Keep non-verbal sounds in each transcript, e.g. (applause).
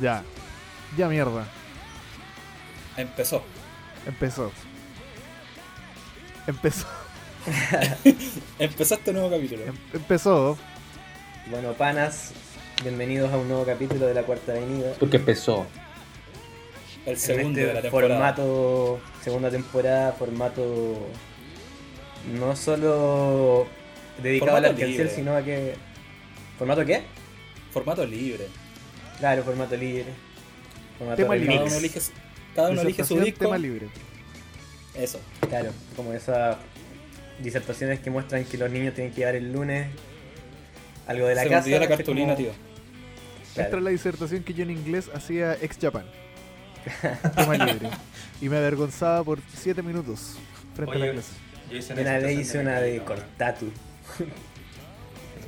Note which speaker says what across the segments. Speaker 1: Ya. Ya mierda.
Speaker 2: Empezó.
Speaker 1: Empezó. Empezó.
Speaker 2: Empezó este nuevo capítulo.
Speaker 1: em- empezó.
Speaker 3: Bueno, panas, bienvenidos a un nuevo capítulo de la Cuarta Avenida.
Speaker 4: Porque empezó.
Speaker 2: El
Speaker 3: En
Speaker 2: segundo
Speaker 3: este
Speaker 2: de la temporada.
Speaker 3: formato, segunda temporada, formato no solo dedicado al
Speaker 2: Formato
Speaker 3: arcancel,
Speaker 2: libre.
Speaker 3: sino a que... ¿Formato qué?
Speaker 2: Formato libre.
Speaker 3: Claro, formato libre. Formato
Speaker 1: Tema
Speaker 3: remix.
Speaker 2: Cada
Speaker 1: libre.
Speaker 2: uno elige, su- cada Ah, uno elige su
Speaker 1: Disertación,
Speaker 2: disco.
Speaker 1: tema libre.
Speaker 2: Eso.
Speaker 3: Claro, como esas disertaciones que muestran que los niños tienen que dar el lunes algo de la
Speaker 2: Se me
Speaker 3: casa.
Speaker 2: olvidó la
Speaker 3: ¿cachai?
Speaker 2: cartulina,
Speaker 3: Como-
Speaker 2: tío.
Speaker 3: Claro.
Speaker 1: Esta es la disertación que yo en inglés hacía ex Japan. tema libre. Y me avergonzaba por 7 minutos frente a la
Speaker 5: Oye,
Speaker 1: clase.
Speaker 5: Yo hice
Speaker 3: Una vez
Speaker 5: disertación
Speaker 3: hice una de
Speaker 5: mecánica,
Speaker 3: cortatu.
Speaker 5: weón.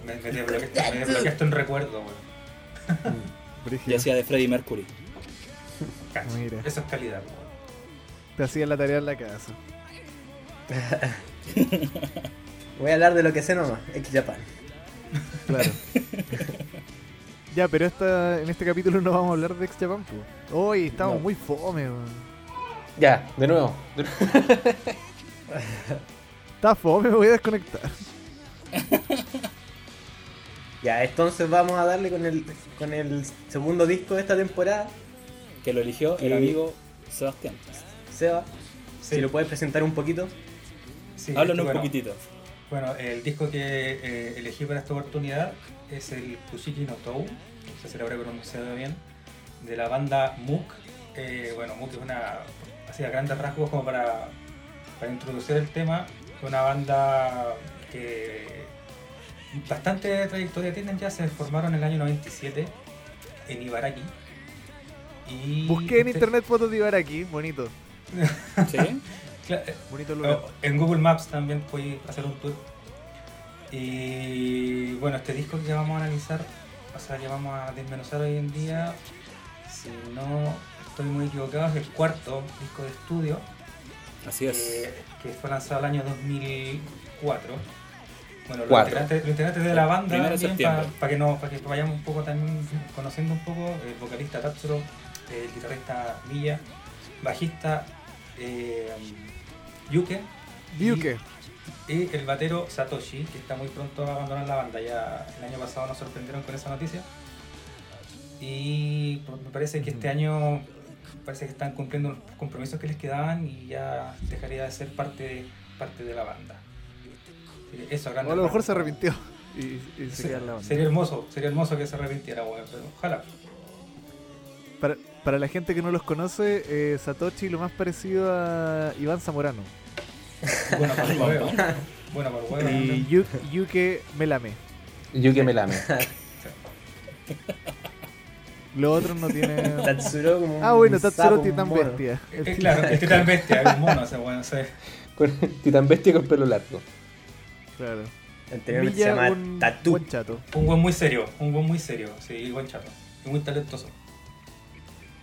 Speaker 5: Me, me desbloqueaste, me desbloqueaste un recuerdo, weón.
Speaker 2: Yo
Speaker 1: Brígido.
Speaker 2: hacía de Freddie Mercury.
Speaker 5: Cacho.
Speaker 1: Mira.
Speaker 5: Eso es calidad, weón.
Speaker 1: Te hacía la tarea en la casa.
Speaker 3: Voy a hablar de lo que sé nomás, X Japan.
Speaker 2: (laughs)
Speaker 1: Claro. ya, pero esta, en este capítulo no vamos a hablar de ex Japan. po. Hoy estamos
Speaker 3: No.
Speaker 1: muy fome. weón.
Speaker 4: Ya, de nuevo. de nuevo.
Speaker 1: Está fome, me voy a desconectar.
Speaker 3: Ya, entonces vamos a darle con el, con el segundo disco de esta temporada.
Speaker 2: Que lo eligió el
Speaker 3: Y-
Speaker 2: amigo Sebastián.
Speaker 3: Seba,
Speaker 5: Sí.
Speaker 3: si lo puedes presentar un poquito.
Speaker 5: Sí,
Speaker 2: Háblanos
Speaker 5: bueno,
Speaker 2: un poquitito.
Speaker 5: Bueno, el disco que eh, elegí para esta oportunidad es el Kushiki no Tou, no sé si lo habré pronunciado bien, de la banda Mook. Eh, bueno, Mook es una, así a grandes rasgos como para, para introducir el tema, es una banda que bastante trayectoria tienen ya, se formaron en el año 97 en Ibaraki. Y
Speaker 1: Busqué en
Speaker 5: este-
Speaker 1: internet fotos de Ibaraki. Bonito.
Speaker 2: ¿Sí?
Speaker 5: Cla- eh,
Speaker 1: Bonito lugar.
Speaker 5: O- En Google Maps también puedes hacer un tour. Y bueno, este disco que vamos a analizar, o sea, que vamos a desmenuzar hoy en día, si no estoy muy equivocado, es el cuarto disco de estudio
Speaker 2: Así es.
Speaker 3: Eh,
Speaker 5: que, que fue lanzado el año 2004. Bueno, los
Speaker 4: Cuatro.
Speaker 5: integrantes, los integrantes de la
Speaker 2: Primero
Speaker 5: banda,
Speaker 2: de
Speaker 5: para
Speaker 2: septiembre.
Speaker 5: que, no, pa' que vayamos un poco también conociendo un poco, el vocalista Tatsuro, el guitarrista Villa, bajista eh, Yuke,
Speaker 1: Duke.
Speaker 5: y el batero Satoshi, que está muy pronto a abandonar la banda. Ya el año pasado nos sorprendieron con esa noticia. Y por- me parece que este año parece que están cumpliendo los compromisos que les quedaban y ya dejaría de ser parte de, parte de la banda. Así que Eso,
Speaker 1: O
Speaker 5: grande.
Speaker 1: a lo mejor se arrepintió. Y, y se queda en la banda.
Speaker 5: Sería hermoso, sería hermoso que se arrepintiera, weón, pero ojalá.
Speaker 1: Para, para la gente que no los conoce, eh, Satoshi lo más parecido a Iván Zamorano.
Speaker 5: Bueno, por huevo. Bueno, por huevo. Eh,
Speaker 1: Y Yu- Yuke Melame.
Speaker 4: Yuki (laughs) Melame.
Speaker 1: Los otros no (laughs) tienen.
Speaker 3: Tatsuro como un
Speaker 1: Ah, bueno, Tatsuro
Speaker 3: sapo, un
Speaker 1: Titan
Speaker 3: mono.
Speaker 1: Bestia. El
Speaker 5: Eh, claro, es total bestia, es un mono ese weón, ese-
Speaker 4: Con- Titán bestia con pelo largo.
Speaker 1: Titan, (laughs) Claro.
Speaker 3: Anteriormente se
Speaker 1: Milla,
Speaker 3: llamaba Eh,
Speaker 1: un
Speaker 3: Tatu.
Speaker 1: buen chato.
Speaker 5: Un buen muy serio, un buen muy serio, sí, buen chato. Y muy talentoso.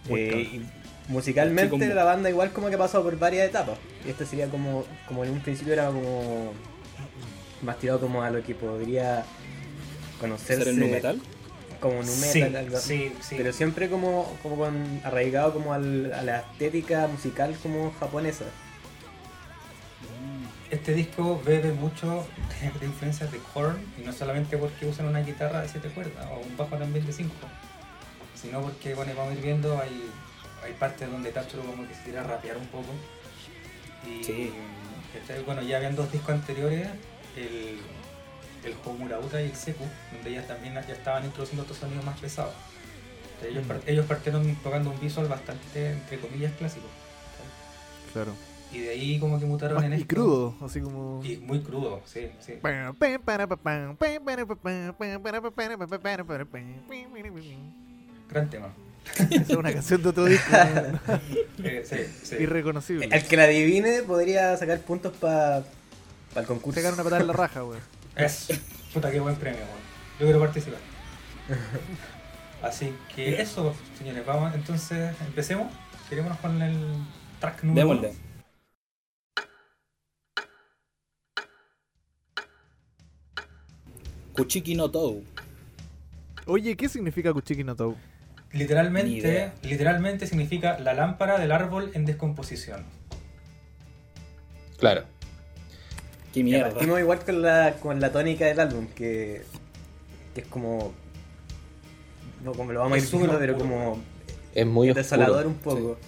Speaker 3: Eh, y musicalmente
Speaker 2: Chico, un-
Speaker 3: la banda igual como que ha pasado por varias etapas. Y este sería como, como en un principio era como más tirado como a lo que podría
Speaker 2: ¿Ser
Speaker 3: conocerse
Speaker 2: el nu metal?
Speaker 3: como nu
Speaker 5: Sí,
Speaker 3: metal, algo-
Speaker 5: sí, sí.
Speaker 3: pero siempre como, como con- arraigado como al- a la estética musical como japonesa.
Speaker 5: Este disco bebe mucho (laughs) de influencias de Korn, y no solamente porque usan una guitarra de 7 cuerdas o un bajo también de 5, sino porque, bueno, vamos a ir viendo, hay, hay partes donde Tatsuro como que se tira a rapear un poco. Y
Speaker 2: Sí.
Speaker 5: ¿cachai? bueno, ya habían dos discos anteriores, el, el Homurauta y el Seku, donde ellas también ya estaban introduciendo estos sonidos más pesados. Ellos, par- ellos partieron tocando un visual bastante, entre comillas, clásico.
Speaker 1: Claro.
Speaker 5: Y de ahí como que mutaron en este
Speaker 1: Y
Speaker 5: esto.
Speaker 1: crudo, así como.
Speaker 5: Y muy crudo, sí, sí.
Speaker 1: Esa
Speaker 5: Gran tema.
Speaker 1: es una canción de otro disco.
Speaker 5: Eh, (laughs) sí, sí.
Speaker 1: Irreconocible.
Speaker 3: Al que la adivine podría sacar puntos para el concurso.
Speaker 1: Sacar una patada en la raja, weón.
Speaker 5: Es. Puta, qué buen premio, weón. Yo quiero participar. Así que eso, señores, vamos entonces, empecemos. Querémonos con el track número uno.
Speaker 2: Démosle. Kuchiki no Tou.
Speaker 1: Oye, ¿qué significa Kuchiki no Tou?
Speaker 2: Ni
Speaker 5: Literalmente,
Speaker 2: idea.
Speaker 5: literalmente significa la lámpara del árbol en descomposición.
Speaker 4: Claro.
Speaker 2: Qué
Speaker 3: Ya,
Speaker 2: mierda.
Speaker 3: Partimos igual con la, con la tónica del álbum, que, que es como. No, como lo vamos a ir
Speaker 5: Es súper
Speaker 3: viendo, pero
Speaker 5: oscuro.
Speaker 3: como
Speaker 4: Es muy oscuro.
Speaker 3: desolador un poco.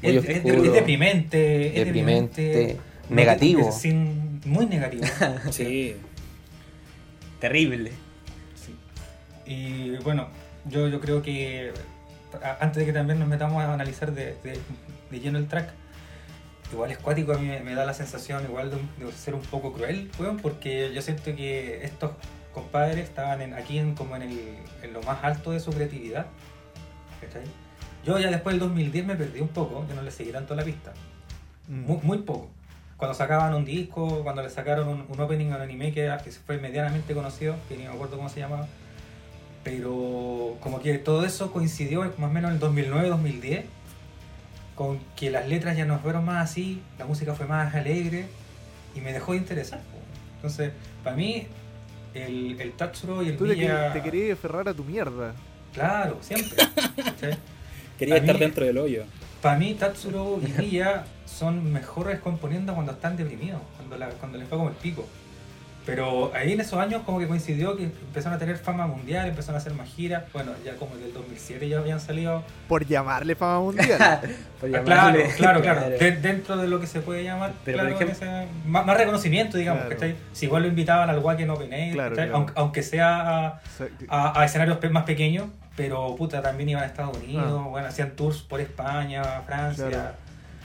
Speaker 4: Muy
Speaker 5: es, es- es
Speaker 4: oscuro,
Speaker 5: deprimente, es
Speaker 4: Deprimente.
Speaker 5: deprimente.
Speaker 4: Negativo.
Speaker 5: Es sin- muy negativo.
Speaker 3: (laughs)
Speaker 2: Sí.
Speaker 3: Terrible.
Speaker 5: Sí. Y bueno, yo, yo creo que a- antes de que también nos metamos a analizar de, de- de lleno el track, igual es cuático, a mí me, me da la sensación igual de, un- de ser un poco cruel, weón, porque yo siento que estos compadres estaban en- aquí en, como en, el, en lo más alto de su creatividad. ¿cachai? Yo ya después del 2010 me perdí un poco, yo no le seguí tanto la pista
Speaker 1: Mm.
Speaker 5: muy, muy poco. Cuando sacaban un disco, cuando le sacaron un, un opening a un anime que, era- que fue medianamente conocido, que ni me acuerdo cómo se llamaba, pero como que todo eso coincidió en- más o menos en el 2009-2010, con que las letras ya no fueron más así, la música fue más alegre y me dejó de interesar. po. Entonces, para mí, el, el Tatsuro y el
Speaker 1: Mm. Tú te,
Speaker 5: Villa-
Speaker 1: quer- te querías aferrar a tu mierda.
Speaker 5: Claro,
Speaker 1: (laughs)
Speaker 5: siempre. ¿cachai?
Speaker 2: Quería
Speaker 5: A
Speaker 2: estar
Speaker 5: mí-
Speaker 2: dentro del hoyo.
Speaker 5: Para mí, Tatsuro
Speaker 1: (laughs)
Speaker 5: y Ria son mejores componiendo cuando están deprimidos, cuando, la- cuando les fue como el pico. Pero ahí en esos años como que coincidió que empezaron a tener fama mundial, empezaron a hacer más giras. Bueno, ya como del 2007 ya habían salido.
Speaker 1: Por llamarle fama
Speaker 3: (laughs)
Speaker 1: mundial.
Speaker 3: Por
Speaker 5: Ah, claro,
Speaker 3: llamarle-
Speaker 5: claro, claro.
Speaker 1: (laughs)
Speaker 5: de- dentro de lo que se puede llamar.
Speaker 3: Pero,
Speaker 5: claro,
Speaker 3: por ejemplo-
Speaker 5: ese- más, más reconocimiento, digamos.
Speaker 1: Claro.
Speaker 5: ¿cachai? Si igual lo invitaban al Wacken Open Air,
Speaker 1: Claro,
Speaker 5: ¿cachai?
Speaker 1: claro.
Speaker 5: Aunque, aunque sea a,
Speaker 1: O sea, que-
Speaker 3: Ah,
Speaker 5: a, a escenarios pe- más pequeños, pero puta, también iban a Estados Unidos,
Speaker 1: Ah.
Speaker 5: bueno, hacían tours por España, Francia.
Speaker 1: Claro.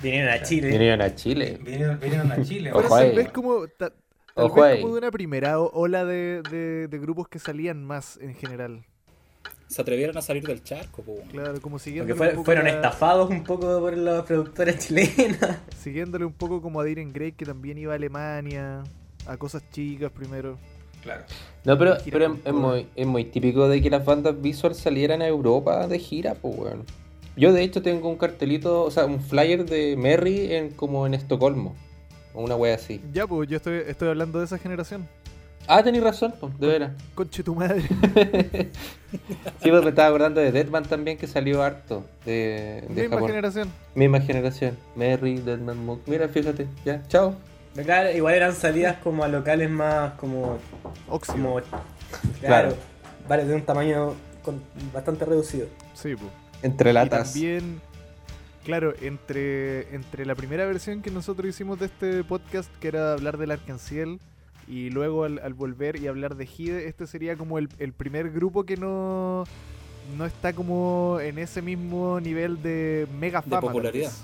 Speaker 3: Vinieron a Chile.
Speaker 4: Vinieron a Chile.
Speaker 5: Vinieron, vinieron a Chile.
Speaker 1: Pero
Speaker 4: Ojo
Speaker 5: weón.
Speaker 1: tal
Speaker 4: ahí.
Speaker 1: vez como, ta- tal
Speaker 4: Ojo
Speaker 1: vez
Speaker 4: ahí.
Speaker 1: como de una primera o- ola de, de- de grupos que salían más en general.
Speaker 2: Se atrevieron a salir del charco, po.
Speaker 1: Claro, como siguiendo.
Speaker 3: Porque fue- fueron
Speaker 1: estafados
Speaker 3: estafados un poco por las productoras chilenas.
Speaker 1: Siguiéndole un poco como a Diren Grey, que también iba a Alemania, a cosas chicas primero.
Speaker 5: Claro.
Speaker 4: No, pero,
Speaker 1: Gira
Speaker 4: pero
Speaker 1: con
Speaker 4: es,
Speaker 1: todo.
Speaker 4: muy, es muy típico de que las bandas visual salieran a Europa de gira, pues weón. Yo de hecho tengo un cartelito, o sea, un flyer de Merry en, como en Estocolmo. O una wea así.
Speaker 1: Ya, pues yo estoy, estoy hablando de esa generación.
Speaker 4: Ah, tenéis razón, po, de veras. (laughs)
Speaker 1: Conche tu madre. (laughs)
Speaker 4: Sí, pues me estaba acordando de Deadman también que salió harto de, de
Speaker 1: Misma
Speaker 4: Japón.
Speaker 1: generación.
Speaker 4: Misma generación. Merry, Deadman Mook. Mira, fíjate, ya, chao.
Speaker 3: Pero claro, igual eran salidas como a locales más como.
Speaker 1: Oxio.
Speaker 3: como
Speaker 4: Claro.
Speaker 3: claro. Vale, de un tamaño con- bastante reducido.
Speaker 1: Sí, pues.
Speaker 4: Entre
Speaker 1: Y
Speaker 4: latas.
Speaker 1: también, claro, entre, entre la primera versión que nosotros hicimos de este podcast, que era hablar del Arcanciel, y luego al, al volver y hablar de Hide, este sería como el, el primer grupo que no, no está como en ese mismo nivel de mega fama. tal
Speaker 2: popularidad.
Speaker 1: vez.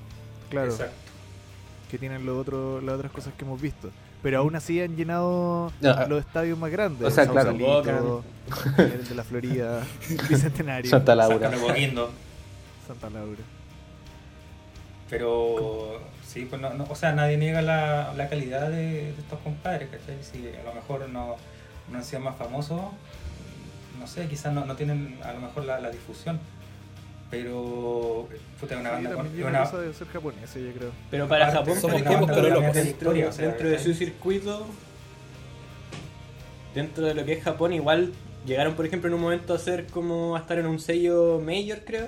Speaker 1: Claro,
Speaker 5: Exacto.
Speaker 1: que tienen lo otro, las otras cosas que hemos visto. Pero aún así han llenado
Speaker 4: No, ah,
Speaker 1: los estadios más grandes.
Speaker 4: O sea,
Speaker 1: San
Speaker 4: claro.
Speaker 1: Sausalito, el de
Speaker 4: (laughs)
Speaker 1: la Florida, Bicentenario,
Speaker 4: Santa
Speaker 5: Sácame
Speaker 4: Laura.
Speaker 5: Boquindo.
Speaker 1: Santa Laura.
Speaker 5: Pero sí, pues no, no- o sea, nadie niega la, la calidad de, de estos compadres, ¿cachai? Si a lo mejor no, no han sido más famosos, no sé, quizás no, no tienen a lo mejor la, la difusión. Pero, puta, es una
Speaker 1: Sí,
Speaker 5: banda
Speaker 1: también
Speaker 5: con-
Speaker 1: tiene
Speaker 5: es una-
Speaker 1: cosa de ser japonés, yo creo.
Speaker 3: Pero para
Speaker 5: Aparte,
Speaker 3: Japón,
Speaker 2: somos
Speaker 3: por
Speaker 2: pocos,
Speaker 3: ejemplo,
Speaker 2: pero
Speaker 3: la
Speaker 2: locos.
Speaker 3: mitad de la
Speaker 5: Historia,
Speaker 3: historia,
Speaker 5: o sea,
Speaker 3: dentro de su
Speaker 5: ¿cachai?
Speaker 3: circuito, dentro de lo que es Japón, igual llegaron, por ejemplo, en un momento a ser como a estar en un sello mayor, creo.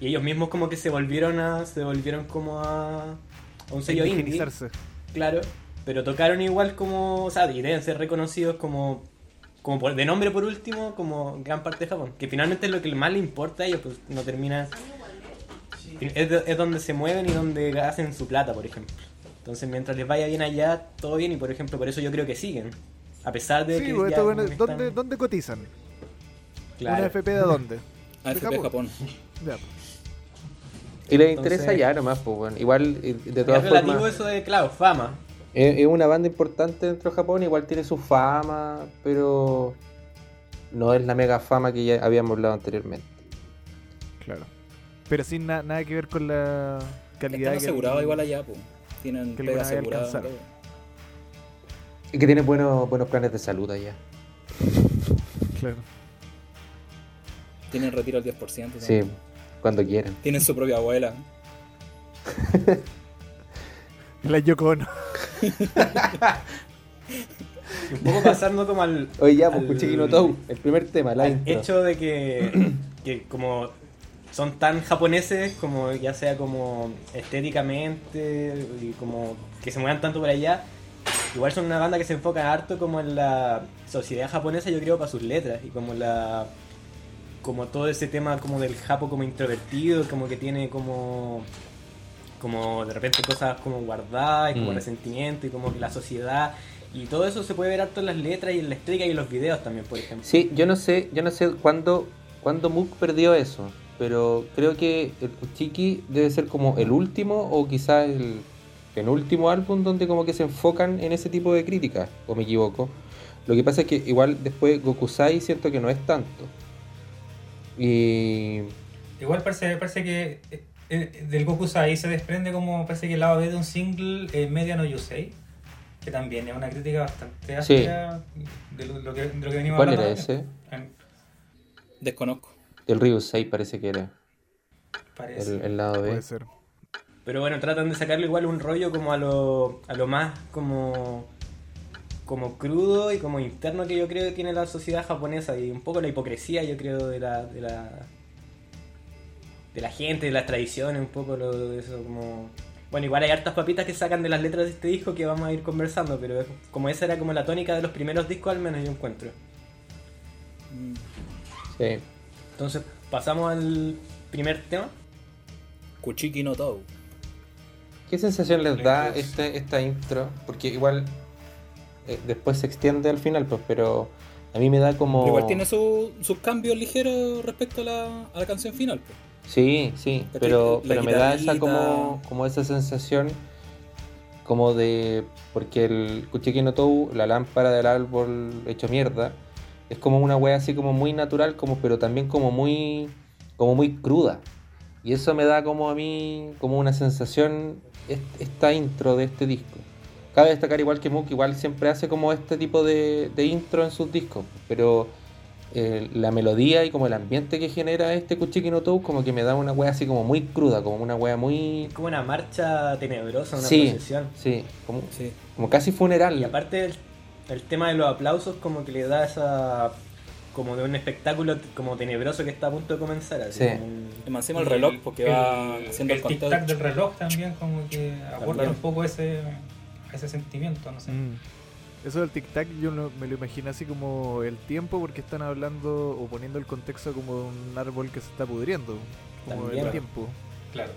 Speaker 3: Y ellos mismos como que se volvieron a, se volvieron como a, a un sello indie,
Speaker 1: Indigenizarse.
Speaker 3: claro. Pero tocaron igual como, o sea, y deben ser reconocidos como, como por- de nombre por último, como gran parte de Japón. Que finalmente es lo que más le importa a ellos, pues no termina es, do- es donde se mueven y donde hacen su plata, por ejemplo. Entonces, mientras les vaya bien allá, todo bien. Y por ejemplo, por eso yo creo que siguen. A pesar de
Speaker 1: Sí,
Speaker 3: que.
Speaker 1: pues,
Speaker 3: ya
Speaker 1: esto, bueno,
Speaker 3: como que
Speaker 1: ¿dónde,
Speaker 3: están-
Speaker 1: ¿dónde cotizan?
Speaker 3: Claro.
Speaker 1: ¿Una FP de
Speaker 3: (laughs)
Speaker 1: dónde?
Speaker 2: AFP Japón.
Speaker 1: Ya.
Speaker 4: Y les
Speaker 3: Entonces-
Speaker 4: interesa ya nomás, pues weón. Igual, eh, de
Speaker 3: Es
Speaker 4: todas
Speaker 3: relativo
Speaker 4: formas. eh,
Speaker 3: eso de, claro, fama.
Speaker 4: Es, es una banda importante dentro de Japón, igual tiene su fama, pero no es la mega fama que ya habíamos hablado anteriormente.
Speaker 1: Claro. Pero sin na- nada que ver con la calidad
Speaker 2: Están asegurados
Speaker 1: que,
Speaker 2: igual allá, po. Tienen
Speaker 1: que
Speaker 2: pega
Speaker 1: alguna vez
Speaker 2: asegurada.
Speaker 1: alcanzaron.
Speaker 4: Y que tiene buenos, buenos planes de salud allá.
Speaker 1: Claro. (laughs)
Speaker 2: Tienen retiro al 10%. ¿no?
Speaker 4: Sí, cuando quieran.
Speaker 2: Tienen su propia abuela.
Speaker 1: La Yoko Ono.
Speaker 3: Y un poco pasando como al.
Speaker 4: Oye, ya, pues
Speaker 3: al-
Speaker 4: escuché Kinotou, el primer tema, la
Speaker 3: al
Speaker 4: intro.
Speaker 3: hecho de que, que como son tan japoneses como ya sea como estéticamente y como que se muevan tanto por allá. Igual son una banda que se enfoca harto como en la sociedad japonesa, yo creo, para sus letras y como la como todo ese tema como del japo como introvertido, como que tiene como como de repente cosas como guardadas, y como
Speaker 4: Mm.
Speaker 3: resentimiento y como que la sociedad y todo eso se puede ver harto en las letras y en la estética y en los videos también, por ejemplo.
Speaker 4: Sí, yo no sé, yo no sé cuándo, cuándo Mook perdió eso, pero creo que el Kuchiki debe ser como el último o quizás el penúltimo álbum donde como que se enfocan en ese tipo de críticas, o me equivoco. Lo que pasa es que igual después Gokusai siento que no es tanto. Y
Speaker 5: Igual parece, parece que eh, eh, del Goku Sai se desprende como parece que el lado B de un single eh, Media no Yusei, que también es una crítica bastante
Speaker 4: Sí.
Speaker 5: amplia de, lo, lo que, de lo que venimos
Speaker 4: ¿cuál
Speaker 5: hablando.
Speaker 4: era
Speaker 5: antes.
Speaker 4: ese?
Speaker 5: Eh,
Speaker 2: Desconozco.
Speaker 4: El Ryusei parece que era,
Speaker 5: Parece.
Speaker 4: el, el lado B.
Speaker 1: Puede ser.
Speaker 3: Pero bueno, tratan de sacarle igual un rollo como a lo, a lo más como, como crudo y como interno que yo creo que tiene la sociedad japonesa y un poco la hipocresía yo creo de la, de la, de la gente, de las tradiciones, un poco lo de eso como... Bueno, igual hay hartas papitas que sacan de las letras de este disco que vamos a ir conversando, pero es- como esa era como la tónica de los primeros discos al menos yo encuentro.
Speaker 2: Mm.
Speaker 4: Sí.
Speaker 3: Entonces, pasamos al primer tema.
Speaker 2: Kuchiki no Tou.
Speaker 4: ¿Qué sensación les da
Speaker 5: Lentes.
Speaker 4: este, esta intro? Porque igual eh, después se extiende al final, pues, pero a mí me da como...
Speaker 2: Igual tiene su- sus cambios ligeros respecto a la, a la canción final. pues.
Speaker 4: Sí, sí,
Speaker 2: ¿Cachai?
Speaker 4: pero,
Speaker 2: La
Speaker 4: pero me da esa
Speaker 2: guitarrita.
Speaker 4: como, como esa sensación como de... Porque el Kuchiki no Tou, la lámpara del árbol hecho mierda, es como una wea así como muy natural, como, pero también como muy, como muy cruda. Y eso me da como a mí, como una sensación, est- esta intro de este disco. Cabe destacar igual que Mook, igual siempre hace como este tipo de, de intro en sus discos, pero eh, la melodía y como el ambiente que genera este Kuchiki no Tou como que me da una wea así como muy cruda, como una wea muy...
Speaker 3: Es como una marcha tenebrosa, una
Speaker 4: Sí.
Speaker 3: procesión.
Speaker 4: Sí, como,
Speaker 2: Sí.
Speaker 4: como casi funeral.
Speaker 3: Y aparte el, el tema de los aplausos como que le da esa como de un espectáculo t- como tenebroso que está a punto de comenzar. Así,
Speaker 4: Sí.
Speaker 3: como un-
Speaker 2: Y más encima el reloj, porque va haciendo el,
Speaker 5: el tic
Speaker 2: conteo.
Speaker 5: tac del reloj también como que aporta
Speaker 3: También.
Speaker 5: un poco ese, ese sentimiento, no sé.
Speaker 1: Mm. Eso del tic-tac yo lo- me lo imagino así como el tiempo porque están hablando o poniendo el contexto como de un árbol que se está pudriendo. Como
Speaker 3: También.
Speaker 1: el tiempo.
Speaker 5: Claro.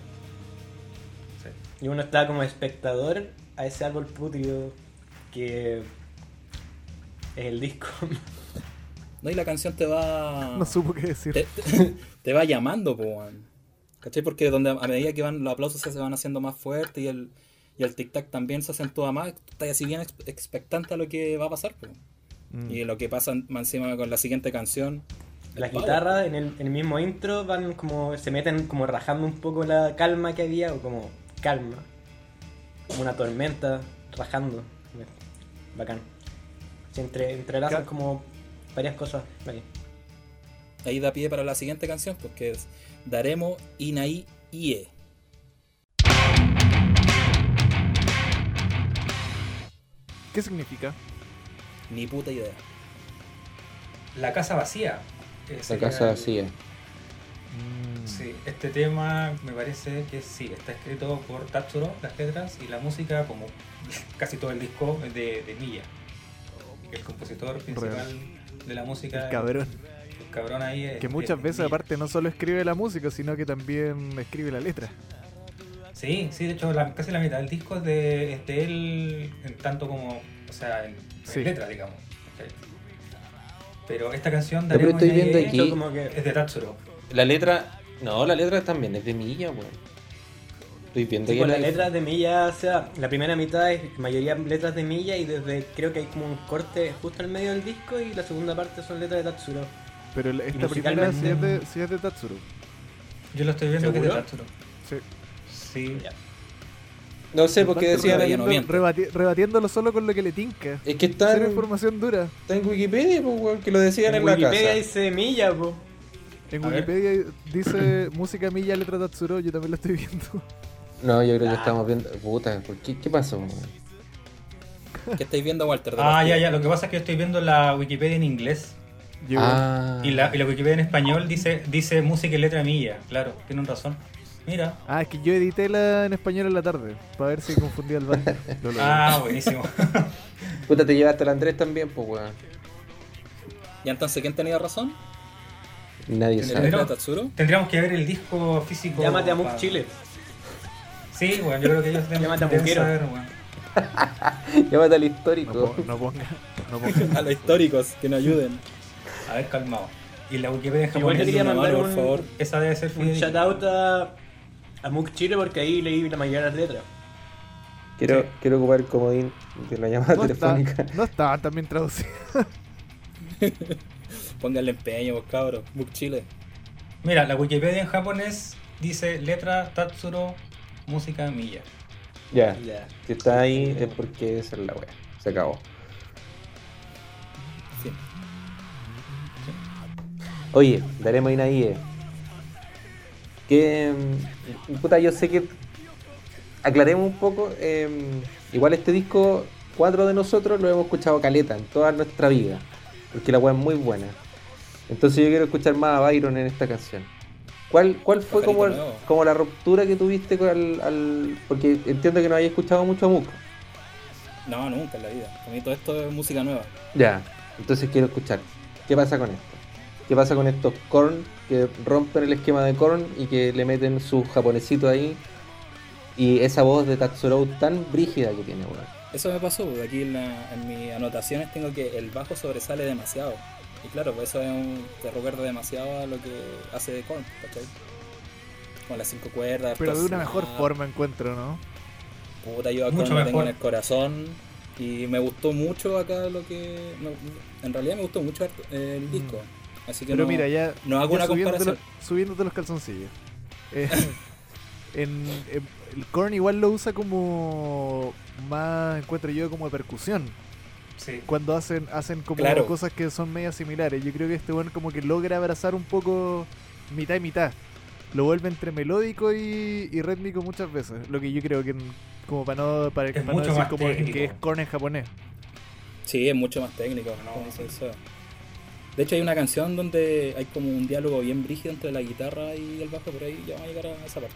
Speaker 5: Sí.
Speaker 3: Y uno está como espectador a ese árbol putrido que es el disco. (laughs)
Speaker 2: No, y la canción te
Speaker 5: Ah.
Speaker 2: va.
Speaker 1: No supo qué decir.
Speaker 2: te, (laughs) te- te va llamando, po, weón. ¿Cachai? Porque donde a medida que van los aplausos se van haciendo más fuertes y el, y el tic-tac también se acentúa más, estás así bien ex- expectante a lo que va a pasar, po.
Speaker 1: Mm.
Speaker 2: Y lo que pasa más encima con la siguiente canción. el
Speaker 3: Las
Speaker 2: power.
Speaker 3: guitarras en el, en el mismo intro van como se meten como rajando un poco la calma que había o como calma. Como una tormenta rajando. Bacán. Se entre, entrelazan
Speaker 1: Ca-
Speaker 3: como varias cosas. Vale.
Speaker 2: oh, Ahí da pie para la siguiente canción, porque es Daremo Inai Ie.
Speaker 1: ¿Qué significa?
Speaker 2: Ni puta idea.
Speaker 5: La casa vacía. eh,
Speaker 4: la
Speaker 5: sería
Speaker 4: casa
Speaker 5: el-
Speaker 4: vacía.
Speaker 1: Mm.
Speaker 5: Sí, este tema me parece que sí, está escrito por Tatsuro, las letras y la música, como casi todo el disco es de, de Miya, el compositor principal de la música.
Speaker 1: Mm. El cabrón.
Speaker 5: el cabrón ahí es.
Speaker 1: Que muchas
Speaker 5: es
Speaker 1: veces
Speaker 5: Miya.
Speaker 1: aparte no solo escribe la música, sino que también escribe la letra.
Speaker 5: Sí, sí, de hecho la- casi la mitad del disco es de, es de él, en tanto como. O sea, en, en
Speaker 1: Sí.
Speaker 5: letras, digamos. Pero esta canción
Speaker 4: Ya, pero
Speaker 5: Daremos
Speaker 4: estoy
Speaker 5: Naye,
Speaker 4: viendo aquí-
Speaker 3: Esto como que
Speaker 5: es de Tatsuro.
Speaker 4: La letra... No, la letra también es de Milla, weón. Estoy viendo
Speaker 3: Sí,
Speaker 4: que
Speaker 3: pues
Speaker 4: la
Speaker 3: las letras de Milla, o sea, la primera mitad es mayoría letras de Milla y desde creo que hay como un corte justo al medio del disco y la segunda parte son letras de Tatsuro.
Speaker 1: Pero la- esta primera
Speaker 3: musicalmente-
Speaker 1: sí es, de, sí es de Tatsuro.
Speaker 5: Yo lo estoy viendo que es de
Speaker 3: ¿Seguro?
Speaker 5: Tatsuro.
Speaker 1: Sí.
Speaker 5: Sí.
Speaker 4: No sé, porque
Speaker 1: Aparte,
Speaker 4: decían ahí...
Speaker 2: no
Speaker 1: rebatiendo-
Speaker 2: miente.
Speaker 1: rebati- rebatiéndolo solo con lo que le tinca.
Speaker 4: Es que está
Speaker 1: Cero
Speaker 4: en,
Speaker 1: información dura.
Speaker 4: está en Wikipedia, pues, weón, que lo decían en,
Speaker 3: En
Speaker 4: la
Speaker 3: Wikipedia
Speaker 4: casa.
Speaker 3: dice Milla, po.
Speaker 1: En
Speaker 5: A ver.
Speaker 1: Wikipedia dice (clears throat) música milla, letra Tatsuro, yo también la estoy viendo.
Speaker 4: No, yo creo que estamos viendo... Puta, ¿por qué, qué pasó? weón?
Speaker 2: ¿Qué estáis viendo, Walter? De
Speaker 5: Ah,
Speaker 2: partida.
Speaker 5: ya, ya. Lo que pasa es que (laughs) yo estoy viendo la Wikipedia en inglés.
Speaker 1: Llegó.
Speaker 4: Ah.
Speaker 5: Y la, y la Wikipedia en español dice, dice música y letra mía, claro, tienen razón. Mira.
Speaker 1: Ah, es que yo edité la en español en la tarde, para ver si confundía el bando. Lo logré.
Speaker 5: Ah,
Speaker 3: (laughs)
Speaker 5: buenísimo.
Speaker 4: Puta, te llevaste al Andrés también, pues, weón.
Speaker 2: ¿Y entonces quién tenía razón?
Speaker 4: Nadie
Speaker 2: ¿En el
Speaker 4: sabe.
Speaker 5: Andrés?
Speaker 2: letra de Tatsuro?
Speaker 5: Tendríamos que ver el disco
Speaker 2: Oh,
Speaker 5: físico.
Speaker 3: Llámate a Mook
Speaker 5: pa-
Speaker 3: Chile.
Speaker 5: Sí, bueno, yo creo
Speaker 3: (laughs)
Speaker 5: que ellos deben,
Speaker 3: Llámate a
Speaker 5: deben
Speaker 3: Muquero.
Speaker 5: saber, weón.
Speaker 4: (laughs) Llámate al
Speaker 1: No,
Speaker 4: histórico.
Speaker 1: po- no ponga. No
Speaker 2: (laughs)
Speaker 1: ponga.
Speaker 2: (laughs) A los históricos, que nos ayuden.
Speaker 5: A ver, calmado. Y la Wikipedia en
Speaker 3: Igual
Speaker 5: japonés,
Speaker 3: yo quería
Speaker 2: una
Speaker 3: mandar
Speaker 2: mano, por
Speaker 3: un,
Speaker 2: favor.
Speaker 5: esa debe ser
Speaker 3: un
Speaker 5: fidedigna.
Speaker 3: shout out a, a Mook Chile porque ahí leí la mayoría de las letras.
Speaker 4: Quiero, quiero ocupar el comodín de la llamada
Speaker 1: No está,
Speaker 4: telefónica. (laughs)
Speaker 1: no está tan bien traducido.
Speaker 2: Pónganle empeño, vos cabros. Book Chile.
Speaker 5: Mira, la Wikipedia en japonés dice letra Tatsuro, música Miya.
Speaker 4: Ya.
Speaker 3: Ya.
Speaker 4: Si está ahí es porque esa es la wea. Se acabó.
Speaker 2: Sí.
Speaker 4: Oye, daremos una IE. eh. Que. mm, Puta, yo sé que. Aclaremos un poco. em, igual este disco, cuatro de nosotros lo hemos escuchado caleta en toda nuestra vida. Porque la wea es muy buena. Entonces yo quiero escuchar más a Byron en esta canción. ¿Cuál, cuál fue
Speaker 2: Pajarito
Speaker 4: como,
Speaker 2: nuevo.
Speaker 4: como la ruptura que tuviste con al, al- Porque entiendo que no habías escuchado mucho a Mook.
Speaker 2: No, nunca en la vida. Para mí todo esto es música nueva.
Speaker 4: Ya, entonces quiero escuchar. ¿Qué pasa con esto? ¿Qué pasa con estos corn que rompen el esquema de corn y que le meten su japonesito ahí? Y esa voz de Tatsuro tan brígida que tiene, weón.
Speaker 2: Eso me pasó, porque aquí en, la- en mis anotaciones tengo que el bajo sobresale demasiado. Y claro, pues eso es un, te recuerda demasiado a lo que hace de Korn, ¿cachai? Con las cinco cuerdas.
Speaker 1: Pero de
Speaker 2: entonces,
Speaker 1: una mejor
Speaker 2: ah,
Speaker 1: forma encuentro, ¿no?
Speaker 2: Puta, yo a
Speaker 5: Mucho
Speaker 2: Korn lo tengo
Speaker 5: mejor.
Speaker 2: en el corazón. Y me gustó mucho acá lo que. me- en realidad me gustó mucho eh, el disco. Así que
Speaker 1: Mm. Pero
Speaker 2: no-
Speaker 1: mira, ya.
Speaker 2: no hago
Speaker 1: ya
Speaker 2: una
Speaker 1: subiéndote
Speaker 2: comparación.
Speaker 1: los- subiéndote los calzoncillos.
Speaker 2: (laughs)
Speaker 1: Eh, en, en- el Korn igual lo usa como. Más encuentro yo como de percusión.
Speaker 5: Sí.
Speaker 1: Cuando hacen hacen como
Speaker 2: Claro.
Speaker 1: cosas que son medias similares. Yo creo que este bueno como que logra abrazar un poco mitad y mitad. Lo vuelve entre melódico y, y rítmico muchas veces. Lo que yo creo que. en- Como para no, para, para no
Speaker 5: mucho
Speaker 1: decir
Speaker 5: más
Speaker 1: como
Speaker 5: técnico.
Speaker 1: que es Korn en japonés.
Speaker 2: Sí, es mucho más técnico.
Speaker 5: No.
Speaker 2: como se dice. De hecho, hay una canción donde hay como un diálogo bien brígido entre la guitarra y el bajo, pero ahí ya vamos a llegar a esa parte.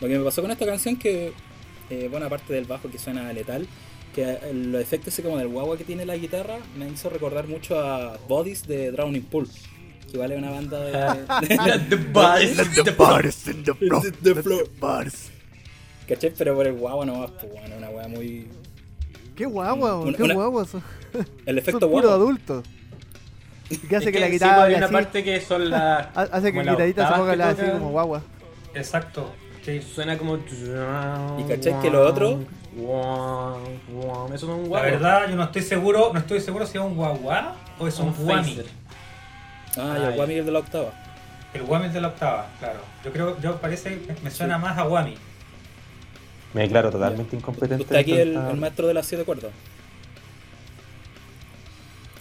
Speaker 2: Lo que me pasó con esta canción que, eh, bueno, aparte del bajo que suena letal, que eh, los efectos así como del guagua que tiene la guitarra me hizo recordar mucho a Bodies de Drowning Pool, que vale una banda (laughs) de...
Speaker 3: The Bodies.
Speaker 1: the bars in the
Speaker 2: floor, the floor.
Speaker 1: bars.
Speaker 2: ¿Cachai? Pero por el guagua nomás, pues bueno, una wea muy...
Speaker 1: Qué guagua,
Speaker 2: Una-
Speaker 1: qué
Speaker 2: una-
Speaker 1: guagua son.
Speaker 2: El
Speaker 1: Son
Speaker 2: efecto
Speaker 1: puros
Speaker 2: guagua.
Speaker 1: adultos. Que
Speaker 3: Es
Speaker 1: hace que la
Speaker 3: sí, pues,
Speaker 1: guitarra
Speaker 3: hay
Speaker 1: hable
Speaker 3: una
Speaker 1: así,
Speaker 3: parte que son las.
Speaker 1: (laughs) ha- hace que
Speaker 3: como
Speaker 1: la
Speaker 3: las
Speaker 1: guitarrita se
Speaker 3: octavas
Speaker 1: ponga a
Speaker 3: que
Speaker 1: hablar así
Speaker 3: tocan.
Speaker 1: como guagua.
Speaker 5: Exacto. Sí.
Speaker 3: Suena como.
Speaker 2: ¿Y cachai que lo otro?
Speaker 3: Eso no es un
Speaker 5: La
Speaker 3: guau.
Speaker 5: verdad, yo no estoy seguro, no estoy seguro si es un guagua o es un
Speaker 3: Un
Speaker 5: guami.
Speaker 3: phaser.
Speaker 2: Ah, y
Speaker 3: Ay.
Speaker 2: el guami es de la octava.
Speaker 5: El guami es de la octava, claro. Yo creo, yo parece, me, me suena más a guami.
Speaker 4: Me declaro totalmente incompetente.
Speaker 2: Usted aquí
Speaker 4: en
Speaker 2: el,
Speaker 4: esta-
Speaker 2: el maestro de las siete cuerdas.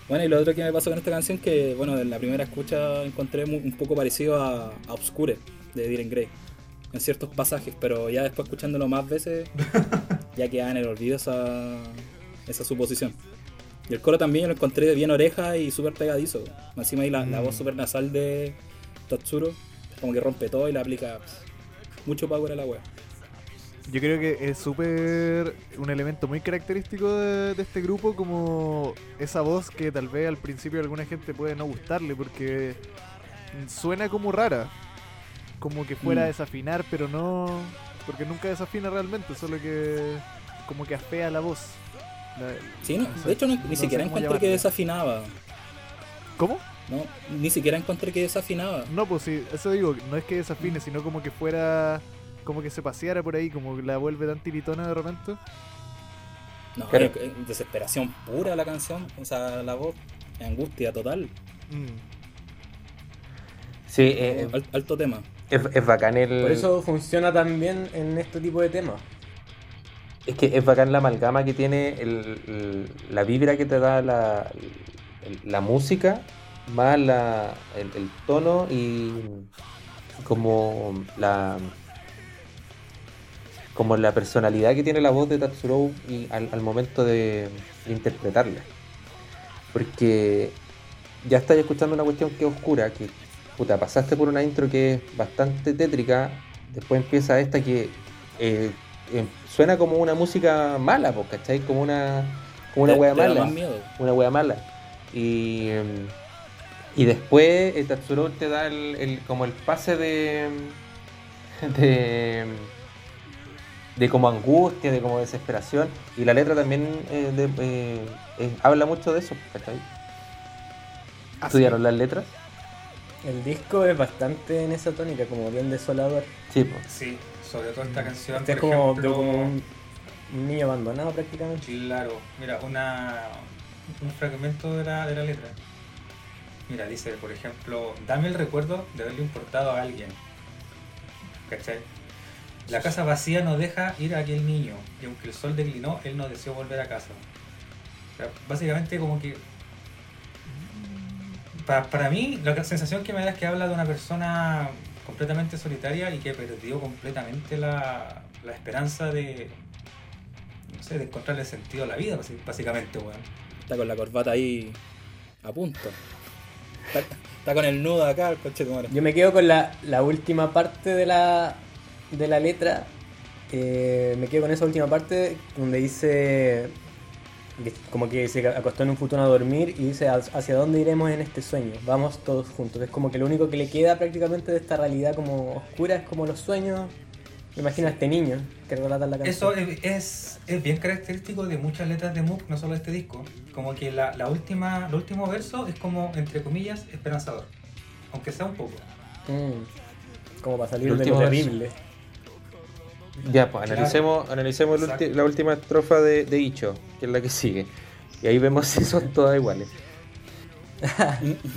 Speaker 2: Bueno, y lo otro que me pasó con esta canción que, bueno, en la primera escucha encontré mu- un poco parecido a, a Obscure de Dylan Gray en ciertos pasajes, pero ya después escuchándolo más veces ya quedaba en el olvido esa, esa suposición. Y el coro también yo lo encontré bien oreja y súper pegadizo. Encima ahí la, la voz súper nasal de Tatsuro, como que rompe todo y la aplica pss, mucho power a la wea.
Speaker 1: Yo creo que es súper un elemento muy característico de, de este grupo, como esa voz que tal vez al principio a alguna gente puede no gustarle porque suena como rara, como que fuera a
Speaker 2: Mm.
Speaker 1: desafinar, pero no, porque nunca desafina realmente, solo que como que afea la voz. La-
Speaker 2: Sí, no,
Speaker 1: Sí.
Speaker 2: de hecho no-
Speaker 1: No
Speaker 2: ni
Speaker 1: sé
Speaker 2: siquiera
Speaker 1: cómo
Speaker 2: encontré que
Speaker 1: llamarlo.
Speaker 2: desafinaba.
Speaker 1: ¿Cómo?
Speaker 2: No, ni siquiera encontré que desafinaba.
Speaker 1: No, pues sí, eso digo, no es que desafine, sino como que fuera, como que se paseara por ahí, como que la vuelve tan tiritona de repente.
Speaker 2: No,
Speaker 4: Claro.
Speaker 2: eh, eh, desesperación pura la canción, o sea, la voz, angustia total,
Speaker 1: Mm.
Speaker 4: Sí, eh,
Speaker 2: al- alto tema.
Speaker 4: es, es bacán el.
Speaker 3: Por eso funciona tan bien en este tipo de temas.
Speaker 4: Es que es bacán la amalgama que tiene el- el- la vibra que te da la, el- la música, más la, el, el tono y como la como la personalidad que tiene la voz de Tatsuro y al, al momento de interpretarla. Porque ya estás escuchando una cuestión que es oscura, que puta, pasaste por una intro que es bastante tétrica, después empieza esta que eh, eh, suena como una música mala, po, ¿cachai? Como una, como una
Speaker 2: Te-
Speaker 4: wea
Speaker 2: te da
Speaker 4: mala.
Speaker 2: más miedo.
Speaker 4: Una wea mala. Y, em, y después eh, Tatsuro te da el, el- como el pase de. (laughs) de. de como angustia, de como desesperación. Y la letra también eh, de- eh, eh, habla mucho de eso, ¿cachai?
Speaker 1: Ah, sí.
Speaker 4: ¿Estudiaron las letras?
Speaker 3: El disco es bastante en esa tónica, como bien desolador.
Speaker 4: Sí, pues.
Speaker 5: Sí, sobre todo esta canción.
Speaker 3: Este es
Speaker 5: Ah, por
Speaker 3: como,
Speaker 5: ejemplo,
Speaker 3: como un, un niño abandonado prácticamente.
Speaker 5: Claro, mira, una, un fragmento de la, de la letra. Mira, dice, por ejemplo, dame el recuerdo de haberle importado a alguien. ¿Cachai? La casa vacía no deja ir a aquel niño, y aunque el sol declinó, él no deseó volver a casa. O sea, básicamente como que... pa- para mí, la sensación que me da es que habla de una persona completamente solitaria y que perdió completamente la, la esperanza de, no sé, de encontrarle sentido a la vida, basi- básicamente, weón.
Speaker 2: Está con la corbata ahí a punto. Está, está con el nudo acá, el coche de madre.
Speaker 3: Yo me quedo con la, la última parte de la, de la letra. Eh, me quedo con esa última parte donde dice que- como que se acostó en un futuro a dormir y dice "Hac- hacia dónde iremos en este sueño. Vamos todos juntos. Es como que lo único que le queda prácticamente de esta realidad como oscura es como los sueños. Me imagino a este niño que relata la
Speaker 5: Eso
Speaker 3: canción.
Speaker 5: es, es, es bien característico de muchas letras de Moog, no solo de este disco. Como que la, la última, el último verso es como, entre comillas, esperanzador. Aunque sea un poco.
Speaker 3: Mm. Como para
Speaker 4: El
Speaker 3: salir de lo
Speaker 4: último verso.
Speaker 3: horrible.
Speaker 4: Ya, pues analicemos, analicemos el ulti-
Speaker 5: Exacto.
Speaker 4: la última estrofa de, de Icho, que es la que sigue. Y ahí vemos (laughs) si son todas iguales.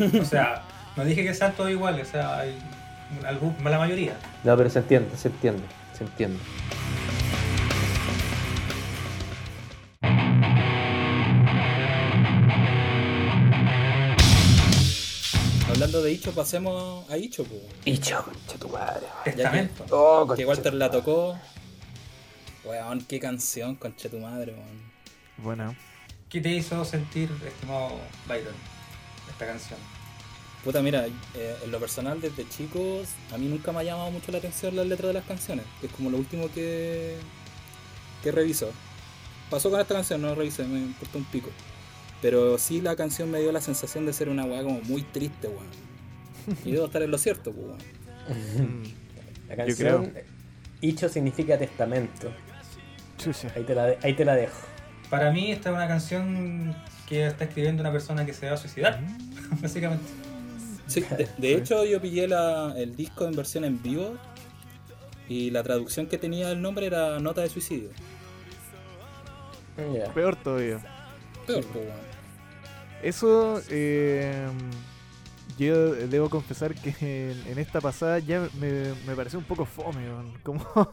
Speaker 5: O sea, no dije que sean todos iguales, o sea, hay algún- la mayoría.
Speaker 4: No, pero se entiende, se entiende, se entiende.
Speaker 2: Hablando de Icho, pasemos a Icho, pues.
Speaker 4: Icho, concha tu madre.
Speaker 5: Testamento.
Speaker 4: Oh,
Speaker 2: Que
Speaker 4: concha
Speaker 2: Walter
Speaker 4: tu
Speaker 2: la
Speaker 4: madre.
Speaker 2: tocó. Weón, qué canción, concha tu madre, weón.
Speaker 1: Bueno,
Speaker 5: ¿Qué te hizo sentir, estimado Byron, esta canción?
Speaker 2: Puta, mira, eh, en lo personal, desde chicos, a mí nunca me ha llamado mucho la atención las letras de las canciones. que es como lo último que, que reviso. Pasó con esta canción, no revisé, me importó un pico. Pero sí la canción me dio la sensación de ser una weá como muy triste, weón. Y debo estar en lo cierto, pues, weón.
Speaker 1: mm, Yo
Speaker 3: La canción Icho significa testamento.
Speaker 1: chucha.
Speaker 3: Ahí te la, de- ahí te la dejo.
Speaker 5: Para mí, esta es una canción que está escribiendo una persona que se va a suicidar, (laughs) básicamente.
Speaker 2: Sí, de, de hecho yo pillé la- el disco en versión en vivo y la traducción que tenía del nombre era Nota de Suicidio.
Speaker 3: Mm, Ya.
Speaker 4: Pues,
Speaker 1: Peor todavía.
Speaker 2: Peor, po, pues, weón.
Speaker 1: Eso, eh, yo debo confesar que en, en esta pasada ya me, me pareció un poco fome, weón. como (laughs)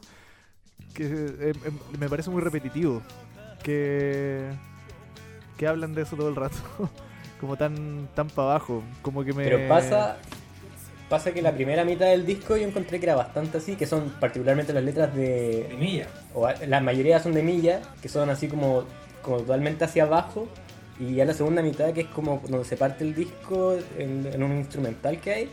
Speaker 1: que eh, em, me parece muy repetitivo que, que hablan de eso todo el rato, (laughs) como tan, tan para abajo, como que me...
Speaker 4: eh,
Speaker 3: Pero pasa, pasa que la primera mitad del disco yo encontré que era bastante así, que son particularmente las letras
Speaker 5: De
Speaker 3: de...
Speaker 5: milla.
Speaker 3: O a- la mayoría son de Milla, que son así como, como totalmente hacia abajo. Y ya la segunda mitad, que es como donde se parte el disco en, en un instrumental que hay,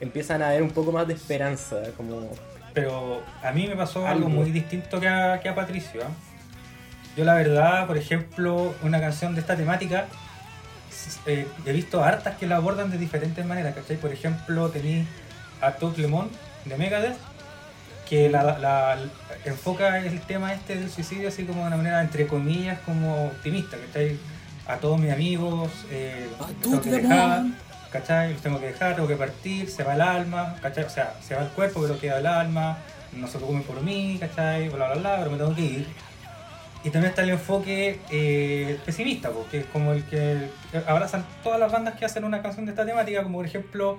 Speaker 3: empiezan a haber un poco más de esperanza, como...
Speaker 5: Pero a mí me pasó algo,
Speaker 3: Algo.
Speaker 5: muy distinto que a, que a Patricio. ¿eh? Yo la verdad, por ejemplo, una canción de esta temática, s- eh, he visto hartas que la abordan de diferentes maneras, ¿cachai? Por ejemplo, tenéis a Todd Lemon de Megadeth, que la, la- la- enfoca el tema este del suicidio así como de una manera, entre comillas, como optimista, ¿cachai? A todos mis amigos, eh,
Speaker 2: A
Speaker 5: los
Speaker 2: Todd
Speaker 5: tengo que
Speaker 2: Lemon.
Speaker 5: dejar, ¿cachai? Los tengo que dejar, tengo que partir, se va el alma, ¿cachai? O sea, se va el cuerpo, pero queda el alma, no se preocupen por mí, ¿cachai? Bla, bla, bla, pero me tengo que ir. Y también está el enfoque eh, pesimista, porque es como el que abrazan todas las bandas que hacen una canción de esta temática, como por ejemplo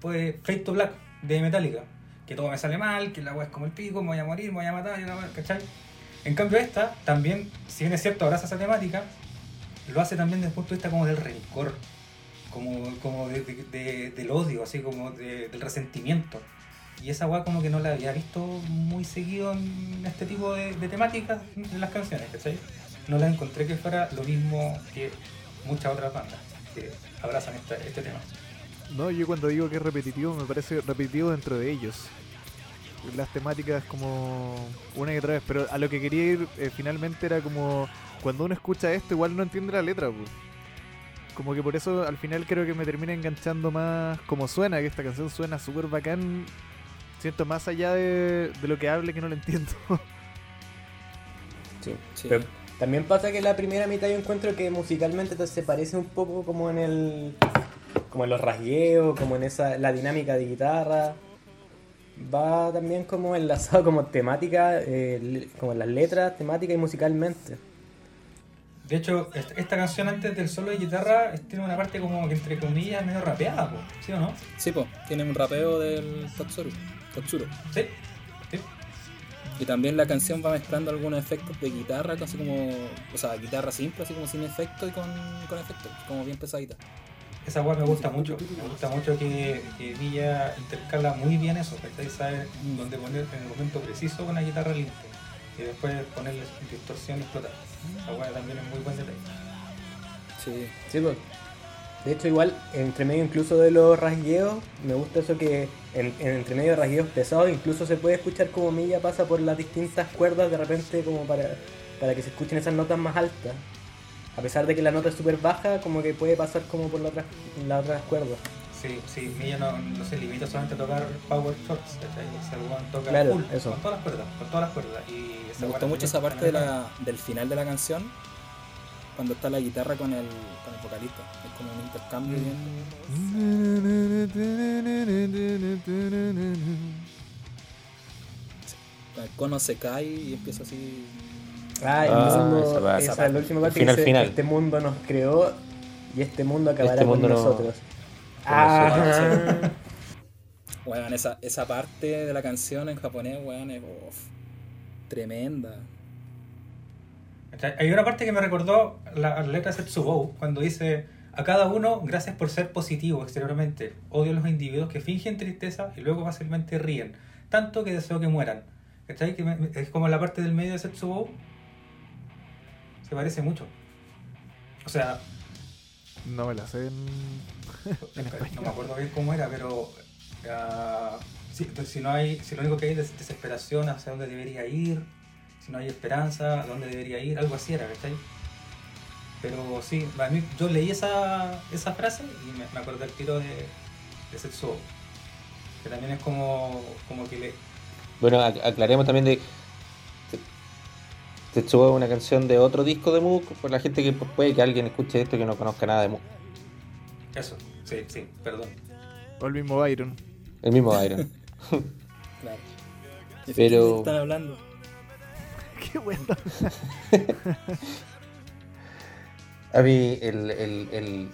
Speaker 5: pues, Fade to Black de Metallica, que todo me sale mal, que la agua es como el pico, me voy a morir, me voy a matar, y la weá, ¿cachai? En cambio esta también, si bien es cierto, abraza esa temática, lo hace también desde el punto de vista como del rencor, como, como de- de- de- del odio, así como de- del resentimiento. Y esa weá como que no la había visto muy seguido en este tipo de, de temáticas en las canciones, ¿cachai? No la encontré que fuera lo mismo que muchas otras bandas. que abrazan esta- este tema.
Speaker 1: No, yo cuando digo que es repetitivo, me parece repetitivo dentro de ellos. Las temáticas como una y otra vez, pero a lo que quería ir eh, finalmente era como cuando uno escucha esto igual no entiende la letra, pues. Como que por eso al final creo que me termina enganchando más como suena, que esta canción suena súper bacán. Siento más allá de, de lo que hable que no lo entiendo. (laughs)
Speaker 3: Sí.
Speaker 2: Sí.
Speaker 3: Pero también pasa que la primera mitad yo encuentro que musicalmente te- se parece un poco como en el. como en los rasgueos, como en esa. la dinámica de guitarra. Va también como enlazado como temática, eh, le- como en las letras, temática y musicalmente.
Speaker 5: De hecho, est- esta canción antes del solo de guitarra eh, tiene una parte como que entre comillas medio rapeada, po, ¿sí o no?
Speaker 2: Sí, pues, tiene un rapeo del Tatsuro. Tatsuro.
Speaker 5: Sí. sí.
Speaker 2: Y también la canción va mezclando algunos efectos de guitarra, así como. O sea, guitarra simple, así como sin efecto y con, con efectos, como bien pesadita.
Speaker 5: Esa weá me gusta mucho. Me gusta mucho que, que Villa intercala muy bien eso, ¿cachai? Sabe
Speaker 2: Mm.
Speaker 5: dónde poner en el momento preciso con la guitarra limpia. Y después ponerle distorsión y explotar. Esa weá también es muy buen detalle.
Speaker 2: Sí.
Speaker 3: Sí, pues. De hecho, igual, entre medio incluso de los rasgueos, me gusta eso que en, en- entre medio de rasgueos pesados, incluso se puede escuchar como Milla pasa por las distintas cuerdas de repente, como para, para que se escuchen esas notas más altas. A pesar de que la nota es súper baja, como que puede pasar como por las otras las otras cuerdas.
Speaker 5: Sí, sí, Milla no, no se limita solamente a tocar power chords, ¿cachai? Ese weón toca
Speaker 3: Claro,
Speaker 5: full,
Speaker 3: eso.
Speaker 5: con todas las cuerdas, con todas las cuerdas. Y esa
Speaker 2: Me
Speaker 5: weá
Speaker 2: gustó mucho
Speaker 5: también
Speaker 2: esa
Speaker 5: es
Speaker 2: parte de la, del final de la canción, cuando está la guitarra con el, con el vocalista. Es como un intercambio bien. con el cono se cae y empieza así.
Speaker 3: Ah,
Speaker 4: Ah,
Speaker 3: empezando
Speaker 4: esa parte.
Speaker 3: esa, la última parte
Speaker 4: Final,
Speaker 3: que dice,
Speaker 4: final.
Speaker 3: este mundo nos creó y este mundo acabará
Speaker 4: Este mundo
Speaker 3: con
Speaker 4: no-
Speaker 3: nosotros.
Speaker 4: con
Speaker 3: Ah,
Speaker 2: Weón, esa, esa parte de la canción en japonés, weón, es uf, tremenda.
Speaker 5: ¿Cachai? Hay una parte que me recordó la letra de Setsubou, cuando dice, a cada uno, gracias por ser positivo exteriormente. Odio a los individuos que fingen tristeza y luego fácilmente ríen, tanto que deseo que mueran. ¿Cachai? Que me- me- es como la parte del medio de Setsubou. Se parece mucho. O sea,
Speaker 1: No me la sé en- en
Speaker 5: no me
Speaker 1: español.
Speaker 5: acuerdo bien cómo era, pero... ah, si, si no hay, si lo único que hay es desesperación hacia dónde debería ir, si no hay esperanza, a dónde debería ir, algo así era, ¿cachai? Pero sí, a mí, yo leí esa, esa frase y me, me acordé el tiro de, de Setsuo. Que también es como, como que le.
Speaker 4: Bueno, ac- aclaremos también de. Te subo una canción de otro disco de Mook, por la gente que pues, puede que alguien escuche esto que no conozca nada de Mook.
Speaker 5: Eso, sí, sí, perdón.
Speaker 1: O el mismo Byron.
Speaker 4: El mismo Iron.
Speaker 2: Claro.
Speaker 4: Pero-
Speaker 2: ¿De qué están hablando?
Speaker 1: Qué bueno.
Speaker 4: (laughs) A mí, el, el- el-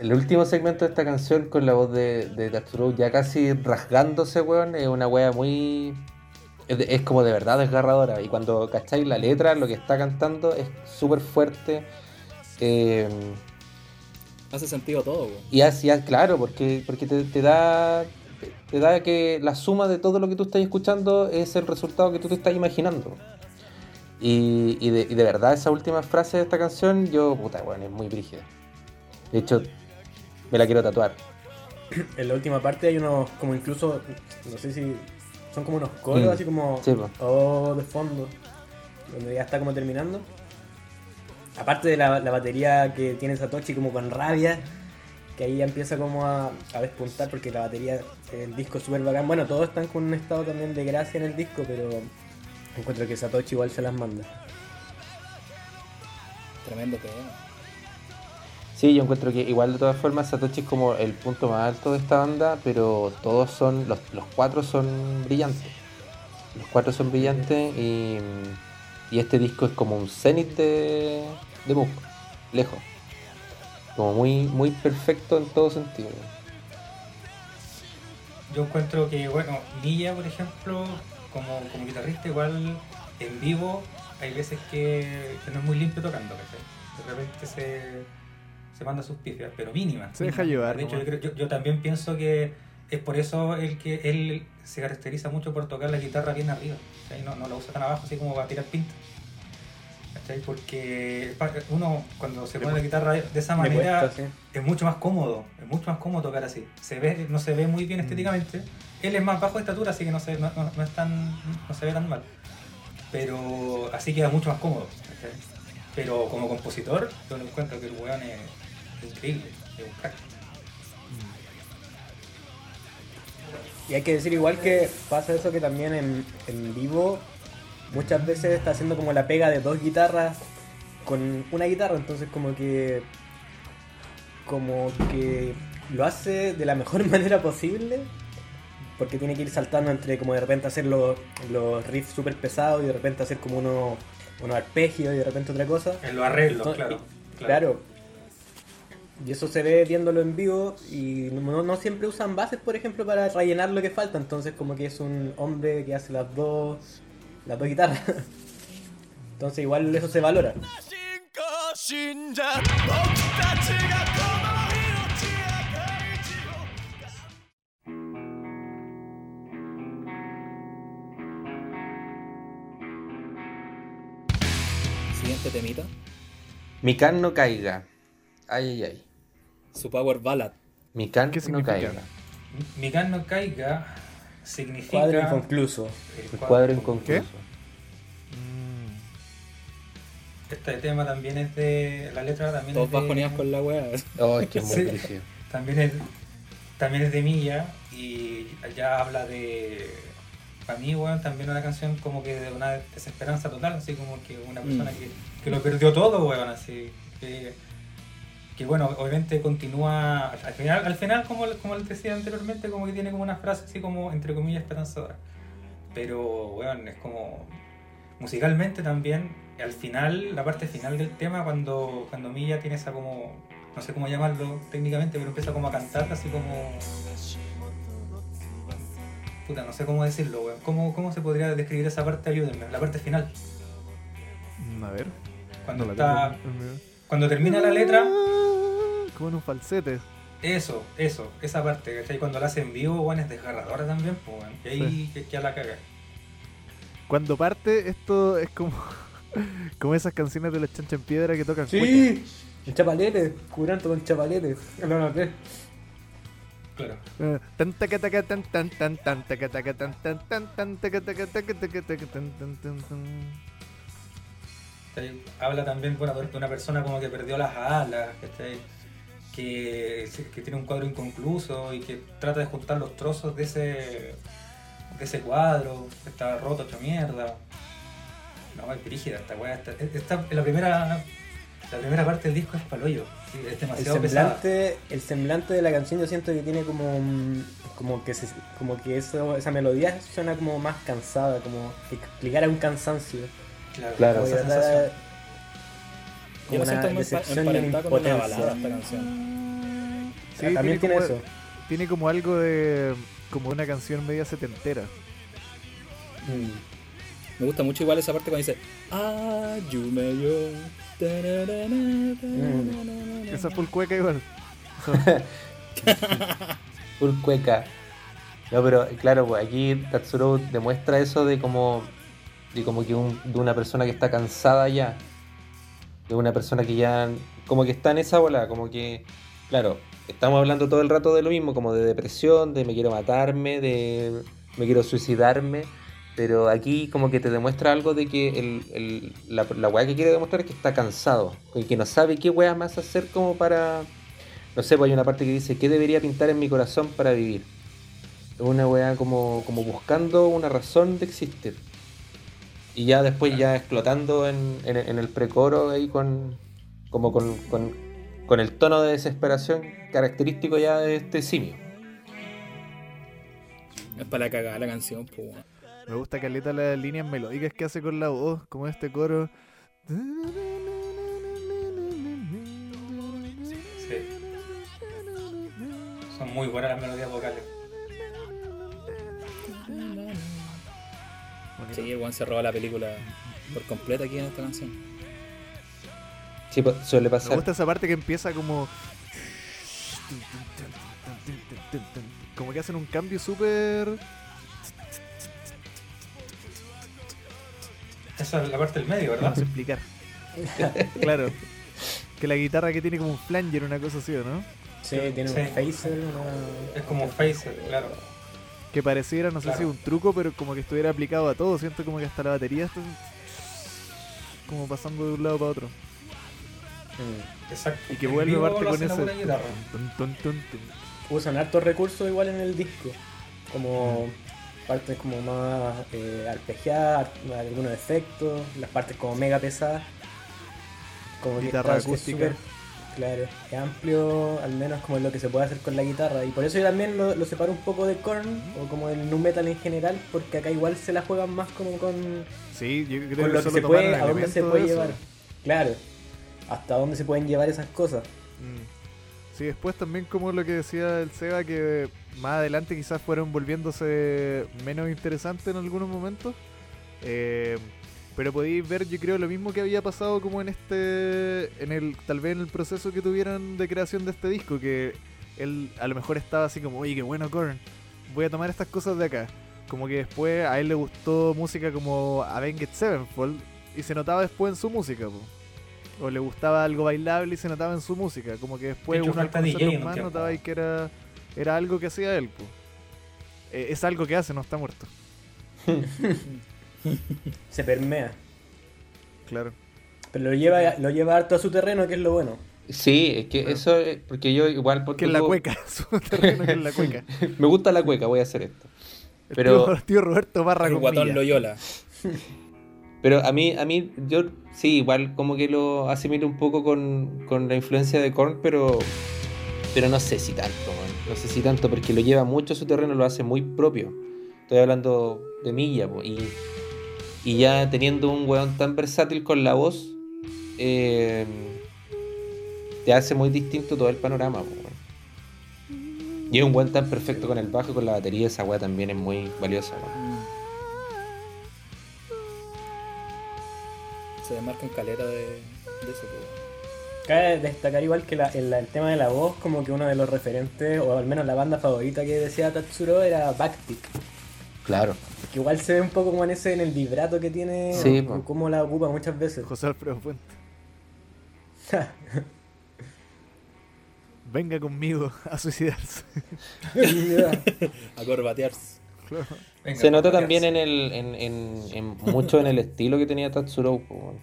Speaker 4: el último segmento de esta canción con la voz de, de Tatsuro ya casi rasgándose, weón, es una wea muy. Es, de- es como de verdad desgarradora. Y cuando cacháis la letra, lo que está cantando es súper fuerte. Eh,
Speaker 2: Hace sentido todo, weón.
Speaker 4: y así, ah, claro, porque, porque te, te da. Te da que la suma de todo lo que tú estás escuchando es el resultado que tú te estás imaginando. Y, y de, y de verdad, esa última frase de esta canción, yo, puta, bueno, es muy brígida. De hecho, me la quiero tatuar.
Speaker 3: en la última parte hay unos, como incluso, no sé si son como unos coros,
Speaker 4: Mm.
Speaker 3: así como,
Speaker 4: Sí, po.
Speaker 3: oh, de fondo, donde ya está como terminando. Aparte de la, la batería que tiene Satoshi como con rabia, que ahí ya empieza como a, a despuntar porque la batería, el disco es súper bacán. Bueno, todos están con un estado también de gracia en el disco, pero encuentro que Satoshi igual se las manda.
Speaker 2: Tremendo tema.
Speaker 4: Sí, yo encuentro que igual de todas formas Satoshi es como el punto más alto de esta banda, pero todos son, los, los cuatro son brillantes. Los cuatro son brillantes y, y este disco es como un cenit de, de Moog, lejos. Como muy, muy perfecto en todo sentido.
Speaker 5: Yo encuentro que, bueno, Milla, por ejemplo, como, como guitarrista, igual en vivo, hay veces que, que no es muy limpio tocando, ¿cachai? De repente se, se manda sus pifias, pero mínimas.
Speaker 1: Se deja llevar,
Speaker 5: mínimas. De hecho, yo,
Speaker 1: nomás.
Speaker 5: creo- yo- yo también pienso que es por eso el que él se caracteriza mucho por tocar la guitarra bien arriba, ¿cachai? No, no la usa tan abajo, así como para tirar pinta. ¿cachai? ¿cachai? Porque pa- uno cuando se pone la guitarra de esa
Speaker 3: Me
Speaker 5: manera
Speaker 3: cuesta, sí.
Speaker 5: es mucho más cómodo, es mucho más cómodo tocar así. Se ve, no se ve muy
Speaker 3: Mm.
Speaker 5: bien estéticamente. Él es más bajo de estatura, así que no se, no, no- no es tan, no se ve tan mal. Pero así queda mucho más cómodo. ¿cachai? Pero como compositor, yo lo encuentro que el weón es increíble, es un crack.
Speaker 3: Y hay que decir igual que pasa eso que también en, en vivo muchas veces está haciendo como la pega de dos guitarras con una guitarra, entonces como que como que lo hace de la mejor (laughs) manera posible porque tiene que ir saltando entre como de repente hacer los, los riffs súper pesados y de repente hacer como uno- unos arpegios y de repente otra cosa.
Speaker 5: En los arreglos,
Speaker 3: Entonces,
Speaker 5: claro.
Speaker 3: Claro. Y eso se ve viéndolo en vivo y no, no siempre usan bases, por ejemplo, para rellenar lo que falta. Entonces como que es un hombre que hace las dos, las dos guitarras. (laughs) Entonces igual eso se valora.
Speaker 6: 死んじゃ僕たちがこの命へ一を
Speaker 2: Siguiente temita.
Speaker 4: Mi can no caiga. Ay, ay, ay.
Speaker 2: Su Power Ballad.
Speaker 4: Mi can
Speaker 1: ¿Qué
Speaker 4: no
Speaker 1: significa?
Speaker 4: caiga.
Speaker 5: Mi can no caiga significa.
Speaker 3: Cuadro inconcluso.
Speaker 5: el
Speaker 4: El cuadro en
Speaker 1: ¿Qué?
Speaker 4: concurso.
Speaker 1: Mm.
Speaker 5: Este tema también es de. La letra también
Speaker 2: Todos
Speaker 5: es de.
Speaker 2: bajoneados con la
Speaker 3: (laughs)
Speaker 2: wea.
Speaker 4: Oh, es que es muy
Speaker 5: Sí.
Speaker 4: brígido.
Speaker 5: También es, también es de Milla y ya habla de. Para mí, weón, también una canción como que de una desesperanza total, así como que una persona que, que lo perdió todo, weón, así. Que, que, bueno, obviamente continúa. Al final, al final como, como les decía anteriormente, como que tiene como una frase así como, entre comillas, esperanzadora. Pero, weón, es como. Musicalmente también, al final, la parte final del tema, cuando, cuando Milla tiene esa como no sé cómo llamarlo técnicamente, pero empieza como a cantar, así como. Puta, no sé cómo decirlo, weón. ¿Cómo, ¿Cómo se podría describir esa parte? Ayúdenme, la parte final.
Speaker 1: Mm, A ver.
Speaker 5: Cuando,
Speaker 1: no la
Speaker 5: está,
Speaker 1: tengo.
Speaker 5: cuando termina la letra,
Speaker 1: Como en un falsete.
Speaker 5: eso, eso, esa parte, ¿cachai? Cuando la hace en vivo, weón, es desgarradora también, pues, weón. Y ahí que, que a la caga.
Speaker 1: Cuando parte, esto es como. (laughs) Como esas canciones de la chancha en piedra que tocan. cueca.
Speaker 3: El chapalete, curanto con chapalete. No, no, ¿qué?
Speaker 5: Claro.
Speaker 1: Eh, tan, taca, taca, tan, tan, tan, tan, taca, taca, tan, tan, tan, tan, taca, taca, taca, taca, taca, tan, tan, tan, tan.
Speaker 5: ¿cachai? Habla también bueno, de una persona como que perdió las alas, ¿cachai? que, que tiene un cuadro inconcluso y que trata de juntar los trozos de ese, de ese cuadro, que está roto, hecho mierda. No, es brígida esta weá. Esta, esta- la, primera, la primera parte del disco es palollo, sí, es
Speaker 3: El
Speaker 5: demasiado pesada.
Speaker 3: semblante, el semblante de la canción yo siento que tiene como un- como que se- como que eso- esa melodía suena como más cansada, como que explicara un cansancio.
Speaker 5: Claro,
Speaker 4: Claro.
Speaker 5: esa
Speaker 3: Como que
Speaker 5: sensación.
Speaker 3: tratara-
Speaker 2: Yo
Speaker 3: como
Speaker 2: lo
Speaker 3: una
Speaker 2: siento muy empa-
Speaker 3: decepción y una
Speaker 2: emparentada con una
Speaker 3: impotencia. Ah,
Speaker 2: balada esta canción.
Speaker 1: Sí,
Speaker 3: también tiene
Speaker 1: como-
Speaker 3: eso.
Speaker 1: Tiene como algo de. Como una canción media setentera.
Speaker 2: Me gusta mucho igual esa parte cuando dice Ayume yo.
Speaker 1: Mm. Esa full cueca igual.
Speaker 4: Full cueca. No, pero claro, pues aquí Tatsuro demuestra eso de como, de como que un- de una persona que está cansada ya. De una persona que ya, como que está en esa bola, como que, claro, estamos hablando todo el rato de lo mismo, como de depresión, de me quiero matarme, de me quiero suicidarme. Pero aquí como que te demuestra algo de que el- el- la, la weá que quiere demostrar es que está cansado, y que no sabe qué weá más hacer como para... No sé, pues hay una parte que dice, ¿qué debería pintar en mi corazón para vivir? Es Una weá como, como buscando una razón de existir. Y ya después ya explotando en, en- en el precoro ahí con, como con, con- con el tono de desesperación característico ya de este simio.
Speaker 2: Es para la cagada la canción, pues. weón.
Speaker 1: Me gusta Caleta las líneas melódicas que hace con la voz, como este coro.
Speaker 5: Sí. Son muy buenas las melodías vocales.
Speaker 1: Bonito.
Speaker 2: Sí, el weón se roba la película por completa aquí en esta canción.
Speaker 4: Sí, pues, suele
Speaker 1: Me
Speaker 4: pasar.
Speaker 1: gusta esa parte que empieza como. Como que hacen un cambio súper.
Speaker 5: Esa es la parte del
Speaker 1: No
Speaker 5: medio, ¿verdad?
Speaker 3: (laughs)
Speaker 5: Ah.
Speaker 1: sé explicar. Claro. Que la guitarra que tiene como un flanger, una cosa así, ¿o ¿no?
Speaker 3: Sí, tiene
Speaker 5: Sí.
Speaker 3: un phaser, una...
Speaker 5: Es como Phaser, claro.
Speaker 1: Que pareciera, no sé
Speaker 5: Claro.
Speaker 1: si un truco, pero como que estuviera aplicado a todo. Siento como que hasta la batería está como pasando de un lado para otro.
Speaker 5: Exacto.
Speaker 1: Y que
Speaker 5: En
Speaker 1: vuelve a
Speaker 5: vivo
Speaker 1: parte
Speaker 5: lo
Speaker 1: con
Speaker 5: hacen a
Speaker 1: ese.
Speaker 5: pura guitarra.
Speaker 1: Tun, tun, tun, tun.
Speaker 3: Usan hartos recursos igual en el disco. Como partes como más eh, arpegiadas, algunos efectos, las partes como mega pesadas. Como que
Speaker 1: Guitarra
Speaker 3: está- es
Speaker 1: acústica.
Speaker 3: súper- claro, es amplio, al menos como lo que se puede hacer con la guitarra. Y por eso yo también lo, lo separo un poco de Korn, o como del nu metal en general, porque acá igual se la juegan más como con
Speaker 1: Sí, yo creo
Speaker 3: con
Speaker 1: que
Speaker 3: lo que
Speaker 1: solo
Speaker 3: se puede,
Speaker 1: tomaron
Speaker 3: a dónde se
Speaker 1: elementos
Speaker 3: puede
Speaker 1: de eso.
Speaker 3: llevar. Claro, hasta dónde se pueden llevar esas cosas.
Speaker 1: Mm. Sí, después también como lo que decía el Seba, que más adelante quizás fueron volviéndose menos interesantes en algunos momentos. Eh, pero podéis ver, yo creo, lo mismo que había pasado como en este, en el, tal vez en el proceso que tuvieron de creación de este disco, que él a lo mejor estaba así como, oye, qué bueno Korn, voy a tomar estas cosas de acá. Como que después a él le gustó música como Avenged Sevenfold y se notaba después en su música, po. O le gustaba algo bailable y se notaba en su música. Como que después
Speaker 5: De hecho,
Speaker 1: uno al
Speaker 5: falta DJ
Speaker 1: conocerlo
Speaker 5: en un
Speaker 1: más
Speaker 5: tiempo.
Speaker 1: notaba ahí que era, era algo que hacía él, po. Eh, es algo que hace, no está muerto.
Speaker 3: Se permea.
Speaker 1: Claro.
Speaker 3: Pero lo lleva, lo lleva harto a su terreno, que es lo bueno.
Speaker 4: Sí, es que eso, eh, porque yo igual,
Speaker 1: Que
Speaker 4: porque
Speaker 1: es la cueca, (laughs) su terreno que es la cueca.
Speaker 4: me gusta la cueca, voy a hacer esto.
Speaker 1: El
Speaker 4: Pero-
Speaker 1: tío, tío Roberto Barra
Speaker 2: El
Speaker 1: con
Speaker 2: guatón
Speaker 1: Villa.
Speaker 2: Loyola.
Speaker 4: Pero a mí, a mí, yo sí, igual como que lo asimilo un poco con, con la influencia de Korn, pero, pero no sé si tanto, man. no sé si tanto, porque lo lleva mucho a su terreno, lo hace muy propio. Estoy hablando de Milla, po, y, y ya teniendo un weón tan versátil con la voz, eh, te hace muy distinto todo el panorama. po, weón. Y es un weón tan perfecto con el bajo, y con la batería, esa weá también es muy valiosa. weón.
Speaker 2: Se demarca en caleta de, de eso. pues.
Speaker 3: Cabe destacar igual que la- el, el tema de la voz, como que uno de los referentes, o al menos la banda favorita que decía Tatsuro era Backtick.
Speaker 4: Claro.
Speaker 3: Que igual se ve un poco como en ese, en el vibrato que tiene,
Speaker 4: Sí,
Speaker 3: o- o
Speaker 4: po.
Speaker 3: cómo la ocupa muchas veces.
Speaker 1: José Alfredo Fuente. Venga conmigo a suicidarse. (laughs)
Speaker 2: A corbatearse.
Speaker 1: Claro.
Speaker 5: Venga, pues,
Speaker 4: Se nota
Speaker 5: ¿qué
Speaker 4: también
Speaker 5: hace?
Speaker 4: en el, en, en, en mucho en el estilo que tenía Tatsuro. po, weón.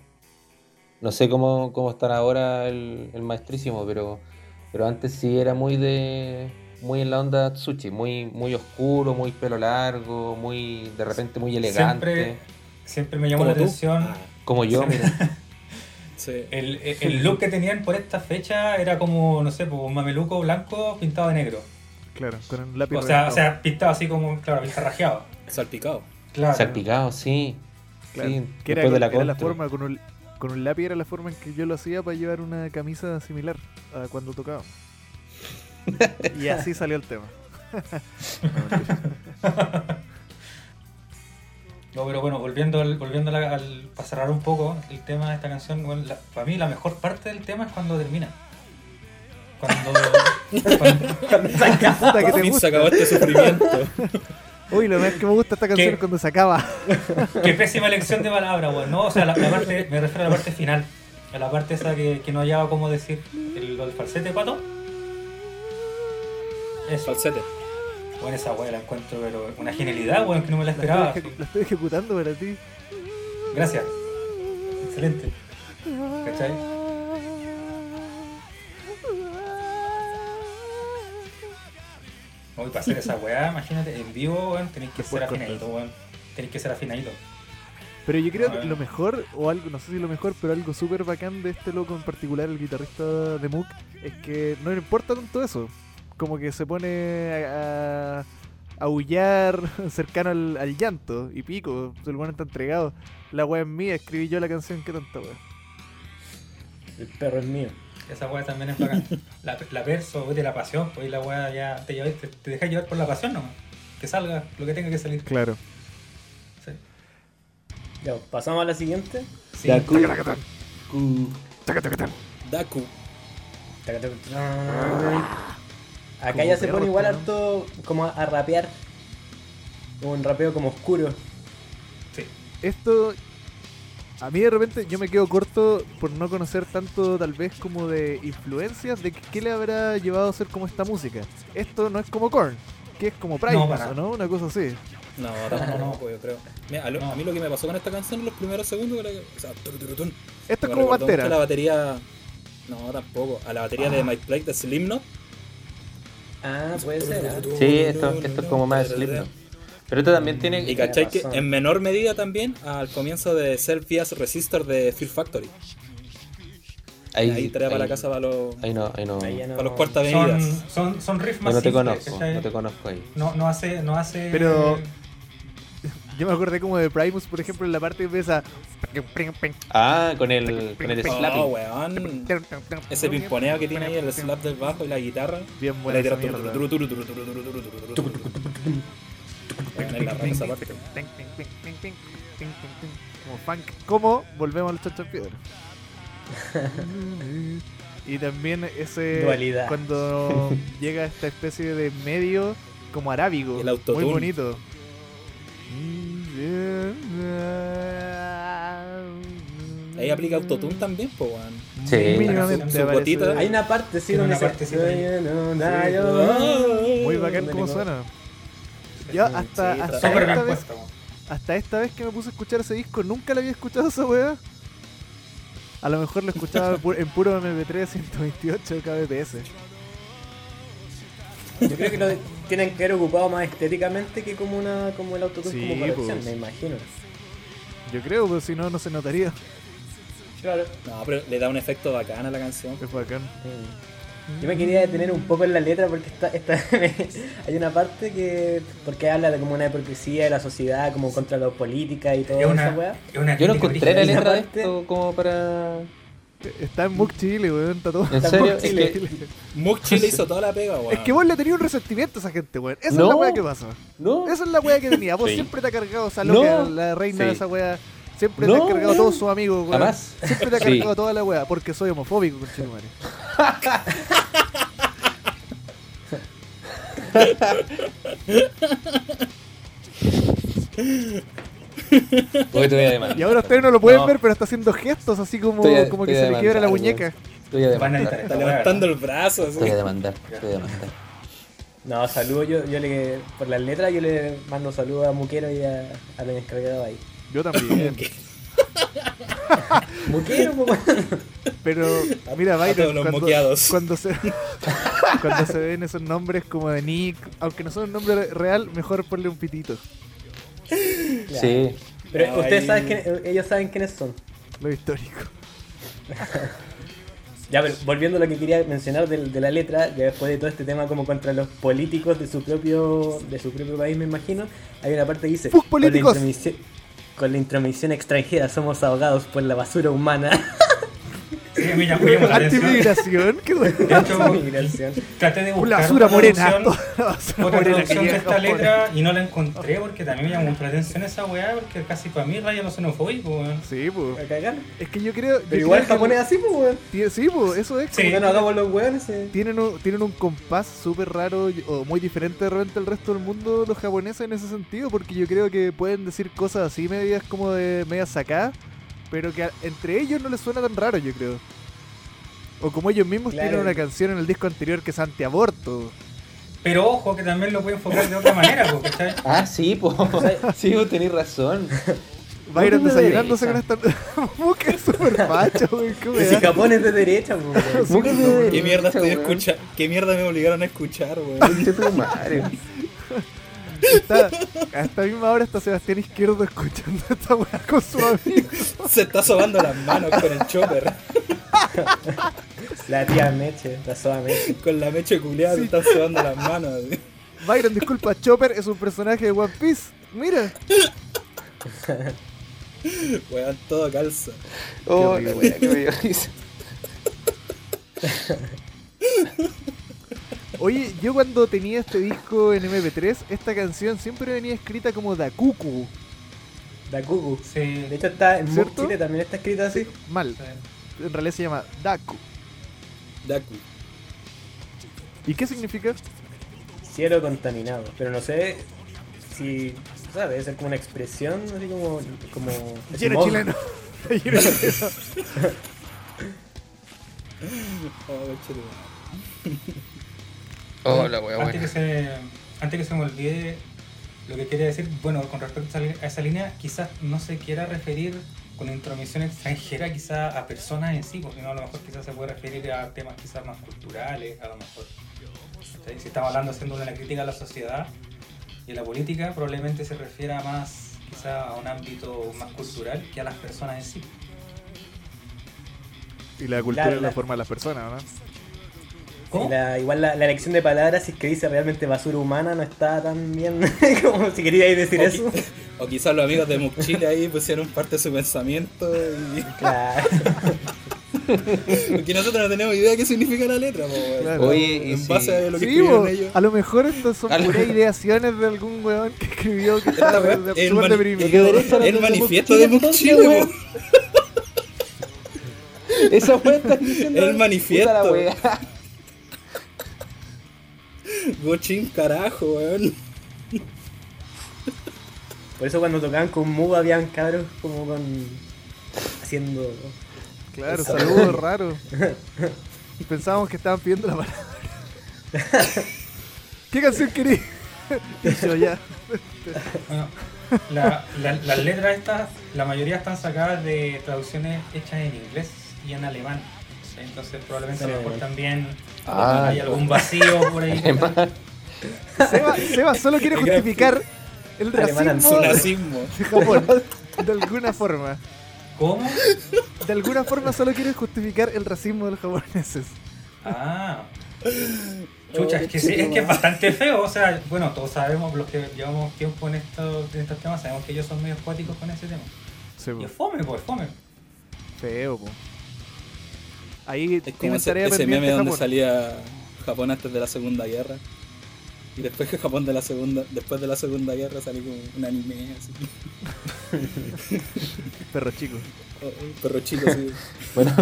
Speaker 4: No sé cómo, cómo estará ahora el, el maestrísimo, pero, pero antes sí era muy de muy en la onda Tsuchi, muy, muy oscuro, muy pelo largo, muy de repente muy elegante,
Speaker 5: Siempre, siempre me llamó la
Speaker 2: ¿Como tú?
Speaker 5: atención
Speaker 2: Ah,
Speaker 4: como yo,
Speaker 1: (laughs)
Speaker 4: mira.
Speaker 2: sí.
Speaker 1: Eh.
Speaker 5: el, el- el look que tenían por esta fecha era como, no sé, como un mameluco blanco pintado de negro.
Speaker 1: Claro, con un lápiz.
Speaker 5: O sea, o
Speaker 1: reventado.
Speaker 5: sea, pintado así como, claro, pintarrajeado.
Speaker 2: Salpicado.
Speaker 5: Claro.
Speaker 4: salpicado, sí.
Speaker 1: Claro,
Speaker 4: sí,
Speaker 1: que era,
Speaker 4: después de
Speaker 1: con-
Speaker 4: la
Speaker 1: era la
Speaker 4: contra.
Speaker 1: forma con un, con un lápiz era la forma en que yo lo hacía para llevar una camisa similar a cuando tocaba. y así salió el tema. (laughs)
Speaker 5: No, pero bueno, volviendo, al, volviendo a la- al, para cerrar un poco el tema de esta canción, bueno, la- para mí la mejor parte del tema es cuando termina. Cuando, cuando-
Speaker 1: Puta, que te
Speaker 2: Fin, se
Speaker 1: gusta.
Speaker 2: acabó este sufrimiento.
Speaker 1: Uy, lo más que me gusta esta canción
Speaker 5: ¿Qué?
Speaker 1: es cuando se acaba.
Speaker 5: Qué pésima elección de palabras, weón. No, o sea, la, la parte, me refiero a la parte final. A la parte esa que, que no hallaba cómo decir. El, lo del falsete, pato. Eso.
Speaker 2: Falsete.
Speaker 5: Bueno, esa weá la encuentro, pero una genialidad, weón, que no me la
Speaker 1: La (laughs)
Speaker 5: esperaba.
Speaker 1: estoy, eje- la estoy ejecutando para ti.
Speaker 5: Gracias. Excelente. ¿Cachai? Hoy para hacer esa weá, imagínate, en vivo, weón, tenéis que
Speaker 1: Después
Speaker 5: ser
Speaker 1: cortas.
Speaker 5: afinadito, weón. Tenéis que ser afinadito.
Speaker 1: Pero yo creo
Speaker 5: A
Speaker 1: que
Speaker 5: ver.
Speaker 1: lo mejor, o algo, no sé si lo mejor, pero algo súper bacán de este loco en particular, el guitarrista de Mook, es que no le importa tanto eso. Como que se pone a, a- a aullar (laughs) cercano al, al llanto y pico. El bueno está entregado. La wea es mía, escribí yo la canción, qué tanta wea.
Speaker 3: El perro es mío.
Speaker 5: Esa weá también es bacán. La, la verso, de la pasión, pues y la weá ya te, lleváis- te, te dejáis llevar por la pasión nomás. Que salga lo que tenga que salir.
Speaker 1: Claro.
Speaker 5: Sí.
Speaker 3: Ya, pasamos a la siguiente.
Speaker 5: Sí.
Speaker 4: Yaku-
Speaker 2: Daku.
Speaker 3: Acá
Speaker 1: Como
Speaker 3: ya se
Speaker 1: perro,
Speaker 3: pone igual
Speaker 1: ¿no?
Speaker 3: harto como a, a rapear. Como un rapeo como oscuro.
Speaker 5: Sí.
Speaker 1: Esto A mí de repente yo me quedo corto por no conocer tanto tal vez como de influencias de que- qué le habrá llevado a hacer como esta música. Esto no es como Korn, que es como Primus,
Speaker 5: para
Speaker 1: ¿o ¿no? Una cosa así.
Speaker 2: No, tampoco, yo creo. Mira, a, lo- a mí lo que me pasó con esta canción, los primeros segundos, era que- o sea, turu, turu, tun,
Speaker 1: Esto es
Speaker 2: me
Speaker 1: como
Speaker 2: recordó mucho
Speaker 1: Pantera.
Speaker 2: a la batería. No, tampoco. A la batería de My Plate de Slipknot.
Speaker 3: Ah, puede ser. ¿ah?
Speaker 4: Sí, esto, esto es como más Slipknot. Pero esto también tiene.
Speaker 2: Y cachai que
Speaker 3: razón.
Speaker 2: en menor medida también al comienzo de Self Bias Resistor de Fear Factory. Ahí, trae para la casa para los,
Speaker 4: Ahí no, ahí no.
Speaker 3: ah. Ahí ya
Speaker 4: Ahí
Speaker 3: no-
Speaker 2: para los cuartos
Speaker 5: Son,
Speaker 2: avenidas.
Speaker 5: son, son riffs más
Speaker 4: no te
Speaker 5: simples,
Speaker 4: conozco,
Speaker 5: ¿cachai?
Speaker 4: no te conozco ahí.
Speaker 5: No, no hace, no hace.
Speaker 1: Pero- Yo me acordé como de Primus, por ejemplo, en la parte que empieza...
Speaker 4: Ah, con el, con el
Speaker 2: Oh,
Speaker 4: slapping.
Speaker 2: weón. Ese pimponeo que tiene ahí, el slap del bajo y la guitarra.
Speaker 1: Bien buena
Speaker 2: Bueno, la
Speaker 1: esa
Speaker 2: guitarra, turu,
Speaker 1: mierda.
Speaker 2: turu, turu, turu, turu, turu, turu, turu, turu, turu, turu. Bueno, es la raja esa parte.
Speaker 1: Como funk. Como volvemos a los chanchos en piedra. y también ese.
Speaker 3: Dualidad.
Speaker 1: Cuando llega esta especie de medio como arábigo.
Speaker 2: El autotune.
Speaker 1: Muy bonito.
Speaker 2: Ahí aplica autotune también, po, weón.
Speaker 4: Sí.
Speaker 1: Mínimamente
Speaker 2: Su
Speaker 1: aparece-
Speaker 2: botita.
Speaker 3: Hay una parte, sí,
Speaker 5: Tiene
Speaker 3: donde
Speaker 5: una
Speaker 3: se-
Speaker 5: partecita ahí.
Speaker 1: Sí. Muy bacán
Speaker 2: Donde
Speaker 1: como
Speaker 2: le-
Speaker 1: suena. Yo hasta,
Speaker 2: sí,
Speaker 1: hasta,
Speaker 5: Súper
Speaker 1: esta
Speaker 5: bien
Speaker 1: vez,
Speaker 5: puesto. weón.
Speaker 1: hasta esta vez que me puse a escuchar ese disco, nunca lo había escuchado esa weá. A lo mejor lo escuchaba pu- en puro MP3 128 kbps.
Speaker 3: Yo creo que lo tienen que haber ocupado más estéticamente que como una como el autotune
Speaker 1: Sí,
Speaker 3: como colección,
Speaker 1: pues.
Speaker 3: me imagino.
Speaker 1: Yo creo, pero si no, no se notaría.
Speaker 3: Claro.
Speaker 2: No, pero le da un efecto bacán a la canción.
Speaker 1: Es bacán.
Speaker 3: Yo me quería detener un poco en la letra porque está, (laughs) hay una parte que porque habla de como una hipocresía de la sociedad como contra la política y toda
Speaker 5: Es
Speaker 3: esa
Speaker 5: una,
Speaker 3: weá.
Speaker 5: es una
Speaker 4: Yo no
Speaker 5: crítica
Speaker 4: encontré la
Speaker 5: original.
Speaker 4: letra de
Speaker 3: Aparte-
Speaker 4: esto como para.
Speaker 1: E-, Está en Mug Chile, weón. Está todo.
Speaker 4: En
Speaker 3: Está
Speaker 4: serio,
Speaker 3: en
Speaker 4: es
Speaker 3: Chile.
Speaker 4: que. (laughs)
Speaker 1: (laughs)
Speaker 2: Mukchi le hizo toda la pega, weón.
Speaker 1: Es que vos le tenías un resentimiento a esa gente, weón. Esa es
Speaker 4: No.
Speaker 1: la weá que pasa. (laughs)
Speaker 4: No,
Speaker 1: Esa es la weá que tenía. Vos
Speaker 4: Sí.
Speaker 1: siempre te has cargado esa loca,
Speaker 4: No.
Speaker 1: la reina de
Speaker 4: Sí.
Speaker 1: esa weá. Siempre te
Speaker 4: No,
Speaker 1: has cargado a
Speaker 4: weón.
Speaker 1: todos sus amigos, weón.
Speaker 4: jamás.
Speaker 1: Siempre te ha
Speaker 4: Sí.
Speaker 1: cargado toda la weá, porque soy homofóbico, conchetumare.
Speaker 4: Hoy te voy a demandar.
Speaker 1: Y ahora ustedes no lo pueden
Speaker 4: No.
Speaker 1: ver, pero está haciendo gestos así como,
Speaker 4: Estoy a-
Speaker 1: como
Speaker 4: estoy
Speaker 1: que
Speaker 4: a
Speaker 1: se le quiebra la
Speaker 4: demandar,
Speaker 1: muñeca.
Speaker 4: Te voy a
Speaker 5: Van a
Speaker 4: demandar.
Speaker 5: editar esta
Speaker 2: Está
Speaker 5: weá,
Speaker 2: levantando
Speaker 5: weón.
Speaker 2: el brazo, así.
Speaker 4: Te voy a demandar. Te voy a demandar.
Speaker 3: No, saludo yo, yo le por las letras yo le mando saludos a Muquero y a, a los encargados ahí.
Speaker 1: Yo también.
Speaker 3: Muquero, po, weón.
Speaker 1: pero mira,
Speaker 2: A todos
Speaker 1: Byron,
Speaker 2: los
Speaker 1: cuando,
Speaker 2: moqueados.
Speaker 1: cuando se (laughs) cuando se ven esos nombres como de Nick, aunque no son un nombre real, mejor ponle un pitito.
Speaker 4: Sí.
Speaker 3: Pero
Speaker 2: Ay.
Speaker 3: ustedes saben quién, ellos saben quiénes son.
Speaker 1: Lo histórico.
Speaker 3: Ya, pero volviendo a lo que quería mencionar del- de, la letra, ya después de todo este tema como contra los políticos de su propio de su propio país, me imagino, hay una parte que dice,
Speaker 1: ¡Fuck
Speaker 3: con la,
Speaker 1: políticos!
Speaker 3: intromisión, con la intromisión extranjera somos ahogados por la basura humana.
Speaker 5: Sí, a mí ya me llamó la atención.
Speaker 1: Antimigración, qué
Speaker 5: De
Speaker 1: bueno.
Speaker 3: (laughs)
Speaker 5: hecho,
Speaker 3: Migración.
Speaker 5: traté de
Speaker 1: La
Speaker 5: buscar
Speaker 1: basura
Speaker 5: otra
Speaker 1: morena.
Speaker 5: traducción-
Speaker 1: toda La basura
Speaker 5: otra
Speaker 1: morena que
Speaker 5: traducción de
Speaker 1: llega a
Speaker 5: esta
Speaker 1: Japón.
Speaker 5: letra y no la encontré porque también me llamó mucho la atención esa weá porque casi para mí raya no xenofóbico, weón.
Speaker 1: Sí, po.
Speaker 3: A cagar.
Speaker 1: Es que yo creo. yo
Speaker 3: Pero igual
Speaker 1: creo que-
Speaker 3: japonés así, pues, weón.
Speaker 1: Sí, po, eso es.
Speaker 5: Sí.
Speaker 3: Como que no hagamos los weones. eh.
Speaker 1: tienen un, tienen un compás súper raro y- o muy diferente de repente al resto del mundo los japoneses en ese sentido, porque yo creo que pueden decir cosas así medias como de medias sacadas, pero que a- entre ellos no les suena tan raro, yo creo. O como ellos mismos
Speaker 3: Claro.
Speaker 1: tienen una canción en el disco anterior que es antiaborto.
Speaker 5: Pero ojo que también lo puede enfocar de otra manera, po, ¿cachai?
Speaker 4: Ah, sí, po. (laughs) Sí, vos tenés
Speaker 2: (laughs)
Speaker 4: razón.
Speaker 1: Byron
Speaker 3: no te
Speaker 1: desayunándose con esta... (laughs) Muca es súper macho, güey, qué
Speaker 3: Si
Speaker 1: weá.
Speaker 3: Japón es de derecha, pues,
Speaker 1: (laughs)
Speaker 3: weón.
Speaker 1: Sí,
Speaker 4: Nunca
Speaker 1: no,
Speaker 4: me-
Speaker 2: ¿Qué mierda
Speaker 4: Esa
Speaker 2: estoy
Speaker 4: weá.
Speaker 2: escucha- ¿Qué mierda me obligaron a escuchar, weón? (laughs)
Speaker 4: Conche tu madre.
Speaker 1: está- a esta misma hora está Sebastián Izquierdo escuchando (laughs) esta weá con su amigo.
Speaker 2: Se está sobando las manos con el chopper.
Speaker 3: La tía Meche, la soda Meche.
Speaker 2: Con la mecha culiada se está sobando las manos. así.
Speaker 1: Byron, disculpa, Chopper es un personaje de One Piece. Mira.
Speaker 2: Weón, todo calza.
Speaker 4: Oh,
Speaker 1: Qué
Speaker 4: la
Speaker 1: horrible.
Speaker 4: wea que me
Speaker 1: (laughs)
Speaker 4: dio risa.
Speaker 1: Oye, yo cuando tenía este disco en MP3, esta canción siempre venía escrita como Dakuku.
Speaker 3: Da Cucu.
Speaker 5: Sí.
Speaker 3: De hecho, está en Moog
Speaker 1: ¿Cierto?
Speaker 3: Chile también está escrito así.
Speaker 1: Mal, en realidad se llama Daku.
Speaker 2: Daku.
Speaker 1: ¿Y qué significa?
Speaker 3: cielo contaminado. Pero no sé si. ¿Sabes? Debe ser como una expresión, así como. como
Speaker 1: Lleno
Speaker 3: smog.
Speaker 1: chileno. (laughs) Ayer era-
Speaker 2: Oh, conchetumare.
Speaker 4: Oh, la wea
Speaker 5: antes, que
Speaker 4: buena.
Speaker 5: se, antes que se me olvide lo que quería decir, bueno, con respecto a esa- a esa línea, quizás no se quiera referir con intromisión extranjera quizás a personas en sí, porque no, a lo mejor quizás se puede referir a temas quizás más culturales, a lo mejor. ¿Cachai? Si estamos hablando haciendo una crítica a la sociedad y a la política, probablemente se refiera más quizás a un ámbito más cultural que a las personas en sí.
Speaker 1: Y la cultura
Speaker 3: La-
Speaker 1: es la
Speaker 3: la-
Speaker 1: forma de las personas, ¿no?
Speaker 5: ¿Cómo?
Speaker 3: Y la- igual la, la elección de palabras, si es que dice realmente basura humana, no está tan bien (laughs) como si queríais decir
Speaker 2: O
Speaker 3: eso.
Speaker 2: qui- O quizás los amigos de Muc Chile ahí pusieron parte de su pensamiento y.
Speaker 3: Claro.
Speaker 2: (laughs) Porque nosotros no tenemos idea de qué significa la letra, po, weón.
Speaker 1: Claro.
Speaker 4: Oye, y
Speaker 2: En
Speaker 4: si-
Speaker 2: base a lo que
Speaker 1: Sí,
Speaker 2: escribieron
Speaker 1: bo,
Speaker 2: ellos.
Speaker 1: a lo mejor estas son
Speaker 4: Al-
Speaker 1: puras ideaciones de algún weón que escribió que
Speaker 2: Esta
Speaker 1: estaba
Speaker 2: weá,
Speaker 1: de-
Speaker 2: el
Speaker 1: súper
Speaker 2: mani-
Speaker 1: deprimido.
Speaker 4: el que derecha-
Speaker 2: El,
Speaker 4: de
Speaker 2: manifiesto
Speaker 4: Muc Chile,
Speaker 2: de Muc
Speaker 4: entonces,
Speaker 2: Chile, (laughs)
Speaker 4: weón.
Speaker 2: weón.
Speaker 4: Esa wea está diciendo.
Speaker 2: El manifiesto.
Speaker 4: Puta la
Speaker 2: (laughs)
Speaker 4: wea.
Speaker 2: Gochín, carajo, weón.
Speaker 3: Por eso cuando tocaban con Muga habían cabros como con. haciendo.
Speaker 1: Claro,
Speaker 2: (laughs)
Speaker 1: saludos raros. Pensábamos que estaban pidiendo la palabra. (laughs) ¿Qué canción
Speaker 2: (laughs)
Speaker 1: querí? Y yo ya.
Speaker 5: Bueno, la- la-
Speaker 4: (laughs)
Speaker 5: las letras estas, la mayoría están sacadas de traducciones hechas en inglés y en alemán. Entonces probablemente a lo mejor también
Speaker 4: Ah,
Speaker 5: hay algún vacío por
Speaker 4: (laughs)
Speaker 5: ahí.
Speaker 1: Seba, Seba solo quiere
Speaker 2: (laughs) El gran-
Speaker 1: justificar el
Speaker 3: Alemán
Speaker 1: racismo
Speaker 2: Su
Speaker 1: de
Speaker 2: nazismo.
Speaker 1: Japón. De alguna forma.
Speaker 5: ¿Cómo?
Speaker 1: De alguna forma solo quiere justificar el racismo de los japoneses.
Speaker 5: Ah. Chucha, es que, sí, es que es bastante feo. O sea, bueno, todos sabemos, los que llevamos tiempo en estos, en estos temas, sabemos que ellos son medio cuáticos con ese tema.
Speaker 1: Sí,
Speaker 5: Y
Speaker 1: po.
Speaker 5: es fome, pues, fome.
Speaker 1: Feo, po. Ahí
Speaker 2: Es como
Speaker 1: tienen
Speaker 2: ese,
Speaker 1: tarea
Speaker 2: ese meme
Speaker 1: pendiente
Speaker 2: donde
Speaker 1: Japón.
Speaker 2: salía Japón antes de la Segunda Guerra. Y después que Japón de la Segunda, después de la Segunda Guerra salió como un anime así.
Speaker 1: Perro chico.
Speaker 2: Oh, oh, Perro chico así.
Speaker 4: Bueno,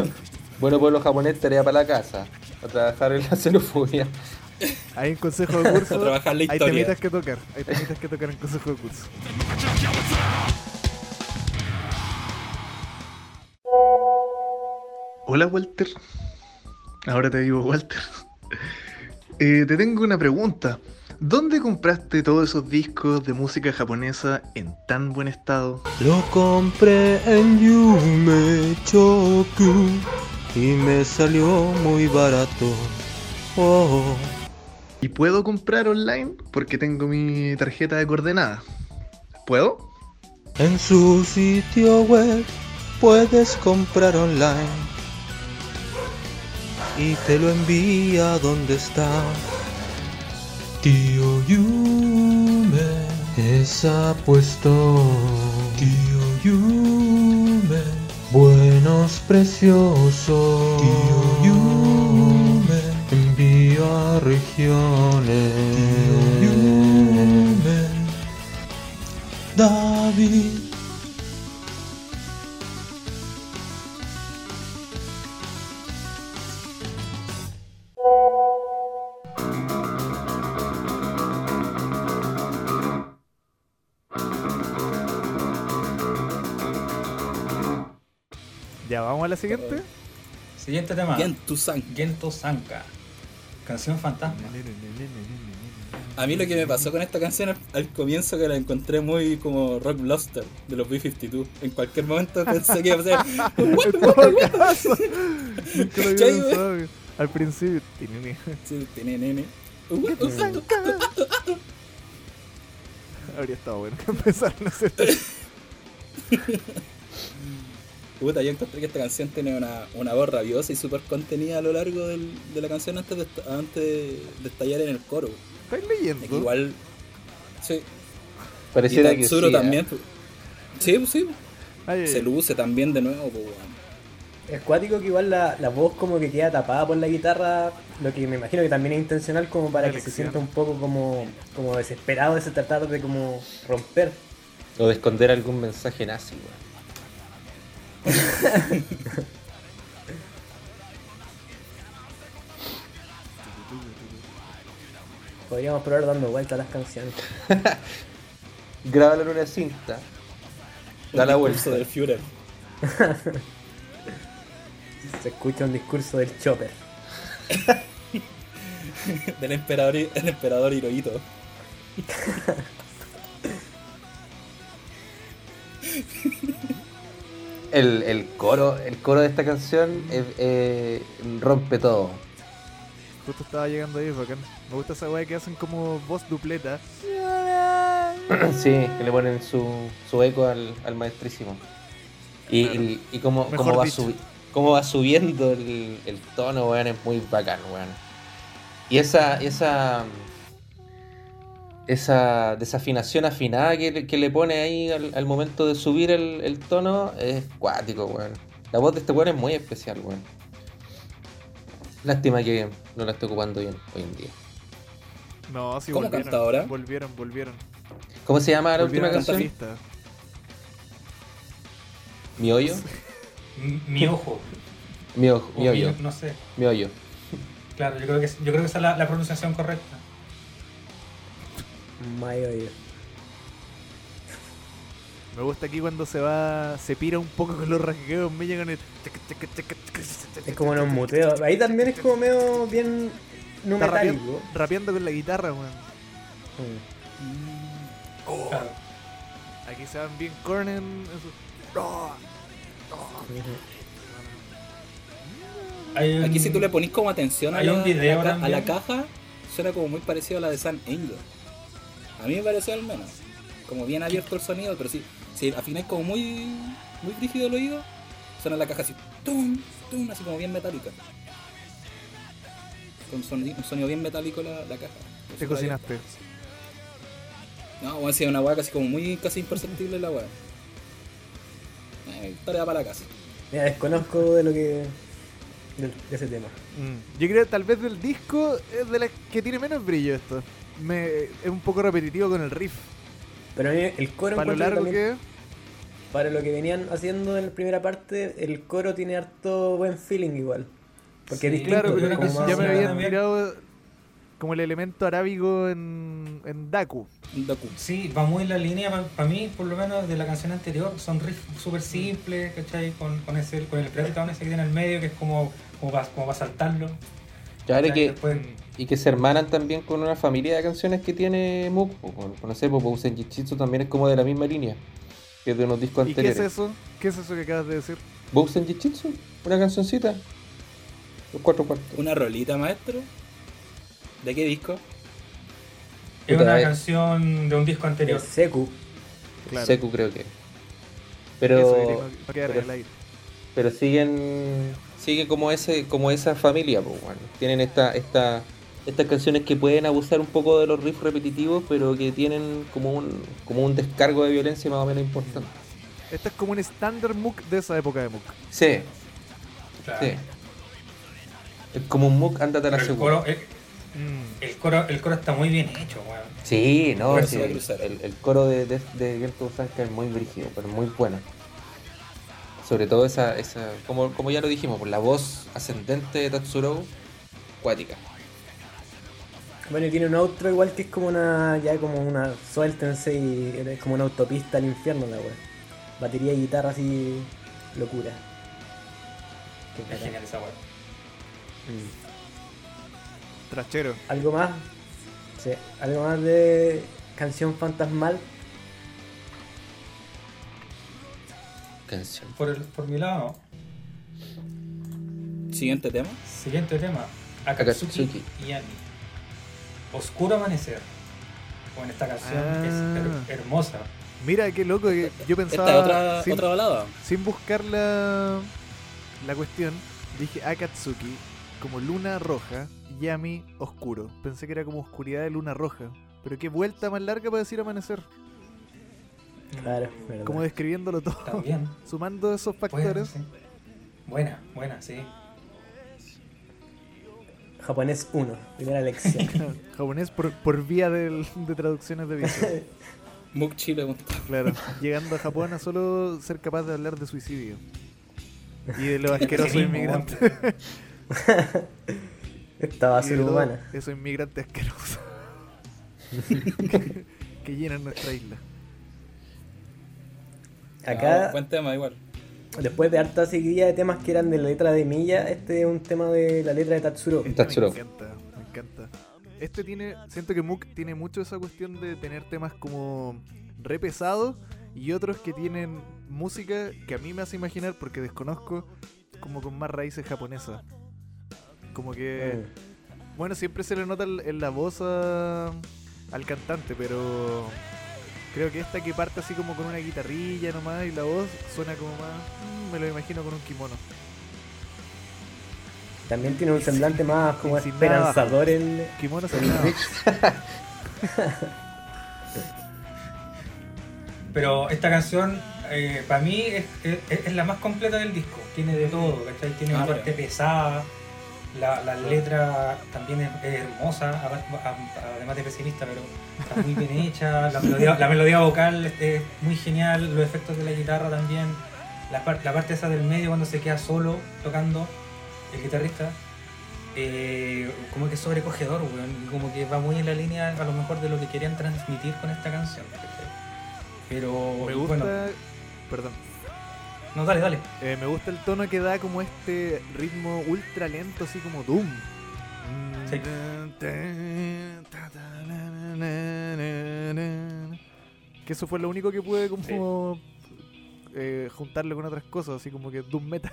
Speaker 4: bueno pueblo japonés, tarea para la casa. A trabajar en la xenofobia.
Speaker 1: Hay un consejo de curso.
Speaker 2: (laughs) A trabajar la
Speaker 1: hay
Speaker 2: historia.
Speaker 1: temitas que tocar. Hay temitas que tocar en consejo de curso. Hola, Walter. Ahora te digo, Walter. Eh, te tengo una pregunta. ¿Dónde compraste todos esos discos de música japonesa en tan buen estado?
Speaker 7: Lo compré en Yume Choku y me salió muy barato. Oh.
Speaker 1: ¿Y puedo comprar online? Porque tengo mi tarjeta de coordenadas. ¿Puedo?
Speaker 7: En su sitio web puedes comprar online y te lo envía donde está. Tío Yume es apuesto. Tío Yume, buenos preciosos. Tío Yume, envío a regiones. Tío Yume. David.
Speaker 1: Ya vamos a la siguiente.
Speaker 5: Siguiente tema.
Speaker 2: (laughs) Bien, tu sang.
Speaker 5: Gento Sanka. Canción fantasma.
Speaker 2: A mí lo que me pasó con esta canción al, al comienzo que la encontré muy como Rock Blaster de los B-52. En cualquier momento pensé que iba a ser.
Speaker 1: El
Speaker 2: (laughs)
Speaker 1: podcast. Nunca lo había
Speaker 2: ¿Cachai, güey?
Speaker 1: pensado, güey. Al principio. tiene un-
Speaker 2: Sí, tiene nene.
Speaker 1: Habría estado bueno que empezar, no sé.
Speaker 2: Puta, yo encontré que esta canción tiene una, una voz rabiosa y súper contenida a lo largo del- de la canción antes de, est- antes de estallar en el coro.
Speaker 1: ¿Estáis
Speaker 2: Es
Speaker 1: leyendo?
Speaker 2: que igual. Sí, y
Speaker 4: Pareciera que sí.
Speaker 2: Tatsuro
Speaker 4: ¿eh?
Speaker 2: también. Sí, pues sí.
Speaker 1: Ay, ay,
Speaker 2: Se luce también de nuevo, pues, weón.
Speaker 3: Es cuático que igual la, la voz como que queda tapada por la guitarra, lo que me imagino que también es intencional como para
Speaker 1: Una
Speaker 3: que se
Speaker 1: elección.
Speaker 3: sienta un poco como, como desesperado de se tratar de como romper.
Speaker 4: ah, O de esconder algún mensaje nazi, weón.
Speaker 3: Podríamos probar dando vuelta a las canciones.
Speaker 4: Grábalo en una cinta. Da la
Speaker 2: Un discurso
Speaker 4: vuelta.
Speaker 2: del Führer. (laughs)
Speaker 3: Se escucha un discurso del Chopper.
Speaker 2: Del emperador, el emperador Hirohito.
Speaker 4: El, el coro, el coro de esta canción eh, eh, rompe todo.
Speaker 1: Justo estaba llegando ahí, bacán. Me gusta esa weá que hacen como voz dupleta.
Speaker 4: (clears throat) Sí, que le ponen su, su eco al, al maestrísimo. Y, y, y cómo,
Speaker 1: Mejor
Speaker 4: cómo va
Speaker 1: dicho.
Speaker 4: subi- cómo va subiendo el, el tono, weón, es muy bacán, weón. Y esa, esa, esa desafinación afinada que, le- que le pone ahí al, al momento de subir el, el tono es cuático, weón. La voz de este weón es muy especial, weón. Lástima que no la esté ocupando bien hoy en día.
Speaker 1: No, sí,
Speaker 2: ¿Cómo
Speaker 1: volvieron.
Speaker 2: canta ahora?
Speaker 1: Volvieron, volvieron.
Speaker 4: ¿Cómo se
Speaker 3: Ah,
Speaker 4: llama la
Speaker 1: volvieron
Speaker 4: última
Speaker 1: a
Speaker 4: canción?
Speaker 1: pista.
Speaker 4: Mi hoyo.
Speaker 5: Mi, mi ojo.
Speaker 4: Mi ojo,
Speaker 5: O
Speaker 4: mi hoyo,
Speaker 5: No sé.
Speaker 4: mi hoyo.
Speaker 5: Claro, yo creo que, yo creo que esa es la, la pronunciación correcta.
Speaker 3: My oído.
Speaker 1: Me gusta aquí cuando se va, se pira un poco con los rasgueos, me llegan el... chaca, chaca, chaca, chaca, chaca,
Speaker 3: Es como
Speaker 1: chaca,
Speaker 3: los
Speaker 1: chaca,
Speaker 3: muteos. Ahí también es como medio bien. No
Speaker 1: Está
Speaker 3: metálico.
Speaker 1: rapeando, rapeando con la guitarra, weón.
Speaker 3: Mm.
Speaker 5: Claro.
Speaker 1: Aquí se van bien cornen. en su- ¡Oh!
Speaker 5: Hay un-
Speaker 2: Aquí si tú le ponís como atención a
Speaker 5: Hay
Speaker 2: la,
Speaker 5: un video
Speaker 2: a la ca- a la
Speaker 5: también.
Speaker 2: caja, suena como muy parecido a la de San Angel. A mí me pareció al menos. Como bien abierto el sonido, pero sí, si afináis como muy muy rígido el oído, suena la caja así, tum, tum, así como bien metálica. Con soni- un sonido bien metálico la, la caja.
Speaker 1: Te cocinaste.
Speaker 2: No, bueno, sí, una hueá casi como muy casi imperceptible la hueá. Eh, tarea para la casa.
Speaker 3: Mira, desconozco de lo que. de, de ese tema.
Speaker 1: Mm. Yo creo que tal vez del disco es de las que tiene menos brillo esto. Me, es un poco repetitivo con el riff.
Speaker 3: Pero a mí el coro
Speaker 1: Para lo
Speaker 3: encuentro que
Speaker 1: largo
Speaker 3: también-
Speaker 1: que es,
Speaker 3: Para lo que venían haciendo en la primera parte, el coro tiene harto buen feeling igual. Porque es
Speaker 5: Sí,
Speaker 3: distinto.
Speaker 1: claro,
Speaker 5: pero
Speaker 3: es
Speaker 5: una
Speaker 1: pero
Speaker 3: como
Speaker 5: canción
Speaker 1: ya
Speaker 3: más-
Speaker 1: me habían
Speaker 5: también.
Speaker 1: tirado como el elemento arábigo en, en Daku.
Speaker 2: Un docu.
Speaker 5: Sí, va muy en la línea, para mí, por lo menos, de la canción anterior. Son riffs súper simples, ¿cachai? Con, con, ese, con el breakdown ese que tiene en el medio, que es como, como para como pa saltarlo.
Speaker 4: Claro
Speaker 5: ¿cachai?
Speaker 4: que,
Speaker 5: Después-
Speaker 4: y que se hermanan también con una familia de canciones que tiene Mook. po, pues, con- No sé, porque Usen Jitsu también es como de la misma línea, que es de unos discos
Speaker 1: ¿Y qué es
Speaker 4: anteriores.
Speaker 1: eso? ¿Qué es eso que acabas de decir?
Speaker 4: Bousen Jitsu, una cancioncita. Los cuatro cuartos.
Speaker 2: Una rolita, maestro. ¿De qué disco?
Speaker 5: es
Speaker 4: Puta,
Speaker 5: una
Speaker 4: eh.
Speaker 5: canción de un disco
Speaker 3: el
Speaker 5: anterior.
Speaker 3: Seku.
Speaker 1: Claro.
Speaker 4: Seku creo que.
Speaker 1: Eso
Speaker 4: Pero,
Speaker 1: diría, no quedar en
Speaker 4: pero-
Speaker 1: el aire.
Speaker 4: pero siguen sigue como ese como esa familia, po, weón. tienen esta esta estas canciones que pueden abusar un poco de los riffs repetitivos, pero que tienen como un como un descargo de violencia más o menos importante.
Speaker 1: Este es como un estándar MOOC de esa época de MOOC.
Speaker 4: Sí,
Speaker 5: Claro.
Speaker 4: Sí. Es como un MOOC, ándate a
Speaker 5: Pero
Speaker 4: la
Speaker 5: el,
Speaker 4: segura.
Speaker 5: coro, el,
Speaker 1: Mm,
Speaker 5: el coro, el coro está muy bien hecho, weón.
Speaker 4: Sí, no,
Speaker 2: Coro
Speaker 4: sí,
Speaker 2: se va a
Speaker 4: el,
Speaker 2: cruzar.
Speaker 4: el- el coro de, de, de Gertrude Osanka es muy brígido, pero muy bueno. Sobre todo esa, esa como, como ya lo dijimos, por la voz ascendente de Tatsuro, cuática.
Speaker 3: Bueno, y tiene un outro igual que es como una. ya como una. suéltense y es como una autopista al infierno la wea. Batería y guitarra así. locura. Qué
Speaker 5: Es
Speaker 3: bacán.
Speaker 5: genial esa weón.
Speaker 3: Mm.
Speaker 1: Trachero.
Speaker 3: Algo más. Sí, algo más de. canción fantasmal.
Speaker 4: Canción.
Speaker 5: Por, el- por mi lado,
Speaker 2: Siguiente tema.
Speaker 5: siguiente tema: Akatsuki,
Speaker 4: Akatsuki.
Speaker 5: y Ani. Oscuro Amanecer. Bueno, esta canción es
Speaker 1: Ah.
Speaker 5: her- hermosa.
Speaker 1: Mira qué loco, que yo pensaba.
Speaker 2: Esta es otra,
Speaker 1: sin,
Speaker 2: otra balada.
Speaker 1: sin buscar la, la cuestión, dije Akatsuki como luna roja, Yami oscuro. Pensé que era como oscuridad de luna roja. Pero qué vuelta más larga para decir amanecer.
Speaker 3: Claro, verdad.
Speaker 1: Como describiéndolo todo,
Speaker 5: También.
Speaker 1: (laughs) sumando esos
Speaker 5: Buena,
Speaker 1: (laughs) factores.
Speaker 5: sí. buena, buena, sí.
Speaker 3: Japonés 1, primera lección.
Speaker 1: (laughs) Ah, Japonés por, por vía del- de traducciones de
Speaker 5: (laughs)
Speaker 1: vicio.
Speaker 2: Mook Chile. bueno.
Speaker 1: Claro, llegando a Japón a solo ser capaz de hablar de suicidio. Y de los asquerosos
Speaker 5: (laughs) Sí mismo,
Speaker 1: inmigrantes.
Speaker 5: weón.
Speaker 3: Esta
Speaker 1: Y de
Speaker 3: basura
Speaker 1: todo,
Speaker 3: humana.
Speaker 1: Esos inmigrantes
Speaker 5: (laughs)
Speaker 1: asquerosos. (laughs) que, que llenan nuestra isla.
Speaker 3: Acá.
Speaker 2: Ah, buen Ah, tema, igual.
Speaker 3: Después de harta seguidilla de temas que eran de la letra de Milla, este es un tema de la letra de Tatsuro.
Speaker 1: Este
Speaker 4: Tatsuro.
Speaker 1: Me encanta, me encanta. Este tiene, siento que Mook tiene mucho esa cuestión de tener temas como re pesados y otros que tienen música que a mí me hace imaginar, porque desconozco, como con más raíces japonesas. Como
Speaker 3: Eh.
Speaker 1: que, bueno, siempre se le nota el- en la voz a- al cantante, pero creo que esta que parte así como con una guitarrilla nomás y la voz suena como más, mm, me lo imagino con un kimono.
Speaker 3: También tiene un semblante más como
Speaker 1: sin nada
Speaker 3: esperanzador el,
Speaker 1: Kimono se
Speaker 3: el riff.
Speaker 5: Pero esta canción, eh, para mí, es, es- es la más completa del disco. Tiene de todo, ¿cachai? Tiene
Speaker 2: Ah,
Speaker 5: una parte pesada, la, la letra también es, es hermosa, a- a- además de pesimista, pero está muy bien hecha. La melodía, la melodía vocal es, es muy genial, los efectos de la guitarra también. La, par- la parte esa del medio cuando se queda solo tocando el guitarrista. eh, como que es sobrecogedor, weón, y como que va muy en la línea a lo mejor de lo que querían transmitir con esta canción. ¿cachai? Pero
Speaker 1: Me gusta,
Speaker 5: bueno,
Speaker 1: perdón,
Speaker 5: no, dale, dale.
Speaker 1: Eh, me gusta el tono que da como este ritmo ultra lento, así como Doom.
Speaker 5: Sí.
Speaker 1: Que eso fue lo único que pude como eh, juntarlo con otras cosas, así como que Doom Metal.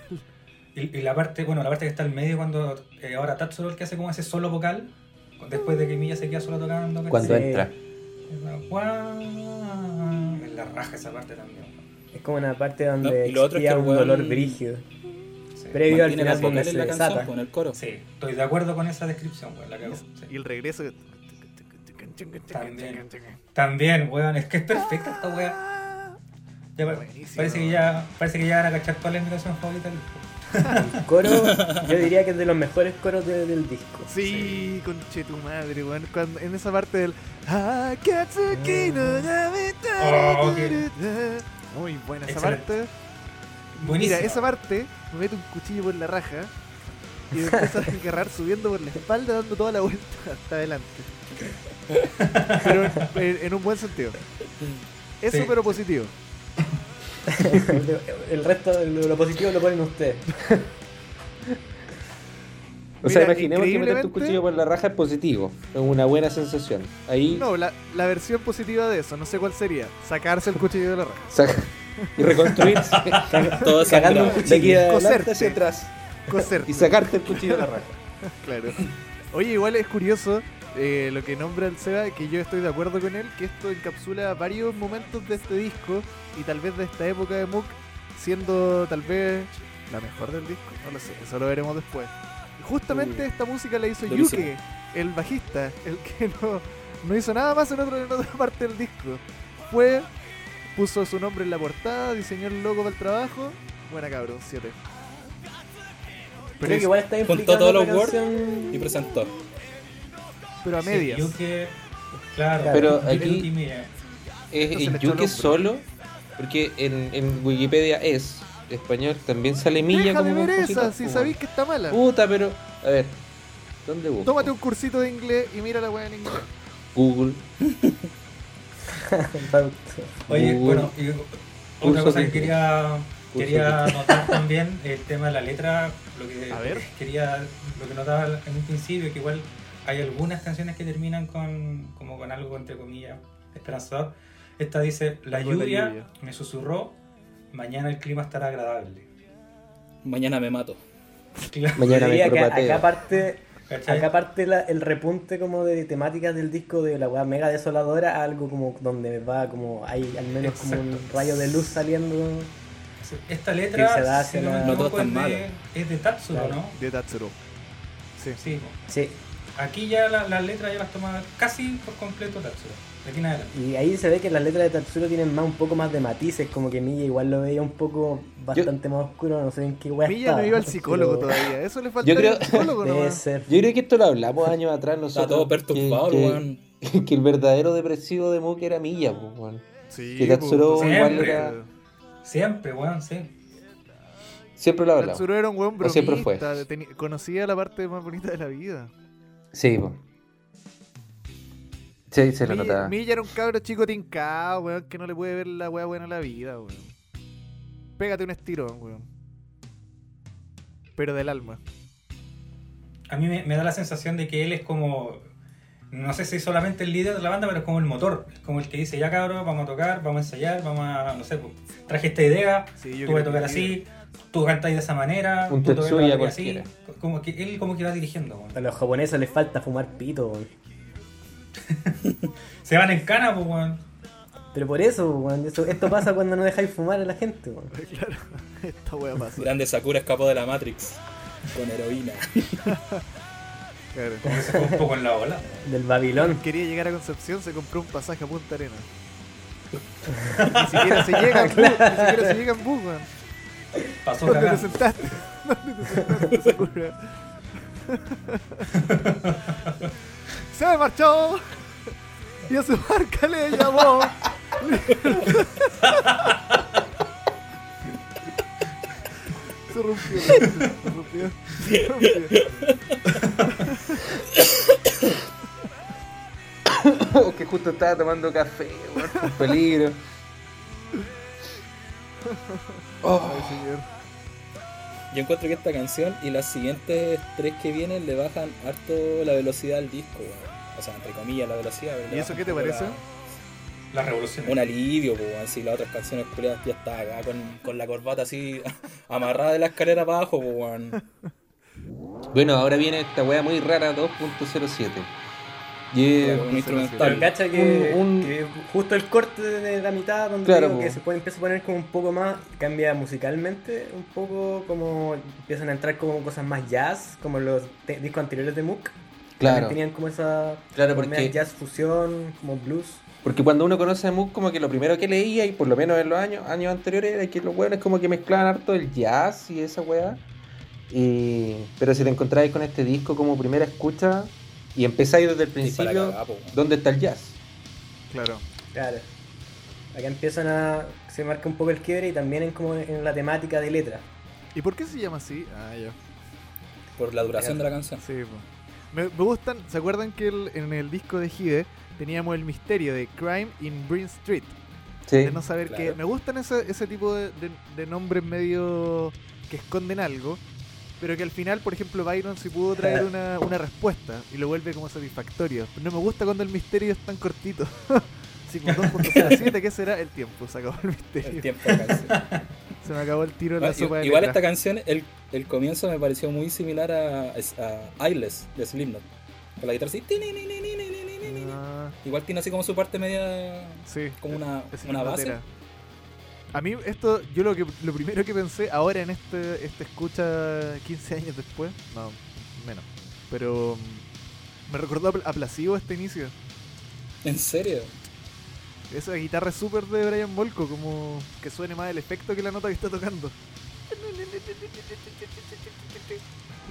Speaker 5: Y, y la parte, bueno, la parte que está al medio cuando eh, ahora Tatsuro el que hace como ese solo vocal, después de que Milla se queda solo tocando. ¿cachai?
Speaker 4: Cuando
Speaker 3: Sí.
Speaker 4: entra.
Speaker 5: Guau, Es la raja esa parte también.
Speaker 3: Es como una parte
Speaker 2: No,
Speaker 3: donde
Speaker 2: y lo otro es
Speaker 3: existía
Speaker 2: que el
Speaker 3: un
Speaker 2: weón-
Speaker 3: dolor brígido.
Speaker 5: Sí.
Speaker 3: Previo
Speaker 2: Mantiene
Speaker 3: al final
Speaker 2: las
Speaker 3: donde
Speaker 2: vocales
Speaker 3: se
Speaker 2: en la canción,
Speaker 3: desata.
Speaker 2: con el coro.
Speaker 5: Sí, estoy de acuerdo con esa descripción, weón, la cago. sí.
Speaker 1: Y el regreso.
Speaker 5: También. También, weón, es que es perfecta esta weá. Ya pa-
Speaker 1: Buenísimo,
Speaker 5: parece, que
Speaker 1: weón.
Speaker 5: ya, parece que ya van a cachar cuál es mi canción favorita del disco.
Speaker 3: El coro, yo diría que es de los mejores coros de- del disco.
Speaker 1: Sí, conche tu madre, weón. Cuando- En esa parte del. Akatsuki no Yamita.
Speaker 5: Mm. Oh, qué-
Speaker 1: Muy buena esa
Speaker 5: Excelente.
Speaker 1: parte.
Speaker 5: Buenísimo.
Speaker 1: Mira, esa parte me mete un cuchillo por la raja y me empieza a agarrar subiendo por la espalda, dando toda la vuelta hasta adelante. Pero en, en- en un buen sentido. Es
Speaker 5: Sí.
Speaker 1: súper positivo.
Speaker 3: (laughs) el resto, lo lo positivo lo ponen ustedes.
Speaker 4: O sea,
Speaker 1: Mira,
Speaker 4: imaginemos que meter
Speaker 1: increíblemente-
Speaker 4: tu cuchillo por la raja es positivo. Es una buena sensación. Ahí
Speaker 1: No, la, la versión positiva de eso, no sé cuál sería. Sacarse el cuchillo de la raja.
Speaker 4: saca y reconstruirse.
Speaker 2: (laughs)
Speaker 4: Cagando
Speaker 2: Todo
Speaker 4: un
Speaker 2: sangrado.
Speaker 4: cuchillo. De aquí adelante
Speaker 1: Coserte.
Speaker 4: hacia atrás.
Speaker 1: Coser.
Speaker 4: Y sacarte el cuchillo de la raja.
Speaker 1: Claro. Oye, igual es curioso eh, lo que nombra el Seba, que yo estoy de acuerdo con él, que esto encapsula varios momentos de este disco y tal vez de esta época de Mook, siendo tal vez la mejor del disco. No lo sé, eso lo veremos después. Justamente esta música la hizo
Speaker 2: Durísimo.
Speaker 1: Yuke, el bajista, el que (laughs) no, no hizo nada más en, otro- en otra parte del disco. Fue, puso su nombre en la portada, diseñó el logo para el trabajo. Buena cabrón, 7. Pero,
Speaker 3: Creo que
Speaker 1: es-
Speaker 3: igual está
Speaker 2: Juntó
Speaker 3: implicando
Speaker 2: todos los
Speaker 3: la
Speaker 2: words
Speaker 3: canción-
Speaker 2: Y presentó.
Speaker 1: pero a
Speaker 5: Sí,
Speaker 1: medias.
Speaker 5: Yuke, claro,
Speaker 4: Pero
Speaker 5: Yuke
Speaker 4: aquí-
Speaker 5: y Milla.
Speaker 1: Esto
Speaker 4: ¿Es
Speaker 1: se le
Speaker 4: el
Speaker 1: echó al
Speaker 4: Yuke
Speaker 1: hombro.
Speaker 4: solo? Porque en, en Wikipedia es español, también sale Milla
Speaker 1: Deja
Speaker 4: como
Speaker 1: de ver
Speaker 4: compositor,
Speaker 1: esa, si
Speaker 4: pues,
Speaker 1: sabéis que está mala.
Speaker 4: Puta, pero. A ver. ¿Dónde busco?
Speaker 1: Tómate un cursito de inglés y mira la weá en inglés.
Speaker 4: Google.
Speaker 3: (laughs)
Speaker 5: Oye,
Speaker 4: Google.
Speaker 5: bueno, y otra
Speaker 4: Curso
Speaker 5: cosa
Speaker 4: de
Speaker 5: que quería,
Speaker 4: Curso
Speaker 5: quería notar también, el tema de la letra, lo que,
Speaker 1: A ver.
Speaker 5: quería, lo que notaba en un principio, que igual hay algunas canciones que terminan con, como con algo, entre comillas, esperanzador. Esta dice, la
Speaker 1: Con la
Speaker 5: lluvia,
Speaker 1: lluvia".
Speaker 5: me susurró, mañana el clima estará agradable. (laughs)
Speaker 2: Mañana me mato.
Speaker 5: Claro,
Speaker 4: Mañana me
Speaker 3: Diría que acá
Speaker 4: corbateo.
Speaker 3: parte,
Speaker 5: ¿cachai?
Speaker 3: acá parte la- el repunte como de temáticas del disco de la weá mega desoladora a algo como donde va como hay al menos como un
Speaker 5: Exacto.
Speaker 3: rayo de luz saliendo.
Speaker 5: Esta
Speaker 3: que se da
Speaker 5: letra,
Speaker 3: hacia
Speaker 5: si no me
Speaker 3: la-
Speaker 2: No todo
Speaker 5: equivoco,
Speaker 2: tan
Speaker 5: es
Speaker 2: malo.
Speaker 5: de, es de Tatsuro,
Speaker 3: Claro.
Speaker 5: ¿no?
Speaker 1: De Tatsuro. Sí.
Speaker 5: Sí.
Speaker 3: Sí.
Speaker 5: Aquí ya la- las letras ya las toma casi por completo Tatsuro. De aquí en adelante.
Speaker 3: Y ahí se ve que las letras de Tatsuro tienen más un poco más de matices, como que Milla igual lo veía un poco bastante más oscuro, no sé en qué weá
Speaker 1: Milla no iba al
Speaker 3: estaba,
Speaker 1: psicólogo
Speaker 3: pero
Speaker 1: todavía. Eso le faltaba
Speaker 4: creo- (laughs)
Speaker 1: al psicólogo
Speaker 3: Debe
Speaker 1: nomás.
Speaker 3: ser.
Speaker 4: Yo creo que esto lo hablamos años atrás nosotros.
Speaker 2: Está todo perturbado, el
Speaker 4: que,
Speaker 2: weón.
Speaker 4: (laughs) que, que el verdadero depresivo de Mook era Milla, pues, weón.
Speaker 1: Sí,
Speaker 4: Que Tatsuro
Speaker 1: po.
Speaker 5: igual
Speaker 1: Siempre.
Speaker 4: era-
Speaker 5: Siempre, weón, sí.
Speaker 4: Siempre lo hablamos.
Speaker 1: Tatsuro era un buen
Speaker 4: O siempre fue.
Speaker 1: bromista. teni- Conocía la parte más bonita de la vida.
Speaker 4: Sí, pues. Sí, se lo
Speaker 1: Milla,
Speaker 4: notaba.
Speaker 1: Milla era un cabro chico tincado, weón, que no le puede ver la weá buena a la vida, weón. Pégate un estirón, weón. Pero del alma.
Speaker 5: A mí me, me da la sensación de que él es como, no sé si solamente el líder de la banda, pero es como el motor. Es como el que dice, ya cabrón, vamos a tocar, vamos a ensayar, vamos a, no sé, pues, traje esta idea,
Speaker 1: Sí,
Speaker 5: tú vas a tocar así, tú cantas de esa manera,
Speaker 4: Un
Speaker 5: tú tocas
Speaker 4: Tetsuya
Speaker 5: la batería así.
Speaker 4: cualquiera.
Speaker 5: Como que él como que va dirigiendo. weón.
Speaker 3: A los japoneses les falta fumar pito, weón.
Speaker 5: Se van en cana, pues, weón.
Speaker 3: Pero por eso, weón, eso- esto pasa cuando no dejáis fumar a la gente, weón.
Speaker 1: Claro, esta wea
Speaker 4: (laughs)
Speaker 1: pasa.
Speaker 2: Grande Sakura escapó de la Matrix con heroína.
Speaker 1: Claro.
Speaker 5: Como que se fue un poco en la ola.
Speaker 3: Del Babilón.
Speaker 1: Quería llegar a Concepción, se compró un pasaje a Punta Arena. ni siquiera se llega en bus, ni siquiera se llega en bus, weón.
Speaker 5: Pasó
Speaker 1: ¿Dónde te
Speaker 5: cagando.
Speaker 1: sentaste? (laughs) ¿Dónde te sentaste, Sakura? se me marchó y a su barca le llamó. se rompió, se rompió, se rompió.
Speaker 4: (laughs) que justo estaba tomando café, weón, por peligro.
Speaker 1: Ay, señor.
Speaker 2: Yo encuentro que esta canción y las siguientes tres que vienen le bajan harto la velocidad al disco, weón. O sea, entre comillas la velocidad. pero le
Speaker 1: ¿Y eso
Speaker 2: bajan
Speaker 1: qué te
Speaker 2: un poco la-
Speaker 1: parece?
Speaker 5: La revolución.
Speaker 2: Un alivio, po, weón. Si las otras canciones culiadas ya está acá con, con la corbata así (laughs) amarrada de la escalera para abajo, po, weón.
Speaker 4: Bueno, ahora viene esta weá muy rara 2.07. Y eh, es
Speaker 2: Un
Speaker 3: Pero
Speaker 2: instrumental.
Speaker 3: cacha que,
Speaker 4: Un- un-
Speaker 3: que justo el corte de la mitad, donde
Speaker 4: Claro,
Speaker 3: digo que
Speaker 4: po.
Speaker 3: se pone- empieza a poner como un poco más, cambia musicalmente, un poco como empiezan a entrar como cosas más jazz, como los te- discos anteriores de Mook. También
Speaker 4: claro.
Speaker 3: Tenían como esa
Speaker 4: Claro,
Speaker 3: como media
Speaker 4: porque-
Speaker 3: jazz fusión, como blues.
Speaker 4: Porque cuando uno conoce a Moog, como que lo primero que leía, y por lo menos en los años, años anteriores, era que los weones como que mezclaban harto el jazz y esa weá. Y... Pero si te encontráis con este disco como primera escucha y empezáis desde el
Speaker 2: Y para
Speaker 4: principio,
Speaker 2: cagar, po, weón.
Speaker 4: ¿dónde está el jazz?
Speaker 1: Claro.
Speaker 3: Claro. Acá empiezan a. se marca un poco el quiebre y también en como en la temática de letra.
Speaker 1: ¿Y por qué se llama así? Ah, ya.
Speaker 2: Por la duración de la canción.
Speaker 1: Sí, po. me, me gustan. ¿Se acuerdan que el- en el disco de Hide teníamos el misterio de Crime in Green Street?
Speaker 4: Sí.
Speaker 1: De no saber
Speaker 2: claro.
Speaker 1: qué. Me gustan ese, ese tipo de, de- de nombres medio que esconden algo, pero que al final, por ejemplo, Byron sí pudo traer una, una respuesta y lo vuelve como satisfactorio. No me gusta cuando el misterio es tan cortito. (laughs) Sí, pues 2.07, ¿qué será? El tiempo, se acabó el
Speaker 2: El
Speaker 1: misterio.
Speaker 2: tiempo de la
Speaker 1: (laughs)
Speaker 2: canción.
Speaker 1: Se me acabó el tiro en la
Speaker 2: Ah,
Speaker 1: sopa de
Speaker 2: Igual
Speaker 1: letras.
Speaker 2: esta canción, el, el comienzo me pareció muy similar a, a Eyeless de Slipknot. Con la guitarra así. tini, ni, ni, ni, ni, ni, ni, ni, ni.
Speaker 1: Ah,
Speaker 2: Igual tiene así como su parte media.
Speaker 1: sí.
Speaker 2: Como una,
Speaker 1: Es
Speaker 2: una base.
Speaker 1: notera. A mí esto, yo lo que lo primero que pensé ahora en este, este escucha 15 años después, no, menos, pero mm, me recordó a Pl- a Placebo este inicio.
Speaker 2: ¿En serio?
Speaker 1: Esa guitarra es súper de Brian Molko, como que suene más el efecto que la nota que está tocando.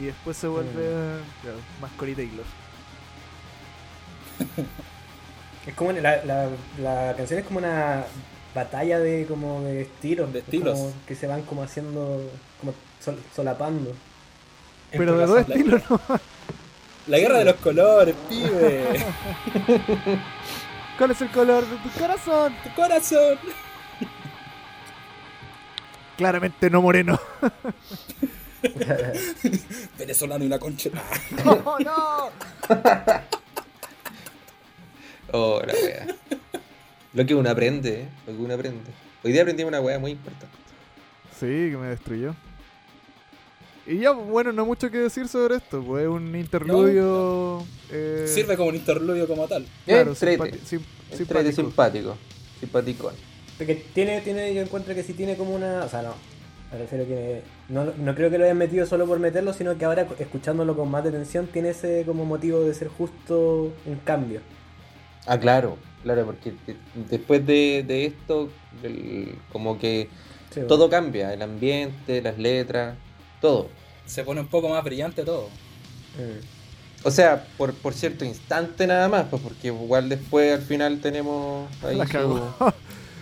Speaker 1: Y después se vuelve
Speaker 2: Eh.
Speaker 1: claro, más Corey Taylor.
Speaker 3: Es como en la, la, la canción es como una batalla de como de estilos.
Speaker 2: De
Speaker 3: es
Speaker 2: estilos.
Speaker 3: como que se van como haciendo, como sol- solapando.
Speaker 1: Pero de dos
Speaker 2: la-
Speaker 1: estilos no.
Speaker 2: La guerra de los colores, pibe.
Speaker 1: (laughs)
Speaker 2: (laughs)
Speaker 1: ¿Cuál es el color de tu corazón?
Speaker 2: tu corazón.
Speaker 1: Claramente no
Speaker 2: (laughs)
Speaker 1: moreno.
Speaker 2: Venezolano y una concha. Ah,
Speaker 1: ¡Oh, no!
Speaker 4: Oh, la
Speaker 1: (laughs)
Speaker 4: weá. Lo que uno aprende, eh, lo que uno aprende. Hoy día aprendí una weá muy importante.
Speaker 1: Sí, que me destruyó. Y ya, bueno, no mucho que decir sobre esto, pues es un interludio. eh,
Speaker 2: Sirve como un interludio como tal.
Speaker 1: claro,
Speaker 4: Entrete,
Speaker 1: simpati- sim-
Speaker 4: entrete,
Speaker 1: simpático.
Speaker 4: simpático. Simpaticón.
Speaker 3: Porque tiene, tiene, yo encuentro que sí tiene como una. O sea, no. Me refiero que. No, no creo que lo hayan metido solo por meterlo, sino que ahora escuchándolo con más detención tiene ese como motivo de ser justo un cambio.
Speaker 4: Ah, claro, claro, porque de- después de, de esto, del- como que
Speaker 3: Sí,
Speaker 4: todo cambia, el ambiente, las letras, todo.
Speaker 2: Se pone un poco más brillante todo.
Speaker 8: Eh,
Speaker 3: Mm.
Speaker 4: O sea, por, por cierto instante nada más, pues porque igual después al final tenemos ahí
Speaker 1: La
Speaker 4: su-
Speaker 1: cagó.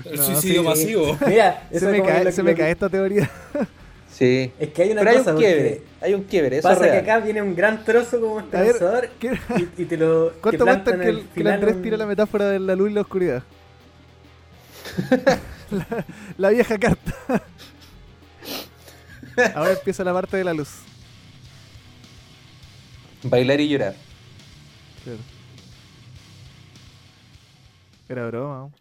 Speaker 2: El
Speaker 1: No,
Speaker 2: suicidio
Speaker 8: (laughs)
Speaker 1: sí, (laughs)
Speaker 2: masivo.
Speaker 3: Mira, eso
Speaker 1: se me,
Speaker 3: como
Speaker 1: cae,
Speaker 3: lo-
Speaker 1: se me
Speaker 3: lo-
Speaker 1: cae esta teoría.
Speaker 4: Sí.
Speaker 3: Es que hay una
Speaker 4: Pero hay
Speaker 3: cosa.
Speaker 4: un
Speaker 3: porque
Speaker 4: quiebre, hay un quiebre, eso es
Speaker 3: Pasa que
Speaker 4: real.
Speaker 3: acá viene un gran trozo como
Speaker 1: A ver,
Speaker 3: esperanzador
Speaker 1: ¿qué-
Speaker 3: y, y te lo. te
Speaker 1: (laughs) ¿Cuánto
Speaker 3: plantan
Speaker 1: basta que,
Speaker 3: al
Speaker 1: el, que el
Speaker 3: final
Speaker 1: Andrés
Speaker 3: un-
Speaker 1: tire la metáfora de la luz y la oscuridad? la, la vieja carta. Ahora empieza la parte de la luz.
Speaker 4: Bailar y llorar.
Speaker 1: Claro. Era broma. ¿no?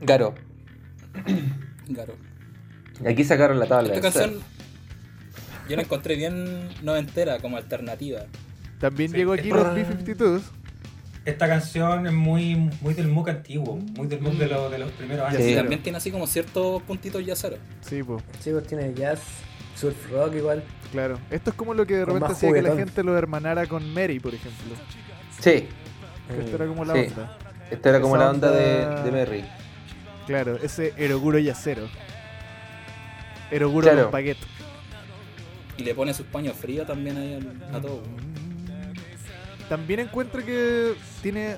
Speaker 4: Garo.
Speaker 2: Garo.
Speaker 4: Aquí sacaron la tabla.
Speaker 2: Esta
Speaker 4: de surf.
Speaker 2: canción yo la encontré bien noventera como alternativa.
Speaker 1: También
Speaker 5: Sí.
Speaker 1: llegó aquí los B-52s.
Speaker 5: Esta canción es muy, muy del MOOC antiguo, muy del MOOC de, lo- de los primeros años.
Speaker 4: Sí.
Speaker 2: Y también tiene así como ciertos puntitos yaceros.
Speaker 1: Sí, pues,
Speaker 8: Sí, pues tiene jazz, surf rock igual.
Speaker 1: claro. Esto es como lo que de
Speaker 8: Con
Speaker 1: repente
Speaker 8: más
Speaker 1: hacía que la
Speaker 8: juguetón.
Speaker 1: gente lo hermanara con Mary, por ejemplo.
Speaker 4: Sí,
Speaker 1: Que Esto era como la
Speaker 4: Sí.
Speaker 1: onda.
Speaker 4: esta era como
Speaker 1: Esa
Speaker 4: la onda
Speaker 1: onda-
Speaker 4: de, de Merry.
Speaker 1: Claro, ese Eroguro Yacero. Eroguro
Speaker 4: Claro.
Speaker 1: con paquete.
Speaker 2: Y le pone sus paños fríos también ahí al- a todo.
Speaker 1: También encuentro que tiene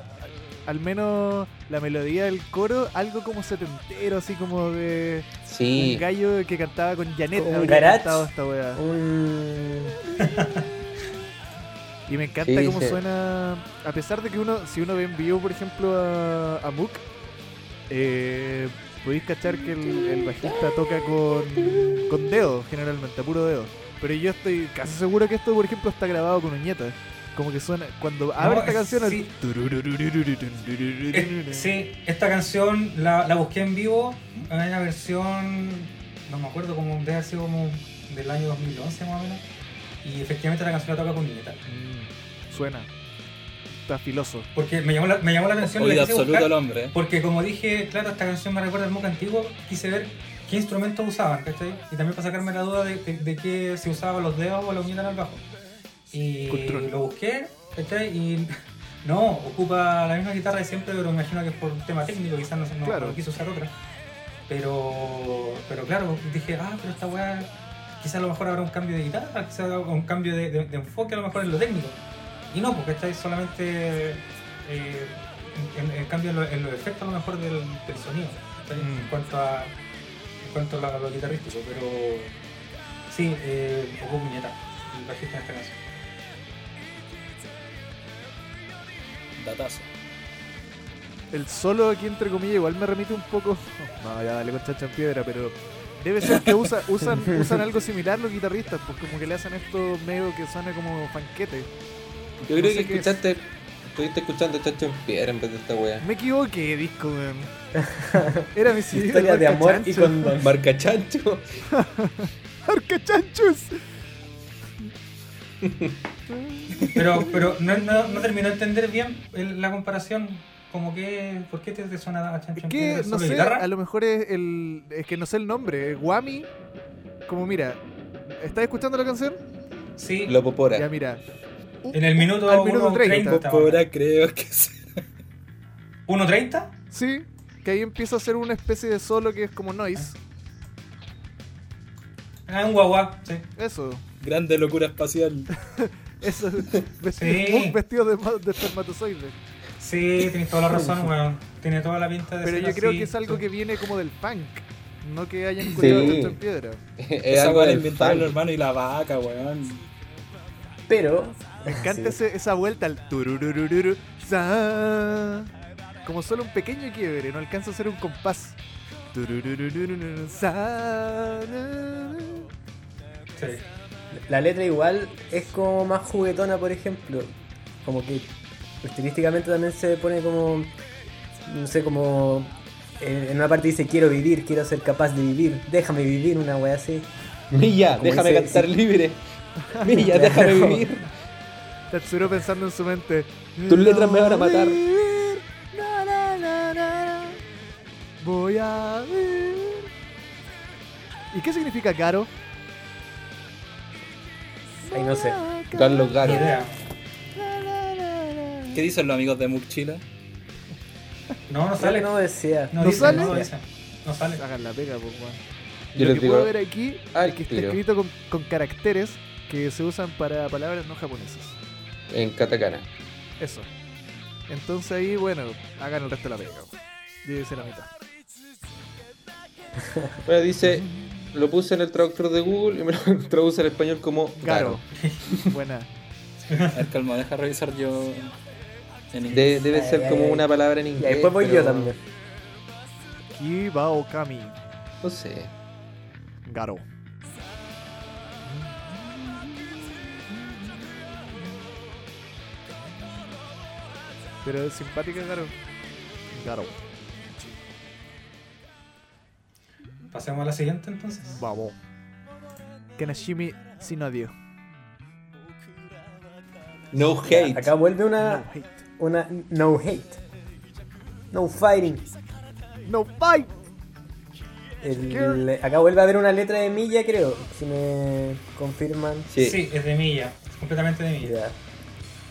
Speaker 1: al menos la melodía del coro, algo como setentero, así como de
Speaker 4: Sí,
Speaker 1: un gallo que cantaba con Janet.
Speaker 8: Como un
Speaker 1: habría
Speaker 8: garage.
Speaker 1: cantado esta weá.
Speaker 8: Un...
Speaker 1: Y me encanta
Speaker 4: Sí,
Speaker 1: cómo
Speaker 4: sí.
Speaker 1: suena. A pesar de que uno, si uno ve en vivo, por ejemplo, a, a Mook, eh, podéis cachar que el, el bajista toca con, con dedo, generalmente, a puro dedo. Pero yo estoy casi seguro que esto, por ejemplo, está grabado con uñetas. Como que suena. Cuando abre esta
Speaker 5: es-
Speaker 1: canción, el-
Speaker 5: sí. Eh, Sí, esta canción la, la busqué en vivo en una versión, no me acuerdo, como debe haber sido como del año 2011 más o menos. Y efectivamente la canción la toca con Nineta.
Speaker 1: Mm, suena. Está filoso.
Speaker 5: Porque me llamó la, me llamó la atención la
Speaker 2: Oído
Speaker 5: quise
Speaker 2: absoluto
Speaker 5: buscar,
Speaker 2: el hombre. ¿eh?
Speaker 5: Porque como dije, claro, esta canción me recuerda al Mook antiguo, quise ver qué instrumentos usaban, ¿cachai? Y también para sacarme la duda de, de, de qué se usaban los dedos o la uñeta al bajo. Y
Speaker 1: Control.
Speaker 5: lo busqué, ¿cachai? Y no, ocupa la misma guitarra de siempre, pero me imagino que es por un tema técnico, quizás no, no-
Speaker 1: Claro.
Speaker 5: no quiso usar otra. Pero, pero claro, dije, ah, pero esta weá, quizás a lo mejor habrá un cambio de guitarra, quizás habrá un cambio de, de- de enfoque, a lo mejor en lo técnico. Y no, porque estáis solamente eh, en, en cambio en, lo- en los efectos a lo mejor del, del sonido, ¿cachai? en cuanto a, en cuanto a lo, lo guitarrístico, pero sí, eh, un poco puñeta, el bajista de esta canción.
Speaker 2: Datazo.
Speaker 1: El solo aquí entre comillas igual me remite un poco. (laughs) No, ya dale con chacha en piedra, pero. Debe ser que usa- usan, usan algo similar los guitarristas, pues como que le hacen esto medio que suena como fanquete.
Speaker 4: yo creo
Speaker 1: no sé
Speaker 4: que
Speaker 1: qué es.
Speaker 4: escuchaste, estuviste escuchando Chacho en Piedra en vez de esta wea.
Speaker 1: Me equivoqué, disco, weón. Era mi CD.
Speaker 8: Historia de
Speaker 1: Marca
Speaker 8: amor y
Speaker 1: Chancho.
Speaker 8: condón.
Speaker 4: Marca Chancho.
Speaker 1: (laughs) Marca chanchos!
Speaker 5: Pero, pero no, no, no terminó de entender bien el- la comparación. Como que, ¿por qué te, te suena a Chan
Speaker 1: Es
Speaker 5: Chan
Speaker 1: que,
Speaker 5: Piedra?
Speaker 1: no
Speaker 5: ¿Solo
Speaker 1: sé,
Speaker 5: guitarra?
Speaker 1: a lo mejor es el. Es que no sé el nombre, eh, Guami. Como mira, ¿estás escuchando la canción?
Speaker 5: Sí,
Speaker 4: Lo
Speaker 1: Ya,
Speaker 4: popora.
Speaker 1: mira.
Speaker 5: en el minuto,
Speaker 1: Al minuto 30.
Speaker 5: 1.30.
Speaker 2: Ahora creo que sí.
Speaker 5: ¿1.30?
Speaker 1: Sí, que ahí empieza a hacer una especie de solo que es como noise.
Speaker 5: Ah, un guagua, sí.
Speaker 1: Eso.
Speaker 2: (laughs) Grande locura espacial.
Speaker 1: Eso, vestidos,
Speaker 5: Sí.
Speaker 1: Mook vestido de, ma- de espermatozoide.
Speaker 5: Sí, tienes toda la
Speaker 1: (laughs)
Speaker 5: razón, weón. Tiene toda la pinta de
Speaker 1: Pero
Speaker 5: ser
Speaker 1: yo creo
Speaker 5: así.
Speaker 1: que es algo que viene como del punk, no que hayan encontrado
Speaker 4: Sí.
Speaker 1: esto en piedra.
Speaker 4: (laughs) es
Speaker 2: Esa
Speaker 4: algo
Speaker 2: weá la
Speaker 4: del
Speaker 2: inventaron los
Speaker 4: funk.
Speaker 2: hermanos y la vaca, weón.
Speaker 8: Pero...
Speaker 1: Me encanta
Speaker 8: Sí.
Speaker 1: ese- esa vuelta al turururururu. sa. Como solo un pequeño quiebre, no alcanza a ser un compás. Turururururu, sa, na, na.
Speaker 5: Sí.
Speaker 8: La letra igual es como más juguetona, por ejemplo. Como que estilísticamente también se pone como, no sé, como... eh, En una parte dice quiero vivir, quiero ser capaz de vivir, déjame vivir, una wea así.
Speaker 4: Milla,
Speaker 8: Como
Speaker 4: déjame
Speaker 8: dice-
Speaker 4: cantar
Speaker 8: sí.
Speaker 4: (laughs) libre. Milla,
Speaker 8: Claro.
Speaker 4: déjame (laughs) vivir.
Speaker 1: Tatsuro pensando en su mente.
Speaker 4: Tus letras me van a matar.
Speaker 1: Vivir, na, na, na, na, na. Voy a vivir. ¿Y qué significa caro?
Speaker 8: Ay, no sé.
Speaker 4: Carlos
Speaker 1: Ah,
Speaker 4: Garo.
Speaker 5: Ni idea.
Speaker 2: ¿Qué dicen los amigos de Murchila?
Speaker 5: No, no
Speaker 8: Sale.
Speaker 5: sale.
Speaker 8: No decía.
Speaker 5: No,
Speaker 1: ¿No
Speaker 5: dice,
Speaker 1: sale?
Speaker 5: No, dice. No sale.
Speaker 1: Hagan la pega, pues, weón.
Speaker 4: Yo
Speaker 1: Lo
Speaker 4: les
Speaker 1: que puedo
Speaker 4: digo, ah,
Speaker 1: ver aquí
Speaker 4: al
Speaker 1: es que está
Speaker 4: tiro.
Speaker 1: escrito con, con caracteres que se usan para palabras no japonesas.
Speaker 4: en katakana.
Speaker 1: Eso. Entonces ahí, bueno, hagan el resto de la pega. weón. Yo hice la mitad.
Speaker 4: Bueno, dice, lo puse en el traductor de Google y me lo (laughs) traduce al español como
Speaker 1: Garo. (laughs)
Speaker 4: Garo.
Speaker 1: Buena.
Speaker 2: A ver, calma, deja revisar yo. En inglés.
Speaker 4: De- debe ser
Speaker 8: Ay,
Speaker 4: como
Speaker 8: ay,
Speaker 4: una
Speaker 8: ay.
Speaker 4: palabra en
Speaker 8: Y
Speaker 4: inglés.
Speaker 8: después voy
Speaker 4: pero
Speaker 8: yo también.
Speaker 1: Kiba Okami.
Speaker 4: No sé.
Speaker 1: Garo. Pero es simpática, Garo. Garo.
Speaker 5: Pasemos a la siguiente entonces.
Speaker 1: Vamos. Kanashimi sin odio.
Speaker 4: No hate.
Speaker 8: Acá vuelve
Speaker 1: No
Speaker 8: una,
Speaker 1: hate.
Speaker 8: una no hate. No fighting.
Speaker 1: No fight.
Speaker 8: El- acá vuelve a haber una letra de milla, creo. Si me confirman.
Speaker 4: Sí.
Speaker 5: Sí, es de Milla, es completamente de Milla.
Speaker 8: Ya.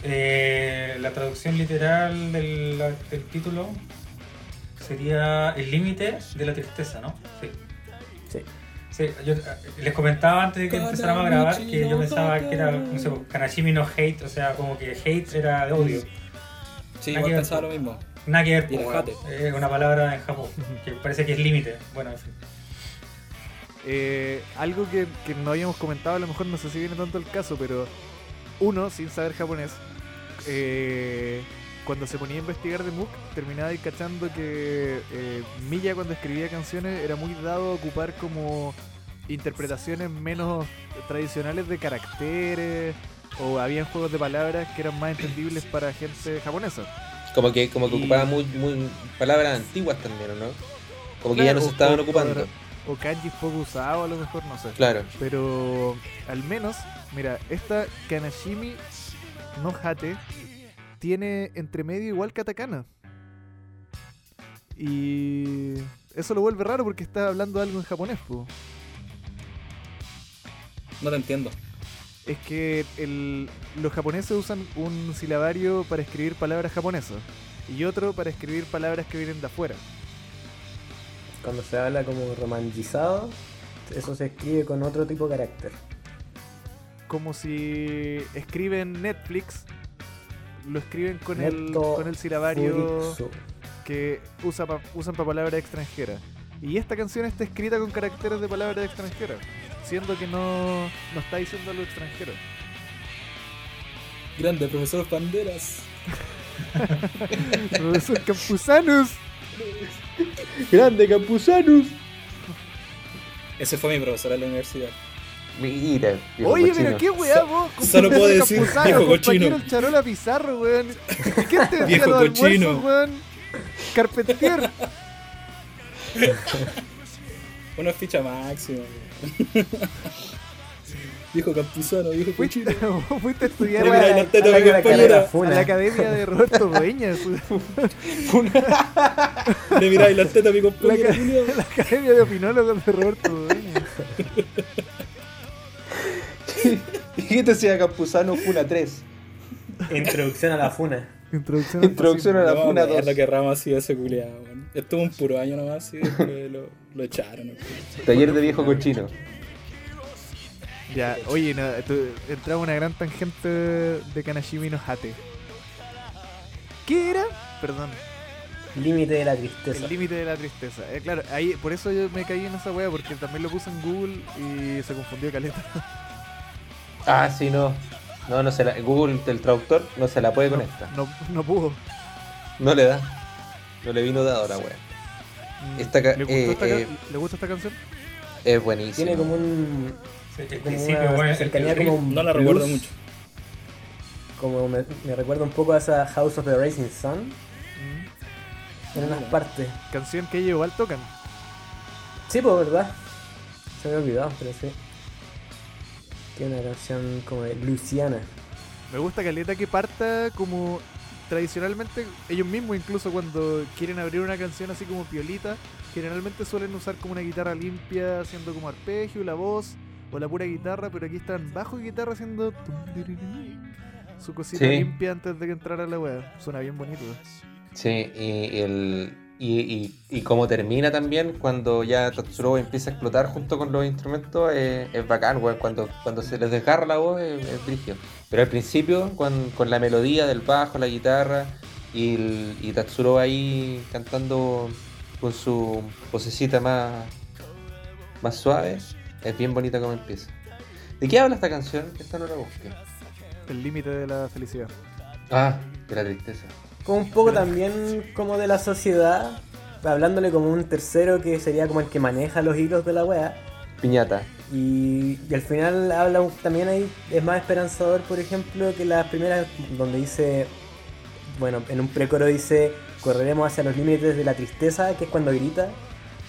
Speaker 5: Eh, la traducción literal del, del título sería el límite de la tristeza, ¿no? Sí.
Speaker 8: Sí.
Speaker 5: Sí, yo eh, les comentaba antes de que empezáramos a grabar que yo pensaba que era, no sé, Kanashimi no hate, o sea, como que hate era de odio.
Speaker 2: Sí,
Speaker 5: Aquí
Speaker 2: igual
Speaker 5: va.
Speaker 2: pensaba lo mismo.
Speaker 5: Nada que ver,
Speaker 2: Y el
Speaker 5: po,
Speaker 2: hate.
Speaker 5: weón. es una palabra en Japón que parece que es límite. Bueno, en fin.
Speaker 1: Eh, algo que, que no habíamos comentado, a lo mejor no sé si viene tanto el caso, pero uno, sin saber japonés, eh, cuando se ponía a investigar de Mook, terminaba ahí cachando que eh, Milla cuando escribía canciones era muy dado a ocupar como interpretaciones menos tradicionales de caracteres o habían juegos de palabras que eran más entendibles para gente japonesa.
Speaker 4: Como que, como que
Speaker 1: Y-
Speaker 4: ocupaba muy, muy palabras antiguas también, ¿o no? Como que ya
Speaker 1: Claro, pues,
Speaker 4: no se
Speaker 1: o-
Speaker 4: estaban
Speaker 1: o-
Speaker 4: ocupando.
Speaker 1: O kanjis poco usados a lo mejor, no sé.
Speaker 4: Claro.
Speaker 1: Pero al menos, mira, esta Kanashimi no Hate tiene entre medio igual katakana. Y eso lo vuelve raro porque está hablando algo en japonés, po.
Speaker 2: No te entiendo.
Speaker 1: Es que el- los japoneses usan un silabario para escribir palabras japonesas y otro para escribir palabras que vienen de afuera.
Speaker 8: Cuando se habla como romantizado, eso se escribe con otro tipo de carácter.
Speaker 1: Como si escriben Netflix, lo escriben con, el,
Speaker 8: Neto
Speaker 1: con el silabario.
Speaker 8: Furiksu.
Speaker 1: que usa pa- usan para palabras extranjeras. Y esta canción está escrita con caracteres de palabras extranjeras, siendo que no, no está diciendo algo extranjero.
Speaker 2: (laughs) Grande, profesor Panderas.
Speaker 1: Profesor Campusanos.
Speaker 4: Grande Campusanos.
Speaker 2: Ese fue mi profesor en la universidad.
Speaker 4: Mira. viejo
Speaker 1: Oye, pero
Speaker 4: cochino.
Speaker 1: qué weá vos.
Speaker 2: solo puedo
Speaker 1: compañero
Speaker 2: decir
Speaker 1: Campuzano,
Speaker 2: viejo
Speaker 1: compañero
Speaker 2: cochino.
Speaker 1: Charola Pizarro, weón. ¿Qué te decía
Speaker 2: Viejo
Speaker 1: los almuerzos,
Speaker 2: cochino.
Speaker 1: weón?
Speaker 2: (laughs)
Speaker 1: Carpentier.
Speaker 2: Una ficha máxima. (laughs) viejo Campuzano, viejo
Speaker 1: Fuiste,
Speaker 2: cochino.
Speaker 1: vos (laughs) fuiste a estudiar
Speaker 2: Te
Speaker 1: a,
Speaker 2: miráis las tetas de mi
Speaker 1: a la-
Speaker 2: compañera.
Speaker 1: a la academia de
Speaker 2: (laughs)
Speaker 1: Roberto Dueñas.
Speaker 2: Le miráis las tetas a mi
Speaker 1: La,
Speaker 2: compañero.
Speaker 1: ca- la academia de opinólogos de Roberto Dueñas.
Speaker 4: (laughs) Dijiste este sea Campuzano Funa 3.
Speaker 3: Introducción a la funa.
Speaker 1: Introducción, al
Speaker 4: Introducción a la
Speaker 2: No, me
Speaker 4: Funa
Speaker 2: acuerdo
Speaker 4: 2.
Speaker 2: que Rama ha sido ese culiado, weón. Estuvo un puro año nomás y después lo, lo echaron. weón.
Speaker 4: Taller de viejo cochino.
Speaker 1: Ya, oye, no, tú- entraba una gran tangente de Kanashimi no Hate. ¿Qué era? Perdón,
Speaker 8: Límite de la tristeza.
Speaker 1: el límite de la tristeza. Eh, claro, ahí, por eso yo me caí en esa wea, porque también lo puse en Google y se confundió caleta.
Speaker 4: Ah, sí, no. No, no se la. Google, el traductor, no se la puede con esta.
Speaker 1: No, no pudo.
Speaker 4: No le da. No le vino dado la wea.
Speaker 1: Mm,
Speaker 4: Esta ca-
Speaker 1: ¿Le, gustó
Speaker 4: eh,
Speaker 1: esta
Speaker 4: eh.
Speaker 1: ¿Le gusta esta canción?
Speaker 4: Es buenísimo.
Speaker 8: Tiene como un.
Speaker 5: Sí, el
Speaker 8: Como
Speaker 5: principio,
Speaker 8: una
Speaker 5: bueno, el-
Speaker 8: cercanía
Speaker 5: el-
Speaker 8: como un
Speaker 2: No la recuerdo
Speaker 8: blues,
Speaker 2: mucho.
Speaker 8: Como me, me recuerda un poco a esa House of the Rising Sun
Speaker 1: Mm,
Speaker 8: en unas partes.
Speaker 1: Canción que ellos igual tocan.
Speaker 8: Sí, pues verdad. Se me había olvidado, pero sí. Tiene una canción como de Luciana.
Speaker 1: Me gusta caleta que parta como tradicionalmente, ellos mismos incluso cuando quieren abrir una canción así como piolita, generalmente suelen usar como una guitarra limpia haciendo como arpegio, la voz o la pura guitarra, pero aquí están bajo y guitarra haciendo tum, tirirí, su cosita
Speaker 4: Sí.
Speaker 1: limpia antes de que entrara la wea. Suena bien bonito. eh.
Speaker 4: Sí, y, el, y, y, y cómo termina también cuando ya Tatsuro empieza a explotar junto con los instrumentos, eh, es bacán, weón. Cuando, cuando se les desgarra la voz, es, es brígido. Pero al principio, con, con la melodía del bajo, la guitarra y, el- y Tatsuro ahí cantando con su vocecita más, más suave, es bien bonita como empieza. ¿De qué habla esta canción? Esta no la busqué.
Speaker 1: El límite de la felicidad.
Speaker 4: Ah, de la tristeza.
Speaker 3: como un poco también como de la sociedad, hablándole como un tercero que sería como el que maneja los hilos de la wea.
Speaker 4: Piñata.
Speaker 3: Y, y al final habla un- también ahí, es más esperanzador, por ejemplo, que las primeras, donde dice, bueno, en un precoro dice, correremos hacia los límites de la tristeza, que es cuando grita.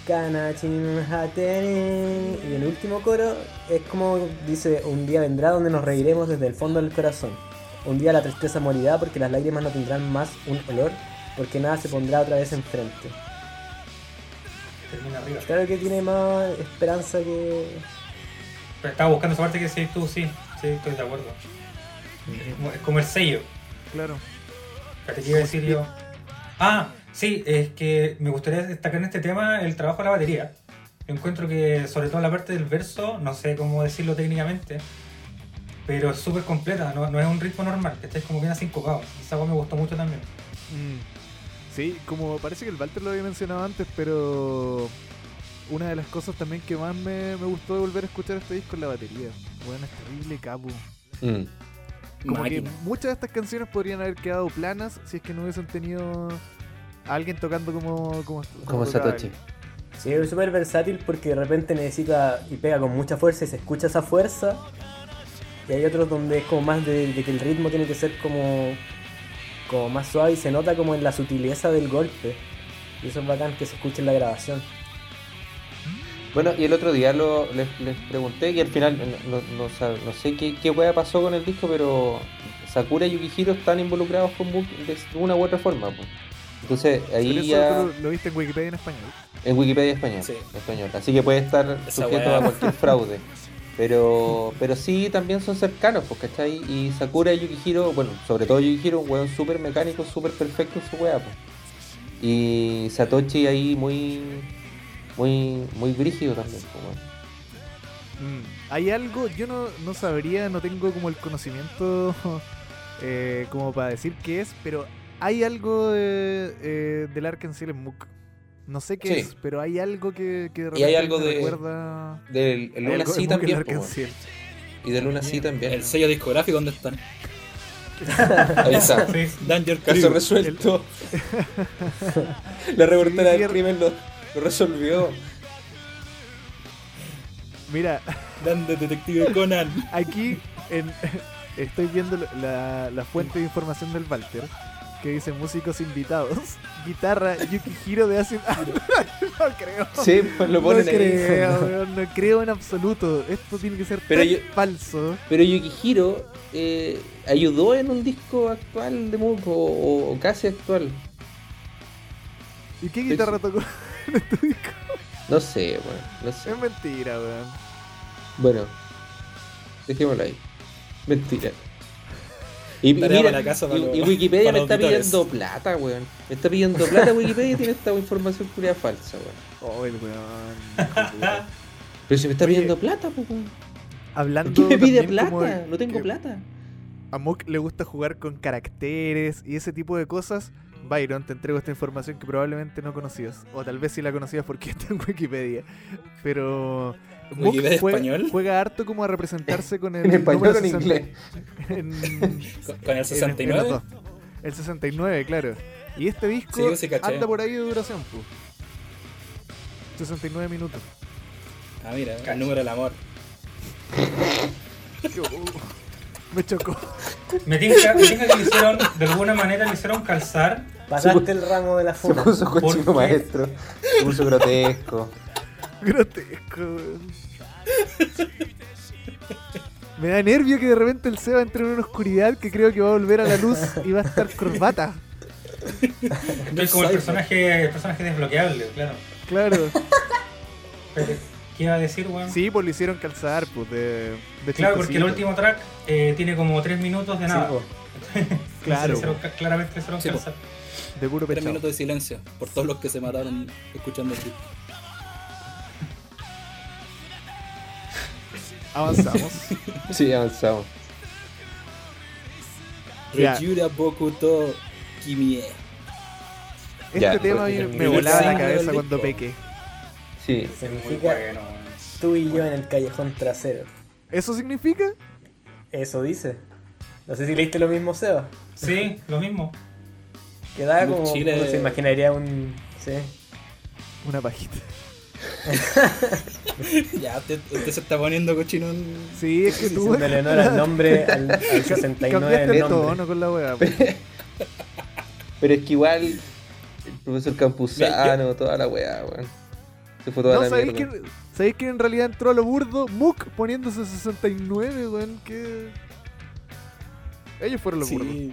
Speaker 3: "Kanachin hatenin". Y en el último coro es como dice, un día vendrá donde nos reiremos desde el fondo del corazón. Un día la tristeza morirá porque las lágrimas no tendrán más un olor, porque nada se pondrá otra vez enfrente.
Speaker 5: Termina arriba.
Speaker 3: Claro que tiene más esperanza que,
Speaker 5: Pero estaba buscando esa parte que decís tú, sí, sí, estoy de acuerdo. Es como- Es como el sello.
Speaker 1: Claro.
Speaker 5: Espérate, ¿qué iba a decir yo? Ah, sí, es que me gustaría destacar en este tema el trabajo de la batería. Yo encuentro que, sobre todo la parte del verso, no sé cómo decirlo técnicamente, pero es súper completa, no, no es un ritmo normal, que es como bien asincopado. Esa voz me gustó mucho también.
Speaker 1: Mm. Sí, como parece que el Walter lo había mencionado antes, pero una de las cosas también que más me, me gustó de volver a escuchar este disco es la batería. Bueno, es terrible capo.
Speaker 4: Mm.
Speaker 1: Como
Speaker 2: Máquina.
Speaker 1: que muchas de estas canciones podrían haber quedado planas si es que no hubiesen tenido a alguien tocando como como,
Speaker 4: Como
Speaker 1: tocaba
Speaker 4: Satoshi.
Speaker 1: él.
Speaker 3: Sí, es súper versátil porque de repente necesita y pega con mucha fuerza y se escucha esa fuerza. Y hay otros donde es como más de, de que el ritmo tiene que ser como, como más suave y se nota como en la sutileza del golpe. Y eso es bacán que se escuche en la grabación.
Speaker 4: Bueno, y el otro día lo, les, les pregunté y al final no, no- no sab- no sé qué, qué hueá pasó con el disco, pero Sakura y Yukihiro están involucrados con Book de una u otra forma. po. Entonces
Speaker 1: Pero
Speaker 4: ahí
Speaker 1: eso
Speaker 4: ya
Speaker 1: tú lo, lo viste en Wikipedia en español.
Speaker 4: en Wikipedia español,
Speaker 2: Sí.
Speaker 4: español, así que puede estar
Speaker 2: Esa
Speaker 4: sujeto
Speaker 2: hueá.
Speaker 4: a cualquier fraude. Pero pero sí también son cercanos, pues, ¿cachai? Y Sakura y Yukihiro, bueno, sobre todo Yukihiro, un hueón súper mecánico, súper perfecto en su hueá, pues. Y Satoshi ahí muy muy muy brígido también, pues, hueón.
Speaker 1: Mm. Hay algo, yo no, no sabría, no tengo como el conocimiento (laughs) eh, como para decir qué es, pero hay algo de, eh, del Arkansas en Mook. No sé qué
Speaker 4: Sí.
Speaker 1: es, pero hay algo que, que de
Speaker 4: Y hay
Speaker 1: repente
Speaker 4: algo
Speaker 1: me
Speaker 4: de-
Speaker 1: recuerda...
Speaker 4: Del el
Speaker 1: hay
Speaker 4: Luna
Speaker 1: algo
Speaker 4: sí
Speaker 1: de Mook en
Speaker 4: también.
Speaker 1: el
Speaker 4: po,
Speaker 1: Arkansas.
Speaker 4: weón. y del Luna sí también.
Speaker 2: El sello discográfico, ¿dónde están?
Speaker 4: Ahí está.
Speaker 5: Sí,
Speaker 4: (laughs)
Speaker 2: Danger
Speaker 4: Caso
Speaker 2: Crew.
Speaker 4: resuelto.
Speaker 1: (laughs)
Speaker 4: La reportera
Speaker 1: Sí,
Speaker 4: del
Speaker 1: sí.
Speaker 4: crimen lo, lo resolvió.
Speaker 1: Mira, (laughs)
Speaker 2: Grande detective Conan.
Speaker 1: aquí en- (laughs) estoy viendo la, la fuente de información del Walter, que dice músicos invitados, (laughs) guitarra Yukihiro de hace... (laughs) no creo.
Speaker 4: Sí, pues lo ponen
Speaker 1: no
Speaker 4: ahí. (laughs)
Speaker 1: creo, weón, no creo en absoluto. Esto tiene que ser
Speaker 4: Pero
Speaker 1: tan
Speaker 4: yo-
Speaker 1: falso.
Speaker 4: Pero Yukihiro eh, ayudó en un disco actual de Moog o, o- o casi actual.
Speaker 1: ¿Y qué guitarra tocó (laughs) en este disco?
Speaker 4: No sé, bueno, no sé.
Speaker 1: Es mentira, weón.
Speaker 4: Bueno, dejémoslo ahí. Mentira. Y, y
Speaker 2: Tarea
Speaker 4: mira,
Speaker 2: para la casa,
Speaker 4: y-
Speaker 2: para los-
Speaker 4: y Wikipedia
Speaker 2: para
Speaker 4: me
Speaker 2: los
Speaker 4: está
Speaker 2: auditores.
Speaker 4: pidiendo plata, weón. Me está pidiendo plata Wikipedia y tiene esta información curia falsa, weón.
Speaker 1: Oh, el
Speaker 4: (laughs)
Speaker 1: weón. hijo de puta.
Speaker 4: Pero si me está
Speaker 1: Oye,
Speaker 4: pidiendo plata, pues, weón.
Speaker 1: Hablando
Speaker 4: ¿Por qué me pide
Speaker 1: también como
Speaker 4: plata?
Speaker 1: de
Speaker 4: No tengo
Speaker 1: que
Speaker 4: plata.
Speaker 1: A Mook le gusta jugar con caracteres y ese tipo de cosas. Byron, te entrego esta información que probablemente no conocías. O tal vez sí la conocías porque (laughs) está en Wikipedia. Pero. Mook
Speaker 2: ¿Wikipedia
Speaker 1: juega,
Speaker 2: español?
Speaker 1: juega harto como a representarse con
Speaker 4: (laughs)
Speaker 1: el.
Speaker 4: En español
Speaker 1: número
Speaker 4: o en
Speaker 1: 60
Speaker 4: inglés.
Speaker 1: (laughs) en-
Speaker 2: Con con
Speaker 1: en-
Speaker 2: el
Speaker 1: en los
Speaker 2: 69.
Speaker 1: dos. El 69, claro. Y este
Speaker 2: Sí,
Speaker 1: disco
Speaker 2: yo sí caché.
Speaker 1: anda por ahí de duración, pu. 69
Speaker 2: (laughs)
Speaker 1: minutos.
Speaker 2: Ah, mira, el número del amor.
Speaker 1: Me chocó. (laughs)
Speaker 5: me tinca, me tinca que le hicieron, de alguna manera le hicieron calzar.
Speaker 3: Pasaste el rango de la
Speaker 4: Se
Speaker 3: funa.
Speaker 4: puso
Speaker 5: ¿Por
Speaker 4: cochino
Speaker 5: qué?
Speaker 4: maestro. Se puso grotesco.
Speaker 1: Grotesco, weón. Me da nervio que de repente el Seba entre en una oscuridad que creo que va a volver a la luz y va a estar corbata.
Speaker 5: Estoy como el personaje, el personaje desbloqueable, claro.
Speaker 1: Claro.
Speaker 5: Pero, ¿Qué iba a decir, weón?
Speaker 1: Sí, pues lo hicieron calzar, pues, de, de
Speaker 5: claro, porque el
Speaker 1: chistosito.
Speaker 5: último track eh, tiene como 3 minutos de nada.
Speaker 3: po.
Speaker 1: Claro.
Speaker 5: Le hicieron ca- claramente le hicieron
Speaker 2: Sí, po.
Speaker 5: calzar.
Speaker 1: De puro
Speaker 2: Tres
Speaker 1: pechado.
Speaker 2: minutos de silencio por todos los que se mataron escuchando el disco.
Speaker 1: Avanzamos.
Speaker 4: Sí, avanzamos.
Speaker 1: Ya.
Speaker 2: Ryura Boku to Kimie.
Speaker 1: Este
Speaker 4: Ya,
Speaker 1: tema a mí
Speaker 4: el
Speaker 1: me
Speaker 4: primer
Speaker 1: volaba la
Speaker 2: single del
Speaker 1: cabeza
Speaker 2: disco.
Speaker 1: cuando pequé.
Speaker 4: Sí.
Speaker 5: Muy
Speaker 3: Significa
Speaker 5: bueno, weón.
Speaker 3: tú y yo en el callejón trasero.
Speaker 1: ¿Eso significa?
Speaker 3: Eso dice. No sé si leíste lo mismo, Seba.
Speaker 5: Sí, lo mismo.
Speaker 8: Que da
Speaker 2: Look
Speaker 8: como.
Speaker 2: Chile.
Speaker 3: Uno se imaginaría un.
Speaker 8: Sí.
Speaker 1: Una pajita.
Speaker 2: Ya, usted, usted se está poniendo cochino en...
Speaker 1: (laughs) Sí, es que tú. (laughs)
Speaker 3: un Eleonora al nombre, al, al
Speaker 1: ca-
Speaker 3: 69
Speaker 1: cambiaste
Speaker 3: del
Speaker 1: el
Speaker 3: nombre.
Speaker 1: tono con la wea.
Speaker 4: Pero es que igual el profesor Campuzano, toda la weá, weón. Se fue toda
Speaker 1: No,
Speaker 4: la
Speaker 1: ¿sabéis
Speaker 4: mierda.
Speaker 1: que, ¿sabéis que en realidad entró a lo burdo? Mook poniéndose 69, weón. Que. Ellos fueron los burdos.
Speaker 2: Sí,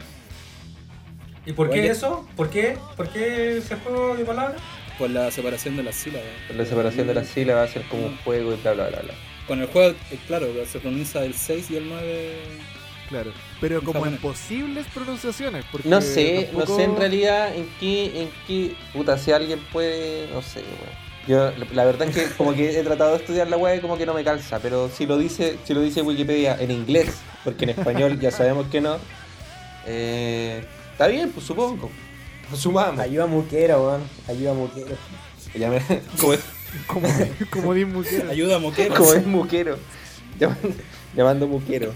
Speaker 5: ¿Y por qué
Speaker 2: Oye.
Speaker 5: eso? ¿Por qué? ¿Por qué ese juego de palabras?
Speaker 2: por la separación de las sílabas.
Speaker 4: La separación
Speaker 1: Mm.
Speaker 4: de las sílabas va a ser como un juego y bla, bla, bla, bla.
Speaker 2: Con el juego, eh, claro, se pronuncia el 6 y el 9.
Speaker 1: Claro. Pero
Speaker 2: Un
Speaker 1: como en
Speaker 2: japonés.
Speaker 1: posibles pronunciaciones. Porque
Speaker 4: No sé, no
Speaker 1: tampoco-
Speaker 4: sé en realidad en qué, en qué, puta, si alguien puede, no sé, weón. Yo, la- la verdad es que como que he tratado de estudiar la web y como que no me calza, pero si lo dice, si lo dice Wikipedia en inglés, porque en español ya sabemos que no, eh, está bien, pues supongo. Sumamos.
Speaker 8: Ayuda muquero, weón. Ayuda muquero.
Speaker 4: Ya me- como, es,
Speaker 1: (laughs) Como, como Dean Muquera.
Speaker 2: Ayuda, moquero.
Speaker 4: como es muquero. Llamando, llamando muquero.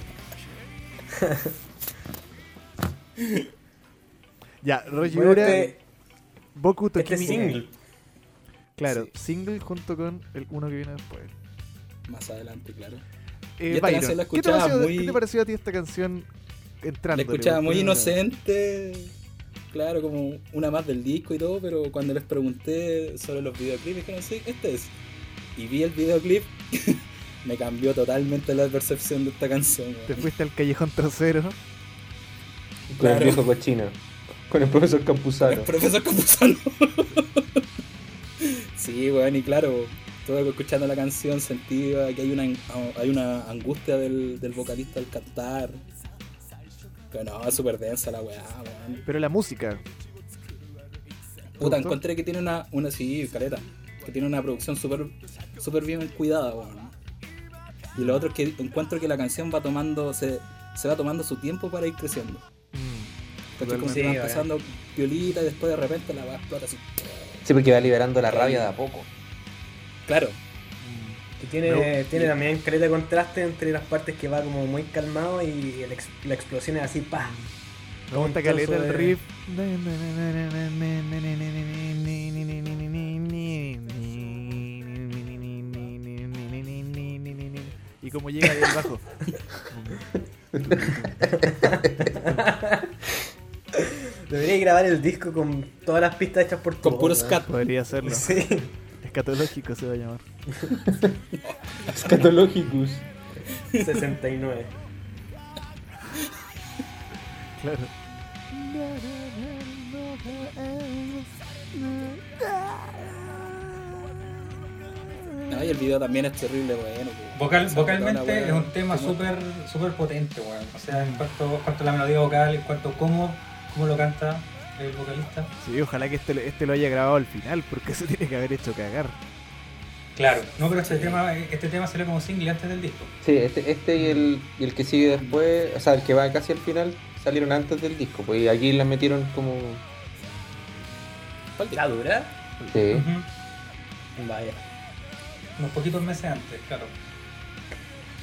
Speaker 1: Ya, Roger
Speaker 8: Bueno,
Speaker 1: Ura,
Speaker 8: este-
Speaker 1: Boku to
Speaker 8: este
Speaker 1: Kimi-
Speaker 8: single.
Speaker 1: Claro, single junto con el uno que viene después.
Speaker 2: Más adelante, claro.
Speaker 1: Eh, Byron,
Speaker 2: esta canción la
Speaker 1: ¿qué, te
Speaker 2: escuchaba
Speaker 1: pareció,
Speaker 2: muy-
Speaker 1: qué te pareció a ti esta canción
Speaker 2: La
Speaker 1: entrando?
Speaker 2: escuchaba muy inocente, claro, como una más del disco y todo, pero cuando les pregunté sobre los videoclips, dijeron, sí, este es. Y vi el videoclip, (laughs) me cambió totalmente la percepción de esta canción. weón.
Speaker 1: Te fuiste al callejón trasero. ¿no?
Speaker 4: Con el
Speaker 2: Claro.
Speaker 4: viejo cochino. Con el profesor Campuzano.
Speaker 2: El profesor Campuzano. (laughs) sí, weón, y claro, todo escuchando la canción sentí ah, que hay una, hay una angustia del, del vocalista al cantar. Pero no, es súper densa la weá, weón.
Speaker 1: Pero la música.
Speaker 2: Puta,
Speaker 1: ¿Productor?
Speaker 2: encontré que tiene una, una sí, caleta, que tiene una producción súper súper bien cuidada, weón. Y lo otro es que encuentro que la canción va tomando, se, se va tomando su tiempo para ir creciendo.
Speaker 1: Mm,
Speaker 2: ¿Cachai? Como
Speaker 1: Totalmente.
Speaker 2: que
Speaker 8: Sí,
Speaker 2: van
Speaker 8: weón.
Speaker 2: pasando violita y después de repente la va explota así.
Speaker 4: Sí, porque va liberando la rabia de a poco.
Speaker 2: Claro,
Speaker 8: Que tiene, tiene también caleta de contraste entre las partes que va como muy calmado y el ex- la explosión es así, pa.
Speaker 1: Me gusta caleta el
Speaker 8: de-
Speaker 1: riff. Y como llega ahí
Speaker 8: (laughs)
Speaker 1: el bajo.
Speaker 8: Debería grabar el disco con todas las pistas hechas por tu
Speaker 2: con
Speaker 3: Oh,
Speaker 8: voz,
Speaker 2: puro
Speaker 8: weón.
Speaker 2: scat.
Speaker 1: Podría hacerlo.
Speaker 8: Sí. (laughs)
Speaker 1: Escatológico se va a llamar.
Speaker 4: Escatológicos.
Speaker 1: (laughs)
Speaker 8: 69.
Speaker 1: Claro.
Speaker 2: No, y el video también es terrible, bueno. que-
Speaker 5: Vocal,
Speaker 2: o sea, toda la
Speaker 5: vocalmente
Speaker 2: wea-
Speaker 5: es un tema
Speaker 2: como-
Speaker 5: súper súper potente, weón. O sea, en cuanto, cuanto a la melodía vocal, en cuanto a cómo, cómo lo canta el vocalista.
Speaker 1: Sí, ojalá que este, este lo haya grabado al final, porque se tiene que haber hecho cagar.
Speaker 5: Claro. No, pero este tema, este tema salió como single antes del disco.
Speaker 4: Sí, este, este y, el, y el que sigue después, o sea, el que va casi al final, salieron antes del disco. Pues y aquí las metieron como.
Speaker 3: ¿La
Speaker 5: este?
Speaker 3: dura?
Speaker 4: Sí.
Speaker 5: Ujú.
Speaker 8: Vaya.
Speaker 5: Unos poquitos meses antes, claro.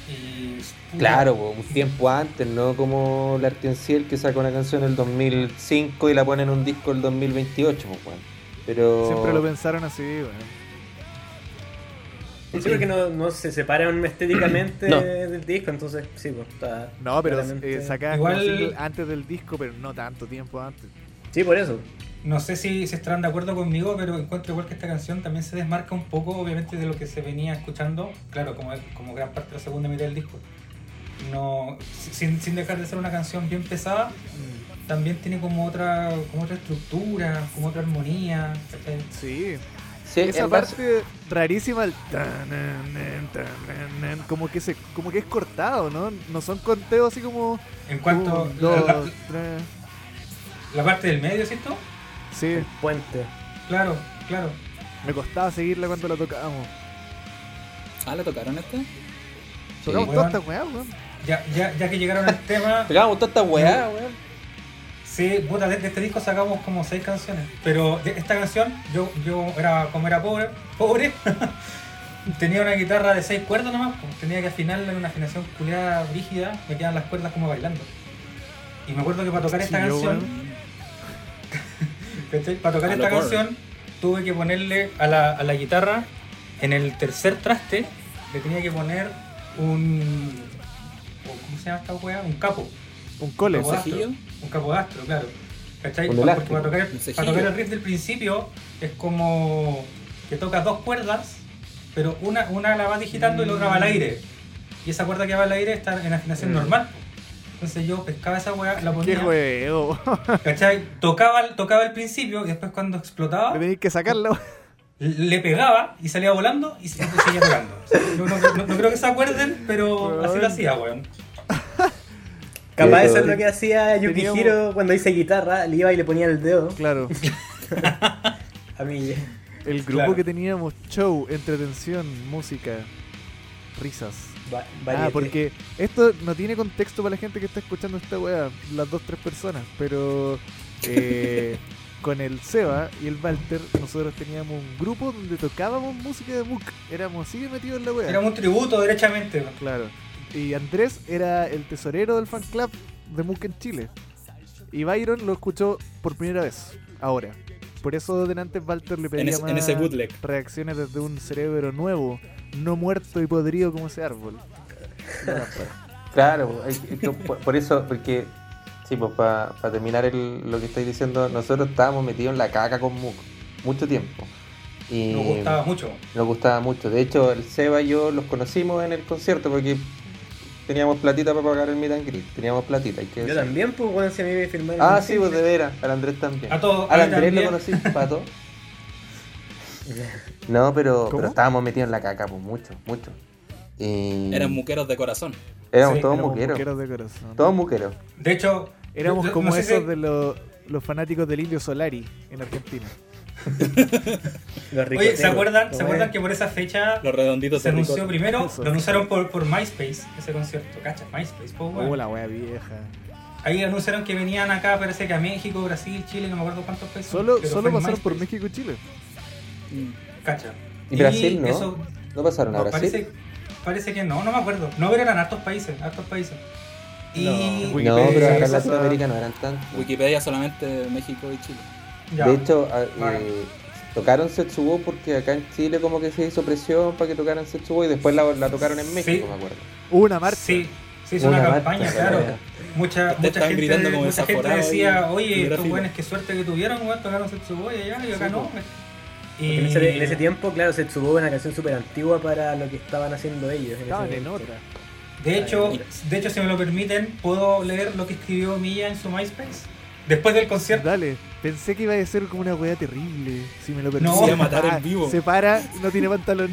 Speaker 5: Y. puta,
Speaker 4: Claro, po, un tiempo antes, ¿no? Como la Artenciel que sacó una canción en el 2005 y la pone en un disco el 2028, pues, weón.
Speaker 8: Oh.
Speaker 4: Pero.
Speaker 1: Siempre lo pensaron así, weón.
Speaker 8: Sí, porque no, no se separan estéticamente
Speaker 4: No.
Speaker 8: del disco, entonces sí, pues está.
Speaker 1: No, pero
Speaker 8: claramente-
Speaker 1: eh, sacaban
Speaker 5: Igual-
Speaker 1: como single antes del disco, pero no tanto tiempo antes.
Speaker 8: Sí, por eso.
Speaker 5: No sé si, si estarán de acuerdo conmigo, pero encuentro igual que esta canción también se desmarca un poco, obviamente, de lo que se venía escuchando, claro, como, como gran parte de la segunda mitad del disco. No, sin, sin dejar de ser una canción bien pesada, también tiene como otra, como otra estructura, como otra armonía. ¿cachai?
Speaker 1: Sí.
Speaker 4: Sí,
Speaker 1: Esa
Speaker 4: en base-
Speaker 1: parte rarísima, el tananan, tananan, como que se, como que es cortado, ¿no? No son conteos así como
Speaker 5: En cuanto
Speaker 1: un,
Speaker 5: la, la-
Speaker 1: dos, tres.
Speaker 5: la parte del medio, ¿cierto?
Speaker 1: Sí,
Speaker 8: Puente.
Speaker 5: Claro, claro.
Speaker 1: me costaba seguirla cuando la tocábamos.
Speaker 2: Ah, ¿la tocaron esta?
Speaker 4: sí.
Speaker 1: Tocamos
Speaker 5: weón.
Speaker 1: todas estas weas, weón.
Speaker 5: Ya, ya, ya que llegaron al tema,
Speaker 4: Tocábamos toda esta weá, weón.
Speaker 5: Sí, puta, de, de este disco sacamos como seis canciones. Pero de esta canción, yo, yo era, como era pobre, pobre (laughs) tenía una guitarra de seis cuerdas nomás, pues, tenía que afinarla en una afinación culeada rígida, me quedaban las cuerdas como bailando. Y me acuerdo que para tocar
Speaker 1: Sí,
Speaker 5: esta
Speaker 1: yo,
Speaker 5: canción,
Speaker 1: weón.
Speaker 5: (laughs) ¿Cachai? Para tocar
Speaker 2: A lo
Speaker 5: esta
Speaker 2: Korn.
Speaker 5: canción tuve que ponerle a la, a la guitarra, en el tercer traste, le tenía que poner un... o, ¿Cómo se llama esta weá? Un capo.
Speaker 1: Un cole.
Speaker 5: Un capodastro.
Speaker 2: cejillo?
Speaker 5: Un capodastro, claro. ¿Cachai?
Speaker 4: Un
Speaker 5: Porque
Speaker 4: elástico.
Speaker 5: para tocar,
Speaker 2: Un cejillo.
Speaker 5: para tocar el riff del principio es como que tocas dos cuerdas, pero una, una la vas digitando y la otra va al aire. Y esa cuerda que va al aire está en afinación normal. Entonces yo pescaba esa weá, la
Speaker 1: Qué
Speaker 5: ponía, ¿Ah?
Speaker 1: huevo.
Speaker 5: ¿cachai? Tocaba, tocaba al principio y después cuando explotaba,
Speaker 1: Le tenéis que sacarlo.
Speaker 5: le pegaba y salía volando y se- seguía pegando. Yo no, no- no creo que se acuerden, pero así lo hacía, weón.
Speaker 8: Capaz
Speaker 4: Pero-
Speaker 8: eso es lo que hacía
Speaker 1: Teníamos-
Speaker 8: Yukihiro cuando hice guitarra, le iba y le ponía el dedo.
Speaker 1: (laughs)
Speaker 5: (laughs)
Speaker 1: Claro.
Speaker 8: A mí,
Speaker 1: El grupo
Speaker 5: Claro.
Speaker 1: que teníamos, show, entretención, música, risas.
Speaker 8: va-
Speaker 1: Ah,
Speaker 8: variete.
Speaker 1: porque esto no tiene contexto para la gente que está escuchando esta weá, las dos, tres personas,
Speaker 2: (laughs)
Speaker 1: pero eh, con el Seba y el Walter nosotros teníamos un grupo donde tocábamos música de Mook, éramos así de metidos en la weá.
Speaker 5: Era un tributo, derechamente. weón.
Speaker 1: Claro. Y Andrés era el tesorero del fan club de Mook en Chile. Y Byron lo escuchó por primera vez, ahora. Por eso delante Walter le pedía
Speaker 2: En, es-
Speaker 1: más
Speaker 2: en ese bootleg.
Speaker 1: reacciones desde un cerebro nuevo, no muerto y podrido como ese árbol. No, no, pues.
Speaker 4: Claro, hay- hay que- por, por eso, porque, sí, pues para terminar el- lo que estáis diciendo, nosotros estábamos metidos en la caca con Mook mucho tiempo.
Speaker 1: Eh,
Speaker 4: Y
Speaker 5: Nos gustaba mucho.
Speaker 4: nos gustaba mucho. De hecho, el Seba y yo los conocimos en el concierto porque teníamos platita para pagar el meet and greet. Teníamos platita, hay que
Speaker 8: Yo
Speaker 4: decirlo.
Speaker 8: también, pues, bueno, se me iba a firmar. el
Speaker 4: Ah, sí,
Speaker 8: concierto.
Speaker 4: pues de veras, al Andrés también.
Speaker 5: A todos,
Speaker 4: Al
Speaker 5: a mí
Speaker 4: Andrés lo
Speaker 5: también.
Speaker 4: conocí,
Speaker 5: (laughs)
Speaker 4: pato. No, pero,
Speaker 1: ¿Cómo?
Speaker 4: pero estábamos metidos en la caca, pues mucho, mucho. Y
Speaker 2: Eran muqueros de corazón.
Speaker 4: éramos
Speaker 5: Sí,
Speaker 4: todos
Speaker 1: Éramos
Speaker 4: muqueros.
Speaker 1: muqueros de corazón.
Speaker 4: Todos muqueros.
Speaker 5: De hecho,
Speaker 1: Éramos
Speaker 5: yo- yo-
Speaker 1: como
Speaker 5: no sé
Speaker 1: esos
Speaker 5: si-
Speaker 1: de los, los fanáticos del Indio Solari en Argentina.
Speaker 8: Los
Speaker 5: Oye,
Speaker 8: ricoteros.
Speaker 5: ¿se acuerdan, ¿se
Speaker 8: Como
Speaker 5: acuerdan
Speaker 8: es.
Speaker 5: que por esa fecha
Speaker 2: Los redonditos
Speaker 5: se
Speaker 2: de
Speaker 5: anunció
Speaker 2: ricota.
Speaker 5: primero?
Speaker 1: Eso.
Speaker 5: Lo anunciaron por, por MySpace, ese concierto. ¿Cachas? MySpace, po, weón.
Speaker 1: Oh, la wea vieja.
Speaker 5: Ahí anunciaron que venían acá, parece que a México, Brasil, Chile, no me acuerdo cuántos países.
Speaker 1: Solo,
Speaker 5: pero fue
Speaker 1: solo
Speaker 5: en
Speaker 1: pasaron por
Speaker 5: MySpace.
Speaker 1: México y Chile.
Speaker 2: Mm.
Speaker 5: Cacha.
Speaker 4: Y Brasil, ¿no?
Speaker 5: eso-
Speaker 4: No pasaron a
Speaker 5: no,
Speaker 4: Brasil.
Speaker 5: parece, parece que no, no me acuerdo. No, pero eran hartos países, hartos países. Y
Speaker 1: No,
Speaker 4: No,
Speaker 1: Wikipedia,
Speaker 4: pero acá en
Speaker 1: esa-
Speaker 4: Latinoamérica no eran tantos.
Speaker 2: Wikipedia solamente México y Chile.
Speaker 5: Ya.
Speaker 4: De hecho, a-
Speaker 5: Vaga.
Speaker 4: eh, tocaron Setsubo porque acá en Chile como que se hizo presión para que tocaran Setsubo y después la, la tocaron en México,
Speaker 5: Sí.
Speaker 4: me acuerdo.
Speaker 1: Hubo una marcha.
Speaker 5: Sí, se hizo
Speaker 4: Una
Speaker 5: una,
Speaker 4: marcha,
Speaker 5: campaña,
Speaker 4: la
Speaker 5: claro.
Speaker 4: verdad.
Speaker 5: Mucha,
Speaker 2: Te
Speaker 5: mucha
Speaker 2: están
Speaker 5: gente,
Speaker 2: gritando como
Speaker 5: mucha gente
Speaker 2: desaforado
Speaker 5: decía,
Speaker 2: y- y
Speaker 5: oye, estos
Speaker 2: gráfico".
Speaker 5: buenos qué suerte que tuvieron, weón, tocaron Setsuboya allá y acá
Speaker 1: Sí,
Speaker 5: no. Y
Speaker 8: En ese, en ese tiempo, claro, se subió una canción súper antigua para lo que estaban haciendo ellos. en
Speaker 1: Estaban
Speaker 8: ese
Speaker 1: en
Speaker 8: momento.
Speaker 1: otra.
Speaker 5: de hecho, de hecho, si me lo permiten, puedo leer lo que escribió Milla en su MySpace. Después del concierto.
Speaker 1: Dale, pensé que iba a ser como una wea terrible. Si me lo permiten.
Speaker 5: No. Se iba
Speaker 2: a matar en
Speaker 1: Ah,
Speaker 2: vivo.
Speaker 1: Se para, no tiene pantalón.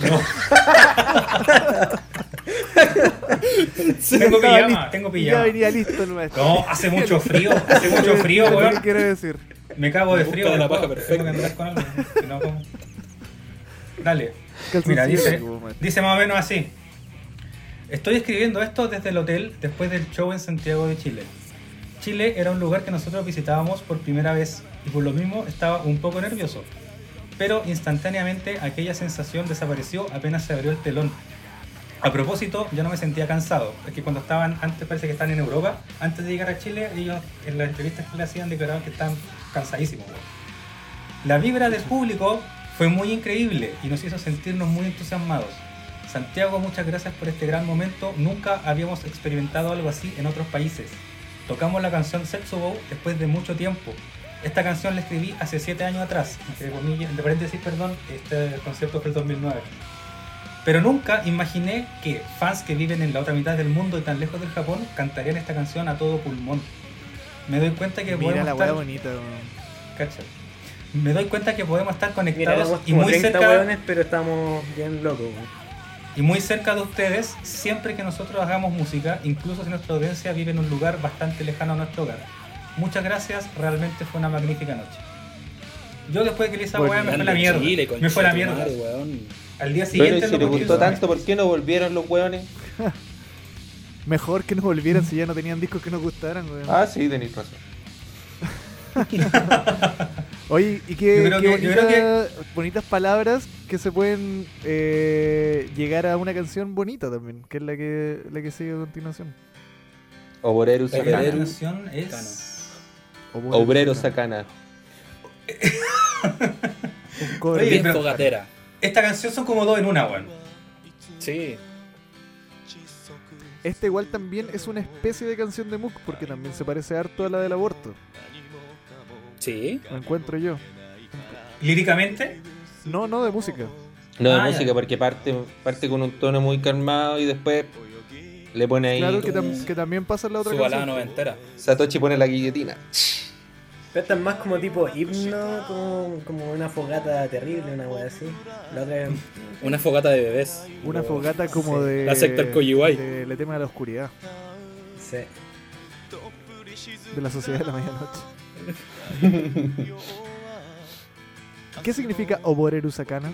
Speaker 1: (laughs)
Speaker 5: Tengo
Speaker 1: Estaba
Speaker 5: pijama,
Speaker 1: listo,
Speaker 5: tengo
Speaker 1: Ya
Speaker 5: pijama.
Speaker 1: venía listo el maestro.
Speaker 5: No, hace mucho frío,
Speaker 1: (laughs)
Speaker 5: hace mucho frío,
Speaker 1: Eso es lo que
Speaker 5: weón.
Speaker 1: quiero decir.
Speaker 5: Me cago de
Speaker 2: Me
Speaker 5: frío.
Speaker 2: gusta la
Speaker 5: weón.
Speaker 2: paja perfecta.
Speaker 5: Tengo que andar con algo, si no, ¿cómo? Dale. Mira,
Speaker 1: Calzoncillo,
Speaker 5: dice,
Speaker 1: como, maestro.
Speaker 5: dice más o menos así. Estoy escribiendo esto desde el hotel después del show en Santiago de Chile. Chile era un lugar que nosotros visitábamos por primera vez y por lo mismo estaba un poco nervioso. Pero instantáneamente aquella sensación desapareció apenas se abrió el telón. A propósito, yo no me sentía cansado. Es que cuando estaban, antes parece que están en Europa, antes de llegar a Chile, ellos en las entrevistas que le hacían declaraban que estaban cansadísimos. weón. La vibra del público fue muy increíble y nos hizo sentirnos muy entusiasmados. Santiago, muchas gracias por este gran momento. Nunca habíamos experimentado algo así en otros países. Tocamos la canción Sexo Bow después de mucho tiempo. Esta canción la escribí hace 7 años atrás, entre comillas, entre paréntesis, perdón, este concierto fue el 2009. Pero nunca imaginé que fans que viven en la otra mitad del mundo y tan lejos del Japón cantarían esta canción a todo pulmón. Me doy cuenta que
Speaker 1: Mira
Speaker 5: podemos
Speaker 1: la
Speaker 5: estar-
Speaker 1: wea bonita. weón.
Speaker 5: Cacha. Me doy cuenta que podemos estar
Speaker 8: Mira,
Speaker 5: conectados
Speaker 8: éramos
Speaker 5: y
Speaker 8: como
Speaker 5: muy,
Speaker 8: 30
Speaker 5: cerca,
Speaker 8: hueones, pero estamos bien locos. weón.
Speaker 5: y muy cerca de ustedes siempre que nosotros hagamos música, incluso si nuestra audiencia vive en un lugar bastante lejano a nuestro hogar. Muchas gracias, realmente fue una magnífica noche. Yo después de que le hice esa
Speaker 1: Bueno,
Speaker 5: weá me fue la
Speaker 2: Grande
Speaker 5: mierda.
Speaker 2: Chile,
Speaker 5: me fue
Speaker 2: concha
Speaker 5: la
Speaker 2: tu
Speaker 5: mierda.
Speaker 2: madre, weón.
Speaker 5: Al día
Speaker 4: Pero
Speaker 5: siguiente
Speaker 4: y si
Speaker 5: lo
Speaker 4: les
Speaker 5: puse
Speaker 4: gustó
Speaker 5: en
Speaker 4: tanto,
Speaker 5: Spotify.
Speaker 4: ¿por qué no volvieron los hueones?
Speaker 1: Mejor que nos volvieran si ya no tenían discos que nos gustaran, weón.
Speaker 4: Ah, sí, tenéis razón.
Speaker 1: Oye, y qué,
Speaker 5: Yo creo
Speaker 1: qué
Speaker 5: que- yo creo
Speaker 1: bonita- bonitas palabras que se pueden eh, llegar a una canción bonita también, que es la que, la que sigue a continuación.
Speaker 4: Obrero
Speaker 5: La
Speaker 4: Sacana.
Speaker 2: Obrero.
Speaker 5: canción es...
Speaker 1: O bueno,
Speaker 4: Obrero Sacana.
Speaker 1: etcétera. Un cover.
Speaker 5: Oye,
Speaker 2: Bien
Speaker 5: pero-
Speaker 2: fogatera.
Speaker 5: Esta canción son como dos en una, weón.
Speaker 2: Sí.
Speaker 1: Esta Este igual también es una especie de canción de Mook porque también se parece harto a la del aborto.
Speaker 2: Sí.
Speaker 1: Lo encuentro yo.
Speaker 5: Líricamente,
Speaker 1: No, no de música.
Speaker 4: No de
Speaker 5: Ah, ya.
Speaker 4: música, porque parte, parte con un tono muy calmado y después le pone ahí.
Speaker 1: Claro que, tam- que también pasa en la otra
Speaker 2: Su balada
Speaker 1: canción.
Speaker 2: noventera.
Speaker 4: Satoshi pone la guillotina.
Speaker 3: Pero esta es más como tipo himno, como, como una fogata terrible, una wea así. La otra es
Speaker 2: Una fogata de bebés.
Speaker 1: Una
Speaker 2: Pero-
Speaker 1: fogata como
Speaker 3: sí.
Speaker 1: de.
Speaker 2: La secta del Coyihuay.
Speaker 1: de- del tema de la oscuridad.
Speaker 3: sí.
Speaker 1: De la sociedad de la medianoche.
Speaker 4: (laughs)
Speaker 1: ¿Qué significa Oboreru Sakana?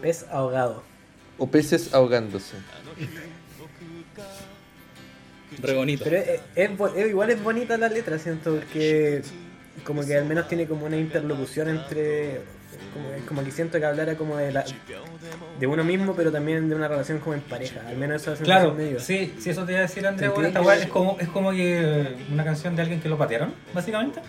Speaker 3: pez ahogado.
Speaker 4: O peces ahogándose.
Speaker 2: Re bonito.
Speaker 3: Pero es, es bo- es- igual es bonita la letra, siento, porque como que al menos tiene como una interlocución entre... Como, que- como que siento que hablara como de la de uno mismo, pero también de una relación como en pareja. Al menos esa sensación
Speaker 5: claro,
Speaker 3: me dio.
Speaker 5: sí, sí, eso te iba a decir Andrea,
Speaker 3: ¿Sentí
Speaker 5: weón. Esta
Speaker 3: que-
Speaker 5: weá es como, es como que una canción de alguien que lo patearon, básicamente.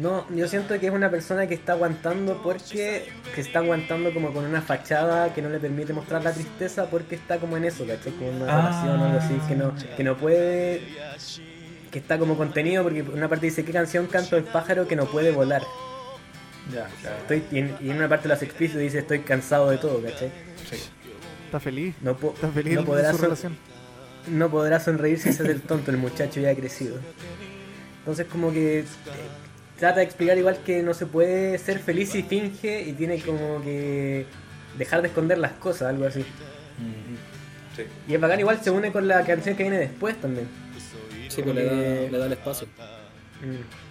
Speaker 3: No, yo siento que es una persona que está aguantando porque... Que está aguantando como con una fachada que no le permite mostrar la tristeza porque está como en eso, ¿cachai? Como en una
Speaker 5: Ah.
Speaker 3: relación o algo así, que no, que no puede... Que está como contenido porque por una parte dice, ¿qué canción canto el pájaro que no puede volar?
Speaker 5: Ya, claro.
Speaker 3: Estoy, y, en, y en una parte las explícito dice estoy cansado de todo, ¿cachai?
Speaker 1: ¿Está feliz?
Speaker 3: No, po-
Speaker 1: ¿Está feliz
Speaker 3: no,
Speaker 1: en
Speaker 3: podrá
Speaker 1: su
Speaker 3: son-
Speaker 1: relación?
Speaker 3: no podrá sonreír sin ser el tonto, el muchacho ya ha crecido. Entonces como que eh, trata de explicar igual que no se puede ser feliz si finge y tiene como que dejar de esconder las cosas, algo así.
Speaker 5: Sí.
Speaker 3: Y es bacán igual se une con la canción que viene después también.
Speaker 2: Sí, pues le da, le da el espacio.
Speaker 3: Mm.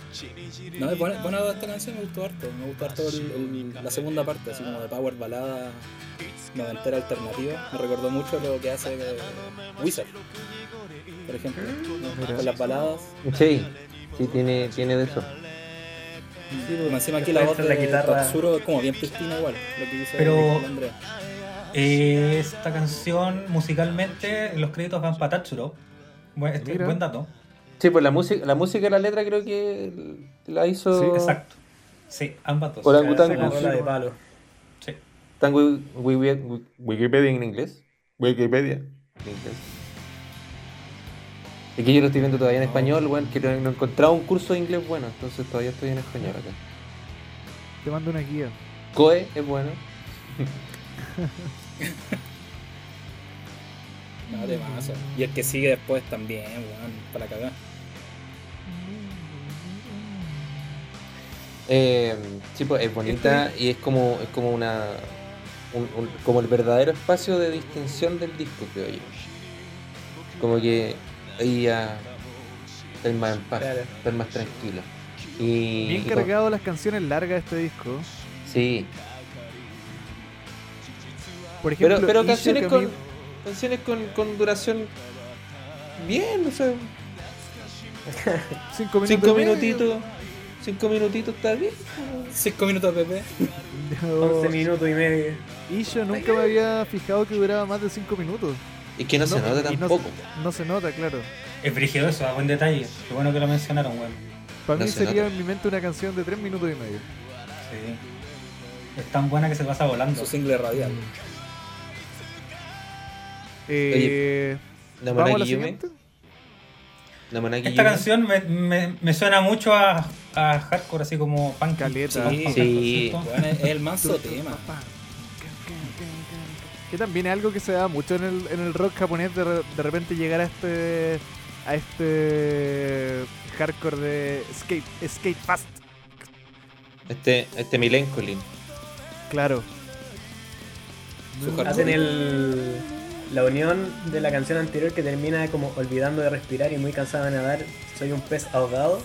Speaker 2: No, es buena, buena esta canción, me gustó harto. Me gustó harto el- el- la segunda parte, así como de Power Balada noventera alternativa. Me recordó mucho lo que hace eh, Wizard, por ejemplo,
Speaker 3: Mm,
Speaker 2: con las baladas.
Speaker 4: Sí, sí, tiene, tiene de eso.
Speaker 2: Sí, porque encima aquí la
Speaker 3: después
Speaker 2: voz
Speaker 3: pues,
Speaker 2: de
Speaker 3: entra la guitarra.
Speaker 2: Tatsuro es como bien pristina igual, lo que dice
Speaker 5: Pero-
Speaker 2: Andrea.
Speaker 5: Eh, Esta canción, musicalmente, los créditos van para Tatsuro. Buen, este-
Speaker 1: Mira.
Speaker 5: buen dato.
Speaker 4: Sí, pues la música, la música y la letra creo que la hizo
Speaker 1: Sí,
Speaker 5: Exacto. Sí, ambas dos.
Speaker 4: Por
Speaker 5: O
Speaker 4: algún
Speaker 5: sea,
Speaker 3: Se
Speaker 4: tango.
Speaker 3: la rola de palo.
Speaker 5: Sí.
Speaker 4: Tan wi- wi- wi- Wikipedia en inglés. Wikipedia en inglés. Es que yo lo estoy viendo todavía en español, bueno, que no no he encontrado un curso de inglés bueno, entonces todavía estoy en español acá.
Speaker 1: Te mando una guía.
Speaker 4: Coe es bueno.
Speaker 2: No, de mazo. ¿eh? Y el que sigue después también, weón, para cagar.
Speaker 4: Eh, sí, pues es bonita y es como, es como una. un- un- como el verdadero espacio de distinción del disco, creo yo. Como que ahí ya estás más en paz,
Speaker 3: Claro.
Speaker 4: estás más tranquilo. Y,
Speaker 1: Bien
Speaker 4: y como-
Speaker 1: cargado las canciones largas de este disco.
Speaker 4: Sí,
Speaker 1: Por ejemplo,
Speaker 4: pero, pero
Speaker 1: Issue,
Speaker 4: canciones,
Speaker 1: que a
Speaker 4: con,
Speaker 1: mí-
Speaker 4: canciones con, con duración bien, o sea,
Speaker 1: cinco minutos.
Speaker 4: cinco
Speaker 1: y medio. (laughs)
Speaker 4: minutitos, cinco minutitos está bien.
Speaker 2: Cinco minutos, Pepe.
Speaker 1: Yo-
Speaker 3: 11 minutos y medio.
Speaker 1: Y yo Oh, nunca me había fijado que duraba más de 5 minutos.
Speaker 4: Y que no, se nota
Speaker 1: y
Speaker 4: tampoco.
Speaker 1: No, se nota, claro.
Speaker 5: Es brígido eso, a buen detalle. Qué bueno que lo mencionaron, weón.
Speaker 1: Para
Speaker 4: No
Speaker 1: mí
Speaker 4: se
Speaker 1: sería
Speaker 4: nota.
Speaker 1: en mi mente una canción de 3 minutos y medio.
Speaker 5: Sí. Es tan buena que se pasa volando.
Speaker 2: Su single radial.
Speaker 1: Eh,
Speaker 4: La
Speaker 1: ¿Vamos a la
Speaker 4: Monaki Yume,
Speaker 1: siguiente?
Speaker 4: la Monaki
Speaker 5: Esta
Speaker 4: Yume.
Speaker 5: canción me, me, me suena mucho a, a hardcore, así como punk.
Speaker 1: Caleta.
Speaker 5: Sí,
Speaker 4: Sí.
Speaker 5: punk hardcore,
Speaker 2: Weón, es es el manso tema.
Speaker 1: Que también es algo que se da mucho en el, en el rock japonés de, re- de repente llegar a este a este hardcore de skate skate fast.
Speaker 4: Este, este Milencolin.
Speaker 1: Claro.
Speaker 2: Su hardcore.
Speaker 3: Mm. Hacen el, la unión de la canción anterior que termina como olvidando de respirar y muy cansado de nadar, soy un pez ahogado.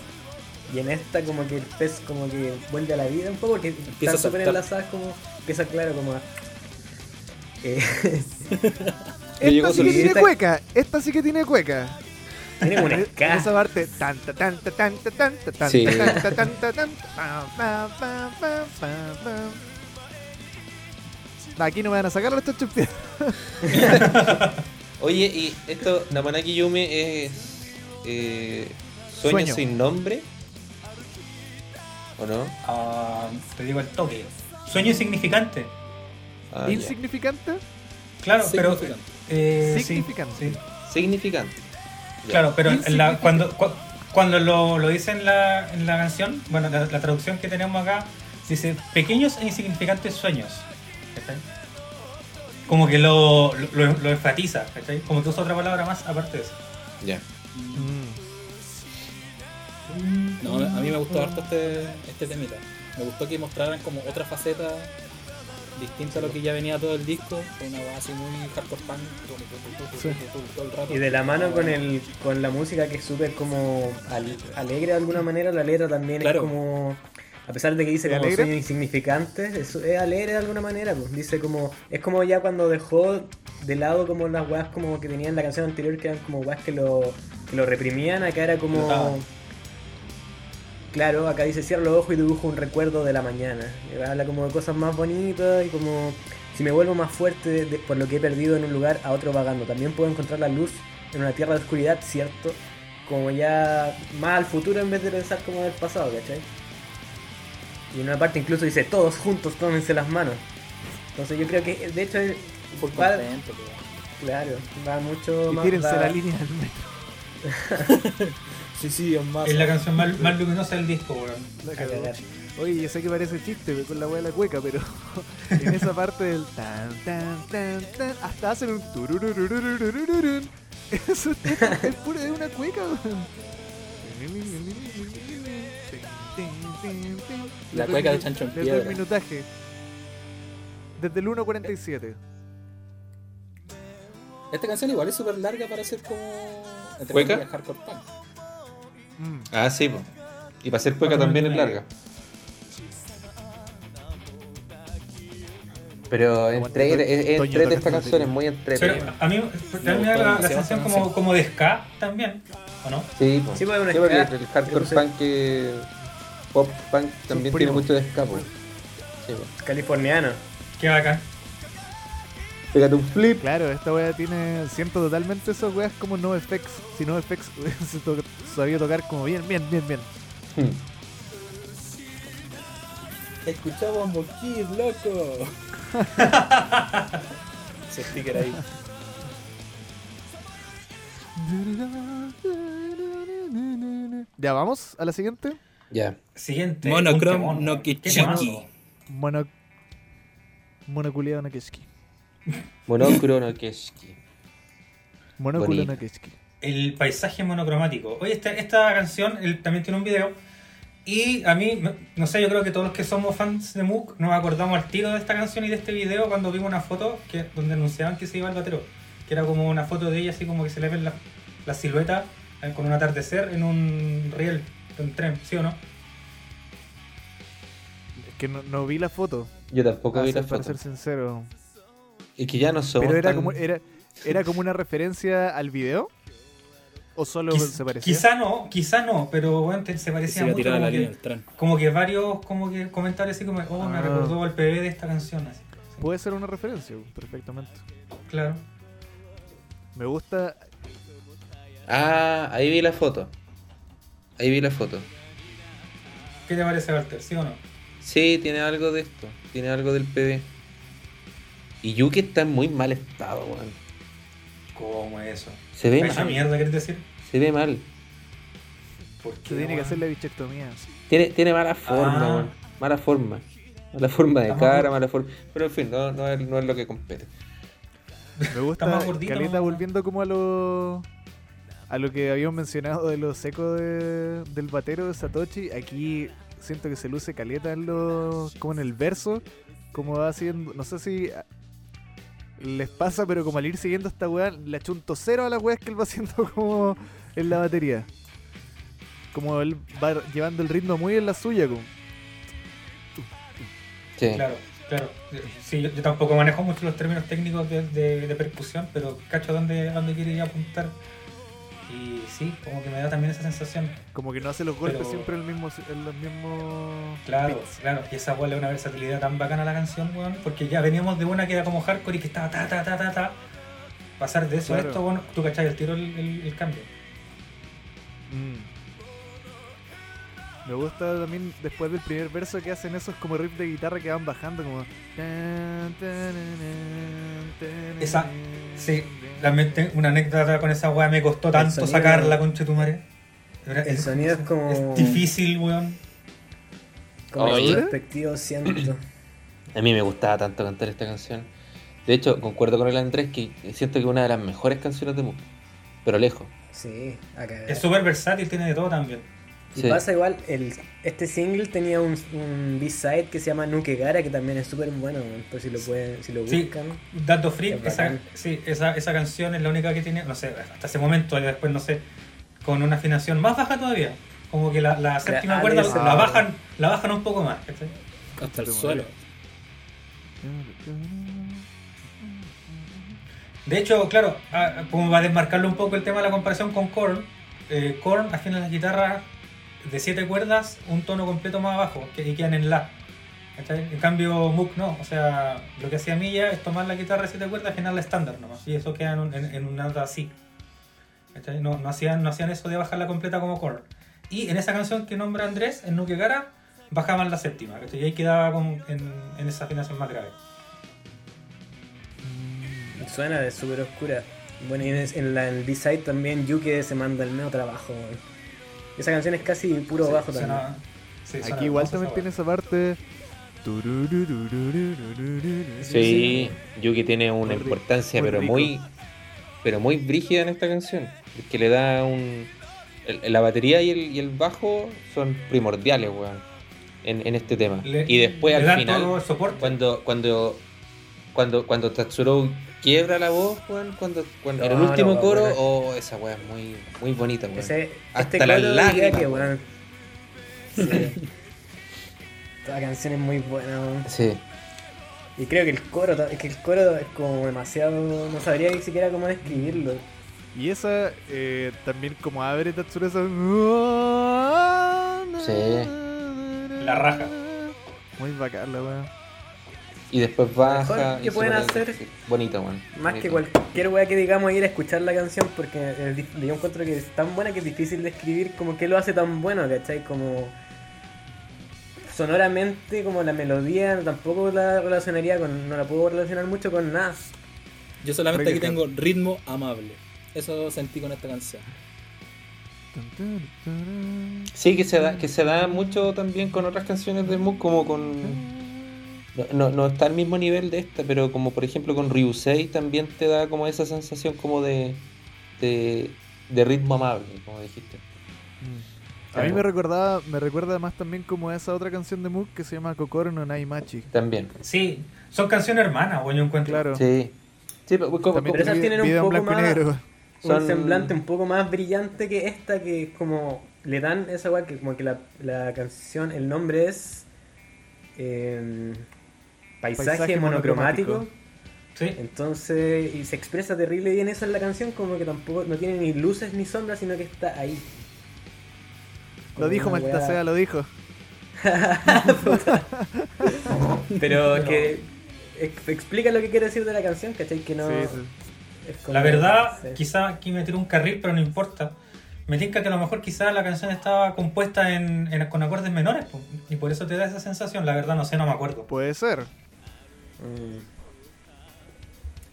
Speaker 3: Y en esta como que el pez como que vuelve a la vida un poco porque
Speaker 2: a
Speaker 3: están súper
Speaker 2: saltar.
Speaker 3: enlazadas como empieza claro como a... (laughs) Eh,
Speaker 4: Le llegó
Speaker 1: Esta sí que
Speaker 3: su-
Speaker 1: tiene cueca, esta sí que tiene cueca.
Speaker 3: tiene como una
Speaker 1: En (laughs) esa
Speaker 3: escala.
Speaker 1: parte tan ta, tan ta, tan ta, tan ta, tan
Speaker 4: Sí.
Speaker 1: ta, tan ta, tan ta, tan, pa, pa, pa, pa, pa, pa. No, Aquí no me van a sacar los estos
Speaker 4: Oye, y esto, Namanaki Yume es. Eh, sueño,
Speaker 1: Sueño.
Speaker 4: sin nombre. ¿O no?
Speaker 5: Ah, te digo el toque. Sueño insignificante.
Speaker 4: Ah, ya.
Speaker 1: ¿Insignificante?
Speaker 5: Claro, pero.
Speaker 2: Significante.
Speaker 5: eh, sí,
Speaker 1: Significante.
Speaker 5: sí.
Speaker 4: Significante. Ya.
Speaker 5: Claro, pero en la-
Speaker 1: Insignificante.
Speaker 5: cuando, cu- cuando lo, lo dice en la, en la canción, bueno, la, la traducción que tenemos acá dice pequeños e insignificantes sueños. ¿cachai? Como que lo, lo- lo- lo enfatiza, ¿cachai? Como que usa otra palabra más aparte de eso.
Speaker 4: Ya.
Speaker 1: Mm.
Speaker 2: No, a mí me gustó harto este, este temita. Me gustó que mostraran como otra faceta distinta a lo que ya venía todo el disco. Fue una base muy hardcore punk
Speaker 1: Sí.
Speaker 2: todo el rato.
Speaker 3: Y de la mano con el con la música que es súper como al- alegre de alguna manera, la letra también
Speaker 2: Claro.
Speaker 3: es como a pesar de que dice
Speaker 1: ¿Es
Speaker 3: como
Speaker 1: alegre?
Speaker 3: sueños insignificantes, es, es alegre de alguna manera, pues dice como es como ya cuando dejó de lado como las weas como que tenía en la canción anterior que eran como weas que lo que lo reprimían, acá era
Speaker 5: Lo tapan.
Speaker 3: como Claro, acá dice cierra los ojos y dibujo un recuerdo de la mañana. Habla como de cosas más bonitas y como si me vuelvo más fuerte de- de- por lo que he perdido en un lugar a otro vagando. También puedo encontrar la luz en una tierra de oscuridad, ¿cierto? Como ya más al futuro en vez de pensar como del pasado, ¿cachai? Y en una parte incluso dice, todos juntos tómense las manos. Entonces yo creo que, de hecho, es-
Speaker 2: Full
Speaker 3: va-
Speaker 2: contento, que-
Speaker 3: claro, va mucho
Speaker 1: Y
Speaker 3: más...
Speaker 1: tírense
Speaker 3: va-
Speaker 1: la línea del metro.
Speaker 2: Sí, sí, es más.
Speaker 5: Es la canción más, más luminosa del disco, weón.
Speaker 1: La
Speaker 3: a
Speaker 1: cagó.
Speaker 3: cagar.
Speaker 1: Oye, yo sé que parece chiste con la wea de la cueca, pero (laughs) en esa parte del tan tan tan tan hasta hacen un tururururururururun. Eso es, es pura es una cueca. weón.
Speaker 2: La
Speaker 1: Le
Speaker 2: cueca
Speaker 1: doy
Speaker 2: de Chancho en
Speaker 1: mi- Le doy
Speaker 2: Piedra.
Speaker 1: minutaje. Desde el 1.47.
Speaker 2: Esta canción igual es súper larga para ser como. entre
Speaker 4: ¿Cueca?
Speaker 2: comillas, Hardcore punk.
Speaker 1: Mm.
Speaker 4: Ah, sí, po. Y para ser cueca también es larga. Pero entre, es- es
Speaker 1: Toño
Speaker 4: entrete esta
Speaker 1: tocando
Speaker 4: canción,
Speaker 1: el
Speaker 4: es muy
Speaker 5: Pero
Speaker 4: entrete.
Speaker 5: a mí también me da la, la
Speaker 2: demasiado
Speaker 5: sensación
Speaker 2: esa
Speaker 5: como,
Speaker 2: canción.
Speaker 5: como de ska también, ¿o no?
Speaker 4: Sí, po.
Speaker 3: Sí, pues, es una
Speaker 4: Sí, porque
Speaker 3: escala.
Speaker 4: el hardcore
Speaker 3: Entonces-
Speaker 4: punk, eh, pop punk también tiene
Speaker 1: primo.
Speaker 4: mucho de pues. escapo. Sí,
Speaker 3: pues.
Speaker 4: po.
Speaker 3: Californiano.
Speaker 5: Qué bacán.
Speaker 4: Pégate un flip.
Speaker 1: Claro, esta wea tiene. Siento totalmente esas weas como no effects. Si no effects (laughs) hubiese to- sabido tocar como bien, bien, bien, bien.
Speaker 4: Hmm.
Speaker 2: Escuchaba Bombo Kid, loco. Ese sticker ahí.
Speaker 1: Ya vamos a la siguiente.
Speaker 4: Ya.
Speaker 5: Siguiente.
Speaker 2: Monochrome
Speaker 5: un temón.
Speaker 2: no
Speaker 5: Qué
Speaker 2: Kichiki.
Speaker 5: temazo.
Speaker 1: Mono. Monoculeado Nakeski.
Speaker 4: Monocro no Keski.
Speaker 1: Monoculo
Speaker 4: Bonito.
Speaker 1: Nakeski.
Speaker 5: El paisaje monocromático. Oye, esta, esta canción él también tiene un video. Y a mí, no- no sé, yo creo que todos los que somos fans de Mook nos acordamos al tiro de esta canción y de este video cuando vimos una foto que, donde anunciaban que se iba al batero. Que era como una foto de ella, así como que se le ven la, la silueta eh, con un atardecer en un riel de un tren, ¿sí o no?
Speaker 1: Es que no, no vi la foto.
Speaker 4: Yo tampoco
Speaker 1: para
Speaker 4: vi la
Speaker 1: ser, para
Speaker 4: foto.
Speaker 1: ser sincero.
Speaker 4: Y que ya no somos
Speaker 1: Pero era
Speaker 4: tan-
Speaker 1: como, era, era como una referencia al video. ¿O solo
Speaker 5: Quiz-
Speaker 1: se parecía?
Speaker 5: quizá no, quizá no, pero bueno, te- se parecía
Speaker 2: Se iba a
Speaker 5: mucho.
Speaker 2: tirar a la
Speaker 5: como que-
Speaker 2: línea del tren.
Speaker 5: como que varios como que comentarios así como, oh, me
Speaker 1: Ah.
Speaker 5: recordó al PB de esta canción. Así. Sí,
Speaker 1: Puede ser una referencia, perfectamente.
Speaker 5: Claro.
Speaker 1: Me gusta.
Speaker 4: Ah, ahí vi la foto. Ahí vi la foto.
Speaker 5: ¿Qué te parece, Walter? ¿Sí o no?
Speaker 4: Sí, tiene algo de esto. Tiene algo del PB. Y Yuki está en muy mal estado, weón.
Speaker 5: ¿Cómo es eso?
Speaker 4: Se ve
Speaker 5: ¿Esa
Speaker 4: mal.
Speaker 5: mierda querés decir?
Speaker 4: Se ve mal.
Speaker 5: ¿Por qué,
Speaker 1: Se tiene que
Speaker 5: weón?
Speaker 1: hacer la bichectomía.
Speaker 4: Tiene, tiene mala forma,
Speaker 5: Ah.
Speaker 4: weón. Mala forma. Mala forma de
Speaker 5: Está más
Speaker 4: cara,
Speaker 5: gordo.
Speaker 4: mala forma. Pero en fin, no, no, es, no es lo que compete.
Speaker 1: Me
Speaker 5: Está
Speaker 1: gusta
Speaker 5: más gordito,
Speaker 1: Caleta
Speaker 5: ¿no?
Speaker 1: volviendo como a lo a lo que habíamos mencionado de lo seco de- del batero de Satoshi. Aquí siento que se luce Caleta en lo, como en el verso, como va haciendo, no sé si a- les pasa, pero como al ir siguiendo esta weá, le achunto cero a las weas que él va haciendo (laughs) como en la batería. Como él va llevando el ritmo muy en la suya, como.
Speaker 4: Sí.
Speaker 5: Claro, claro. Sí, yo, yo tampoco manejo mucho los términos técnicos de, de- de percusión, pero cacho dónde, dónde quiere ir a apuntar. Y sí, como que me da también esa sensación.
Speaker 1: Como que no hace los golpes
Speaker 5: Pero-
Speaker 1: siempre en, el mismo, en los mismos.
Speaker 5: Claro,
Speaker 1: beats.
Speaker 5: claro. Y esa weá le da una versatilidad tan bacana a la canción, weón. Porque ya veníamos de una que era como hardcore y que estaba ta, ta, ta, ta, ta. Pasar de eso
Speaker 1: Claro.
Speaker 5: a esto, weón, tú cachai el tiro el, el- el cambio.
Speaker 1: Mm. Me gusta también después del primer verso que hacen esos como riffs de guitarra que van bajando como...
Speaker 5: Esa- Sí, realmente una anécdota con esa weá me costó tanto
Speaker 3: sonido-
Speaker 5: sacarla, conche tu madre.
Speaker 3: El sonido es como.
Speaker 5: Es difícil, weón.
Speaker 3: Como
Speaker 4: Oye.
Speaker 3: respectivo siento.
Speaker 4: A mí me gustaba tanto cantar esta canción. De hecho, concuerdo con el Andrés que siento que es una de las mejores canciones de Moog, pero lejos.
Speaker 3: Sí, a cagar.
Speaker 5: Es súper versátil, tiene de todo también.
Speaker 3: Y
Speaker 4: Sí.
Speaker 3: pasa igual, el, este single tenía un, un B-side que se llama Nukegara, que también es súper bueno, weón, por si lo pueden, si lo
Speaker 5: Sí.
Speaker 3: buscan.
Speaker 5: Dato Freak,
Speaker 3: Es
Speaker 5: esa,
Speaker 3: bacán.
Speaker 5: sí, esa, esa canción es la única que tiene, no sé, hasta ese momento, y después no sé, con una afinación más baja todavía. Como que la, la séptima
Speaker 3: ah,
Speaker 5: cuerda
Speaker 3: debe
Speaker 5: la
Speaker 3: ser.
Speaker 5: bajan, la bajan un poco más. ¿cachai?
Speaker 2: Hasta el
Speaker 1: Pero,
Speaker 2: suelo.
Speaker 5: De hecho, claro, ah, como va a desmarcarlo un poco el tema de la comparación con Korn, eh, Korn afina las guitarras de siete cuerdas un tono completo más abajo que, y quedan en La. ¿cachai? En cambio, Moog no. O sea, lo que hacía Milla es tomar la guitarra de siete cuerdas y afinarla estándar nomás. Y eso queda en, un- en- en un nada así. ¿cachai? No, no, hacían, no hacían eso de bajarla completa como Korn. Y en esa canción que nombra Andrés, en Nuke Gara, bajaban la séptima. ¿cachai? Y ahí quedaba con- en, en esa afinación más grave.
Speaker 3: Suena de súper oscura. Bueno, y en, es- en la- en el B-side también Yuke se manda el medio trabajo. weón. Esa canción es casi puro bajo
Speaker 5: Sí,
Speaker 3: también.
Speaker 5: suena- sí, suena
Speaker 1: Aquí igual
Speaker 5: hermosa
Speaker 1: también
Speaker 5: esa
Speaker 1: tiene esa parte...
Speaker 4: Sí, Yuki tiene
Speaker 1: Muy
Speaker 4: una
Speaker 1: rico,
Speaker 4: importancia,
Speaker 1: muy
Speaker 4: pero
Speaker 1: rico.
Speaker 4: muy pero muy brígida en esta canción. Es que le da un. el- la batería y el, y el bajo son primordiales, weón, en, en este tema.
Speaker 5: Le-
Speaker 4: y después
Speaker 5: le
Speaker 4: al
Speaker 5: dan
Speaker 4: final,
Speaker 5: todo el soporte.
Speaker 4: cuando cuando cuando cuando Tatsuro quiebra la voz, weón, cuando, cuando en el
Speaker 3: Claro,
Speaker 4: último
Speaker 3: weón,
Speaker 4: coro,
Speaker 3: buena.
Speaker 4: oh, esa weá es muy, muy bonita, weón.
Speaker 3: Ese,
Speaker 4: Hasta
Speaker 3: este
Speaker 4: las
Speaker 3: coro de
Speaker 4: lágrimas,
Speaker 3: Yuke,
Speaker 4: weón.
Speaker 3: weón. Sí. Toda canción es muy buena, weón.
Speaker 4: Sí.
Speaker 3: Y creo que el coro, ta- es que el coro es como demasiado. No sabría ni siquiera cómo describirlo.
Speaker 1: Y esa eh, también como abre Tatsura esa...
Speaker 5: weá. La raja.
Speaker 1: Muy bacán la weá.
Speaker 4: Y después baja.
Speaker 3: Mejor
Speaker 4: y
Speaker 3: que
Speaker 4: se
Speaker 3: pueden
Speaker 4: pone-
Speaker 3: hacer-
Speaker 4: Bonita, weón.
Speaker 3: Más que
Speaker 4: bonita.
Speaker 3: cualquier weá que digamos ir a escuchar la canción, porque eh, di- yo encuentro que es tan buena que es difícil describir como que lo hace tan bueno, ¿cachai? Como sonoramente, como la melodía, tampoco la relacionaría con, no la puedo relacionar mucho con nada.
Speaker 2: Yo solamente aquí
Speaker 1: Reggae
Speaker 2: tengo ritmo amable. Eso sentí con esta canción.
Speaker 4: Sí, que se
Speaker 3: Mm.
Speaker 4: da, que se da mucho también con otras canciones de Moog, como con. No, no, no está al mismo nivel de esta, pero como por ejemplo con Ryusei también te da como esa sensación como de. de, de ritmo amable, como dijiste.
Speaker 1: A mí me recordaba, me recuerda más también como a esa otra canción de Moog que se llama Kokoro no Nai Machi.
Speaker 4: También.
Speaker 5: Sí, son canciones hermanas, bueno, yo encuentro.
Speaker 1: Claro.
Speaker 4: Sí. Sí, pero, como-
Speaker 1: También
Speaker 3: Pero esas
Speaker 1: vi-
Speaker 3: tienen un
Speaker 1: video en
Speaker 3: poco
Speaker 1: blanco y
Speaker 3: más-
Speaker 1: negro.
Speaker 4: Son-
Speaker 3: Un semblante un poco más brillante que esta, que es como le dan esa weá, que como que la, la canción, el nombre es. em, paisaje,
Speaker 1: Paisaje
Speaker 3: monocromático.
Speaker 1: monocromático.
Speaker 5: Sí.
Speaker 3: Entonces, y se expresa terrible bien eso en la canción, como que tampoco no tiene ni luces ni sombras, sino que está ahí.
Speaker 1: Lo dijo
Speaker 3: Una
Speaker 1: Maldita
Speaker 3: weá.
Speaker 1: sea, lo dijo.
Speaker 3: Pero es que ex- explica lo que quiere decir de la canción, ¿cachai? Que no.
Speaker 1: Sí, sí.
Speaker 3: es como-
Speaker 5: La verdad,
Speaker 3: sí.
Speaker 5: quizá aquí me tiró un carril, pero no importa. Me tinca que a lo mejor quizá la canción estaba compuesta en, en- con acordes menores, po, y por eso te da esa sensación. La verdad, no sé, no me acuerdo.
Speaker 1: Puede ser.
Speaker 3: Mm.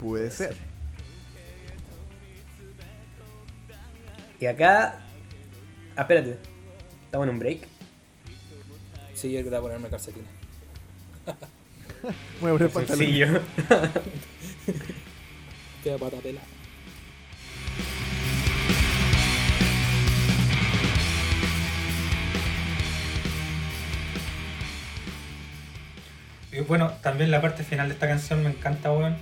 Speaker 1: Puede ser.
Speaker 3: Y acá. Ah, espérate. Estamos en un break.
Speaker 2: Sí, yo voy a ponerme calcetines.
Speaker 1: Voy a poner pantalones.
Speaker 2: Queda pata pela.
Speaker 5: Y bueno, también la parte final de esta canción me encanta, weón.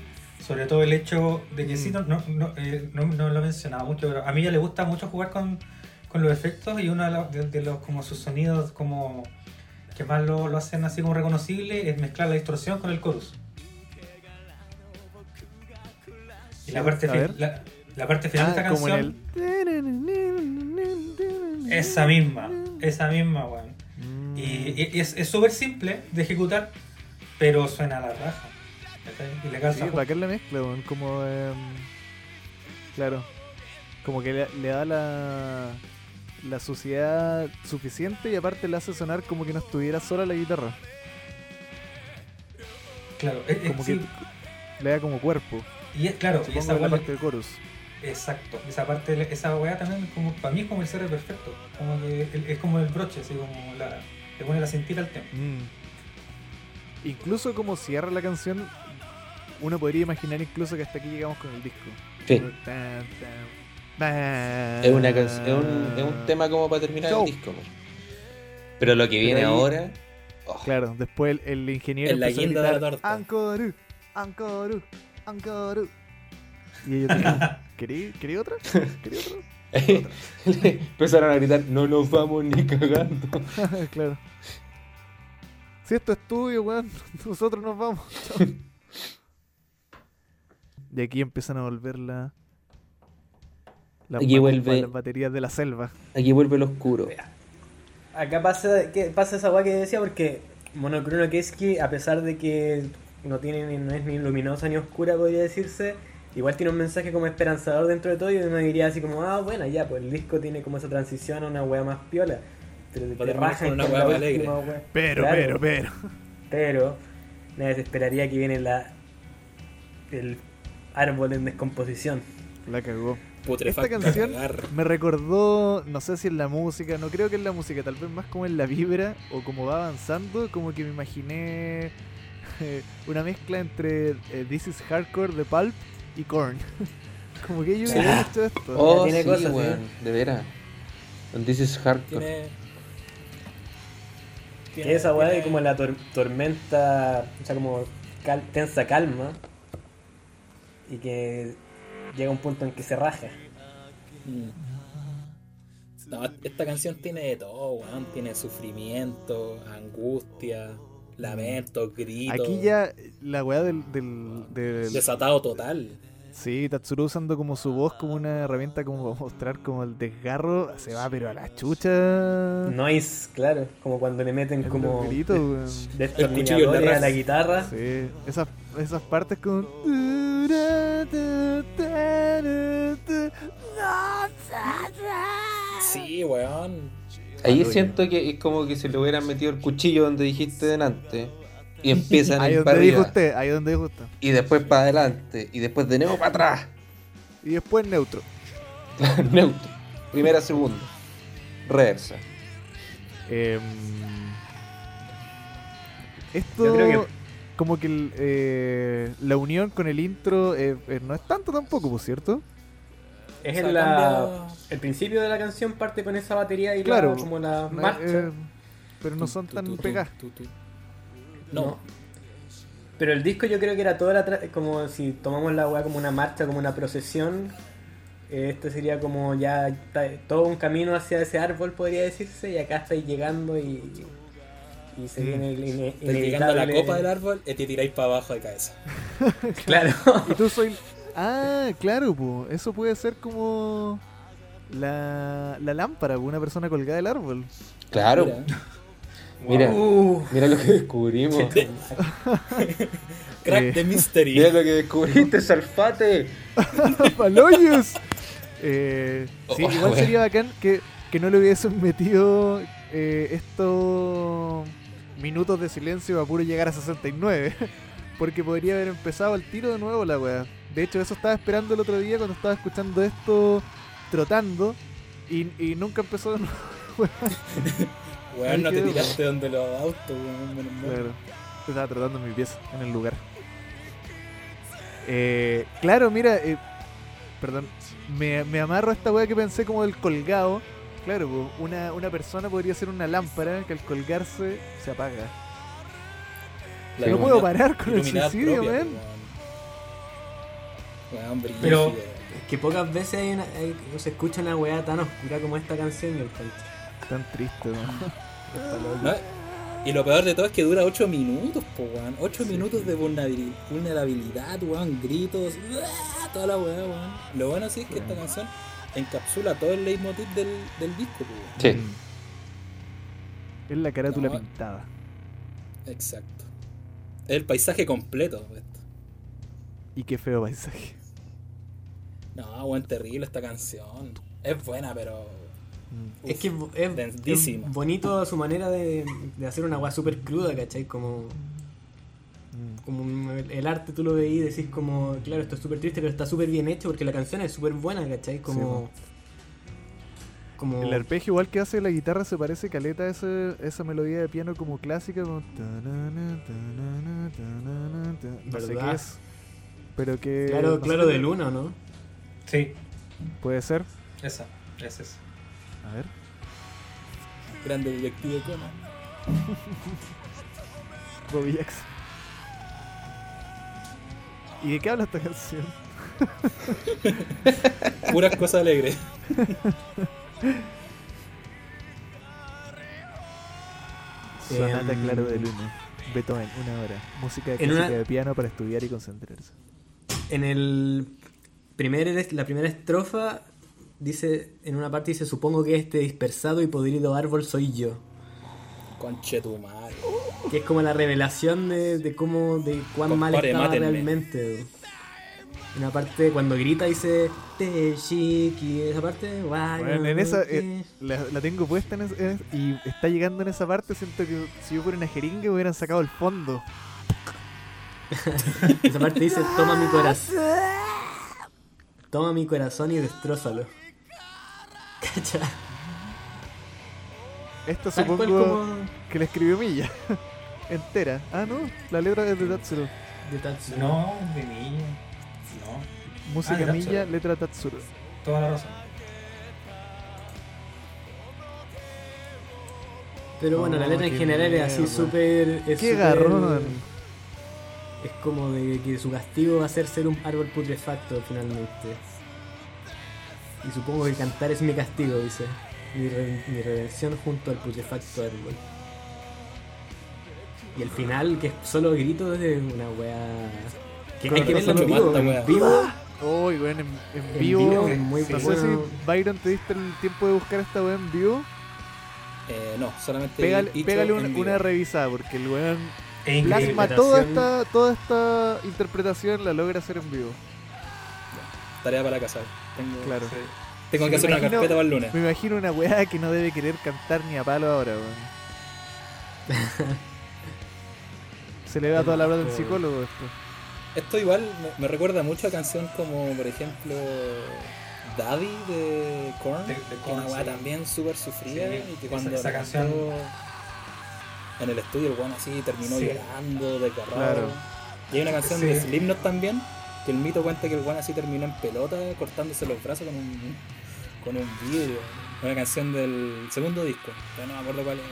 Speaker 5: Sobre todo el hecho de
Speaker 1: Mm.
Speaker 5: que sí, no, no, no, eh, no- no lo mencionaba mucho, pero a mí ya le gusta mucho jugar con, con los efectos y uno de los, de- de los- como sus sonidos como que más lo, lo hacen así como reconocible es mezclar la distorsión con el chorus. Y la parte,
Speaker 1: A
Speaker 5: fi-
Speaker 1: ver.
Speaker 5: la, la parte final de
Speaker 1: Ah,
Speaker 5: esta
Speaker 1: como
Speaker 5: canción,
Speaker 1: en el.
Speaker 5: esa misma, esa misma, weón.
Speaker 1: Mm.
Speaker 5: Y, y- y es es súper simple de ejecutar, pero suena a la raja. ¿cachai? Y le calza
Speaker 1: Sí,
Speaker 5: justo.
Speaker 1: bacán la mezcla, weón, como... em, claro. Como que le, le da la... la suciedad suficiente y aparte la hace sonar como que no estuviera sola la guitarra.
Speaker 5: Claro, eh, eh,
Speaker 1: Como
Speaker 5: sí,
Speaker 1: Le da como cuerpo.
Speaker 5: y es claro, y
Speaker 1: Supongo
Speaker 5: esa
Speaker 1: que la
Speaker 5: weá-
Speaker 1: parte de chorus.
Speaker 5: Exacto, esa parte, de la- esa weá también, es como, para mí es como el cierre perfecto, como que el- es como el broche, así como la, le pone la cintita al tema.
Speaker 1: Mm. Incluso como cierra la canción, uno podría imaginar incluso que hasta aquí llegamos con el disco.
Speaker 4: Sí.
Speaker 1: Como tan, tan, tan.
Speaker 4: Es, una canc- es, un, es un tema como para terminar
Speaker 1: Show.
Speaker 4: el disco. po. Pero lo que viene (laughs)
Speaker 1: ahí-
Speaker 4: ahora. oh,
Speaker 1: Claro, después el, el ingeniero.
Speaker 2: En la
Speaker 1: empezó a
Speaker 2: guinda de la
Speaker 1: gritar,
Speaker 2: torta.
Speaker 1: Ancoru, Ancoru, Ancoru. Y ellos
Speaker 2: (laughs)
Speaker 1: dijeron, ¿querí, querí otra? ¿Querí otra?
Speaker 4: Empezaron a gritar, no nos vamos ni cagando.
Speaker 1: (laughs) claro. Si esto es tuyo, weón, (laughs) nosotros nos vamos. (laughs) Chao. De aquí empiezan a volver la. Las,
Speaker 4: Aquí
Speaker 1: ba-
Speaker 4: vuelve-
Speaker 1: las baterías de la selva.
Speaker 4: Aquí vuelve el oscuro.
Speaker 3: Acá pasa, que, pasa esa weá que decía porque Monocrono Keski, a pesar de que no tiene ni- no es ni luminosa ni oscura, podría decirse, igual tiene un mensaje como esperanzador dentro de todo y uno diría así como, ah, bueno, ya, pues el disco tiene como esa transición a una weá más piola. Pero te, te
Speaker 2: terminar
Speaker 3: rajan
Speaker 2: con una
Speaker 3: con
Speaker 2: weá
Speaker 3: la
Speaker 2: más alegre.
Speaker 3: última weá.
Speaker 1: Pero,
Speaker 3: Claro,
Speaker 1: pero, pero.
Speaker 3: Pero, nadie se esperaría que viene la el árbol en descomposición.
Speaker 1: La cagó.
Speaker 2: Putrefacto.
Speaker 1: Esta canción-
Speaker 2: cagar.
Speaker 1: Me recordó, no sé si en la música, no creo que en la música, tal vez más como en la vibra o como va avanzando, como que me imaginé eh, una mezcla entre eh, This is Hardcore de Pulp y Korn. (laughs) como que ellos hubieran hecho esto.
Speaker 4: Oh,
Speaker 3: tiene
Speaker 4: sí,
Speaker 3: cosas, ¿eh?
Speaker 4: weón, de veras. And This is hardcore.
Speaker 2: Tiene.
Speaker 3: Que esa weá de como la tor- tormenta, o sea, como cal- tensa calma. Y que llega un punto en que se raja.
Speaker 2: Mm. No, esta canción tiene de todo, weón. Tiene sufrimiento, angustia, lamento, grito.
Speaker 1: Aquí ya la weá del... del, del-
Speaker 2: Desatado total.
Speaker 1: sí, Tatsuru usando como su voz como una herramienta como para mostrar como el desgarro, se va pero a la
Speaker 2: Ah.
Speaker 1: chucha.
Speaker 3: Noise, claro, como cuando le meten
Speaker 1: en
Speaker 3: como
Speaker 1: los gritos, weón.
Speaker 2: El cuchillo en
Speaker 3: destornilladores
Speaker 2: la
Speaker 3: a la
Speaker 2: raja.
Speaker 3: guitarra.
Speaker 1: Sí, esas, esas partes con. Sí,
Speaker 2: Sí, weón.
Speaker 4: Ahí
Speaker 1: Aleluya.
Speaker 4: siento que es como que se le hubieran metido el cuchillo donde dijiste delante. Y
Speaker 1: (laughs)
Speaker 4: empiezan a
Speaker 1: Ahí
Speaker 4: ir
Speaker 1: donde
Speaker 4: para
Speaker 1: dijo
Speaker 4: arriba,
Speaker 1: usted, ahí donde dijo usted.
Speaker 4: Y después para adelante. Y después de nuevo para atrás. (laughs)
Speaker 1: Y después neutro.
Speaker 4: Neutro. Primera, segunda. Reversa.
Speaker 1: Em, esto.
Speaker 3: Yo creo que-
Speaker 1: Como que el, eh, la unión con el intro eh, eh, no es tanto tampoco, ¿por cierto?
Speaker 3: Es
Speaker 2: O sea,
Speaker 3: en la,
Speaker 2: cambia-
Speaker 3: el principio de la canción parte con esa batería y
Speaker 1: Claro.
Speaker 3: la, como la
Speaker 1: No,
Speaker 3: marcha.
Speaker 1: eh, pero no son
Speaker 2: Tu,
Speaker 1: tan
Speaker 2: tu, tu,
Speaker 1: pegadas.
Speaker 2: tu, tu. No,
Speaker 3: Pero el disco yo creo que era toda la tra- como si tomamos la weá como una marcha, como una procesión. eh, Este sería como ya ta- todo un camino hacia ese árbol, podría decirse, y acá estáis llegando y, y se
Speaker 1: Mm.
Speaker 3: viene el ine-
Speaker 2: Estás llegando a la
Speaker 3: inevitable-
Speaker 2: copa
Speaker 3: (laughs)
Speaker 2: del árbol y te tiráis para abajo de cabeza.
Speaker 3: Claro.
Speaker 2: (laughs)
Speaker 1: Y tú soy. Ah, claro, po. eso puede ser como la, la lámpara, po, una persona colgada del árbol. (laughs)
Speaker 4: Claro.
Speaker 2: Mira.
Speaker 4: Mira,
Speaker 3: Uh,
Speaker 4: mira lo que descubrimos. (laughs)
Speaker 2: Crack
Speaker 1: Eh.
Speaker 2: de mystery.
Speaker 4: Mira lo que
Speaker 1: (laughs)
Speaker 4: descubriste, Salfate.
Speaker 1: ¡Paloyos! Eh, sí,
Speaker 4: Oh,
Speaker 1: igual
Speaker 4: bueno.
Speaker 1: sería bacán que, que no le hubiesen metido eh, estos minutos de silencio a puro llegar a 69. (laughs) Porque podría haber empezado al tiro de nuevo la weá. De hecho, eso estaba esperando el otro día cuando estaba escuchando esto trotando. Y, y nunca empezó de nuevo.
Speaker 2: Weón, no te
Speaker 1: Ahí quedó.
Speaker 2: tiraste donde los autos, weón. menos mal.
Speaker 1: Claro. Estaba tratando en mi pieza, en el lugar. Eh, claro, mira, eh, perdón, me, me amarro a esta weá que pensé como del colgado. Claro, po, una, una persona podría ser una lámpara que al colgarse se apaga.
Speaker 2: La
Speaker 1: no
Speaker 4: iluminada-
Speaker 1: puedo parar con el
Speaker 2: iluminada
Speaker 1: suicidio,
Speaker 2: propia, pues,
Speaker 1: man.
Speaker 2: weón. Weón, brillo.
Speaker 5: Pero-
Speaker 3: (laughs) que pocas veces hay una, hay- se escucha una weá tan oscura como esta canción. yo encuentro.
Speaker 1: Tan triste, man.
Speaker 2: No, Y lo peor de todo es que dura 8 minutos, po, weón. 8 minutos de vulnerabili- vulnerabilidad, weón. Gritos, ¡uah! toda la weá, weón. Lo bueno sí es que esta canción encapsula todo el leitmotiv del, del disco, po, weón.
Speaker 4: Sí.
Speaker 1: Es la carátula
Speaker 2: No.
Speaker 1: pintada.
Speaker 2: Exacto. Es el paisaje completo. esto.
Speaker 1: Y qué feo paisaje.
Speaker 2: No, weón, terrible esta canción. Es buena, pero
Speaker 3: Es que es, es
Speaker 2: Densísima.
Speaker 3: bonito su manera de, de hacer una weá súper cruda, ¿cachai? Como, como un- el arte tú lo veís y decís como, claro, esto es súper triste, pero está súper bien hecho porque la canción es súper buena, ¿cachai? Como... como
Speaker 1: El arpegio igual que hace la guitarra se parece caleta a ese- esa melodía de piano como clásica. como tanana, tanana, tanana, tan- No sé qué
Speaker 3: ¿Verdad?
Speaker 1: es. Pero que.
Speaker 3: claro,
Speaker 1: no
Speaker 3: claro
Speaker 1: sé,
Speaker 3: de luna, ¿o ¿no?
Speaker 5: Sí,
Speaker 1: Puede ser.
Speaker 5: esa, esa es.
Speaker 1: A ver.
Speaker 2: Grande detective Conan.
Speaker 1: Bobby Jackson. ¿Y de qué habla esta canción?
Speaker 2: Puras cosas
Speaker 3: (laughs)
Speaker 2: alegres.
Speaker 1: Sonata
Speaker 3: Em,
Speaker 1: Claro de Luna. Beethoven, una hora. Música
Speaker 3: en
Speaker 1: clásica
Speaker 3: una-
Speaker 1: de piano para estudiar y concentrarse.
Speaker 3: En el primer, la primera estrofa dice, en una parte dice, supongo que este dispersado y podrido árbol soy yo.
Speaker 2: Conche tu madre.
Speaker 3: Que es como la revelación de, de cómo, de cuán mal
Speaker 2: Compadre,
Speaker 3: estaba
Speaker 2: mátenme.
Speaker 3: realmente. En la parte cuando grita dice Te shiki, esa parte, guay,
Speaker 1: Bueno, en
Speaker 3: no
Speaker 1: esa,
Speaker 3: sé.
Speaker 1: eh, la, la tengo puesta en es- en- y está llegando en esa parte. Siento que si yo fuera una jeringa me hubieran sacado el fondo.
Speaker 3: esa parte dice toma mi corazón. Toma mi corazón y destrozalo. (laughs) ¿Cachai?
Speaker 1: Esta
Speaker 3: Tal cual
Speaker 1: supongo
Speaker 3: como
Speaker 1: que la escribió Milla. (laughs) Entera. Ah, no. La letra es de Tatsuro.
Speaker 3: de Tatsu.
Speaker 5: No, de niña. No,
Speaker 1: Música
Speaker 5: de Tatsuro.
Speaker 1: Milla, letra Tatsuro.
Speaker 5: toda la razón.
Speaker 3: Pero bueno, la
Speaker 1: Oh,
Speaker 3: letra en
Speaker 1: qué
Speaker 3: general es así
Speaker 1: mierda.
Speaker 3: súper. es
Speaker 1: ¡Qué
Speaker 3: súper-
Speaker 1: garrón!
Speaker 3: Es como de que su castigo va a ser ser un árbol putrefacto finalmente. Y supongo que cantar es mi castigo, dice. Mi, re- mi redención junto al putrefacto árbol. Y el final, que es solo grito, es de una wea. Que hay que verlo en
Speaker 2: Mucho
Speaker 3: vivo.
Speaker 2: más,
Speaker 3: En
Speaker 2: esta
Speaker 3: vivo,
Speaker 1: Uy, weón, en, en
Speaker 3: ¡Ah! en
Speaker 1: Ah, vivo. eh,
Speaker 3: vivo, es muy
Speaker 1: No sé
Speaker 3: bueno.
Speaker 1: si Byron te diste el tiempo de buscar esta weón en vivo.
Speaker 2: Eh, no, solamente.
Speaker 1: Pégale,
Speaker 2: Icho
Speaker 1: pégale un-
Speaker 2: en vivo.
Speaker 1: una revisada porque el weón
Speaker 5: Es increíble.
Speaker 1: plasma
Speaker 3: interpretación.
Speaker 1: toda esta, toda esta interpretación, la logra hacer en vivo.
Speaker 2: Tarea para la casa. Tengo,
Speaker 1: Claro.
Speaker 5: Sí.
Speaker 2: tengo que
Speaker 1: Me
Speaker 2: hacer una
Speaker 1: imagino-
Speaker 2: carpeta para el lunes.
Speaker 1: Me imagino una weá que no debe querer cantar ni a palo ahora, weón. Se le da toda la plata del psicólogo esto.
Speaker 2: Esto igual me, me recuerda mucho a canción como, por ejemplo, Daddy de Korn.
Speaker 5: De- de
Speaker 2: que
Speaker 5: Korn,
Speaker 2: una weá
Speaker 5: sí.
Speaker 2: también súper sufrida.
Speaker 5: Sí,
Speaker 2: y que
Speaker 5: esa-
Speaker 2: cuando
Speaker 5: esa
Speaker 2: la
Speaker 5: canción-
Speaker 2: cantó En el estudio, el weón así terminó
Speaker 5: Sí.
Speaker 2: llorando, desgarrado.
Speaker 1: Claro.
Speaker 2: Y hay una canción
Speaker 5: Sí.
Speaker 2: de Slipknot también. Que el mito cuenta que el weón así terminó en pelota, cortándose los brazos con un, con un vidrio. Una canción del segundo disco. Ya no me acuerdo cuál es.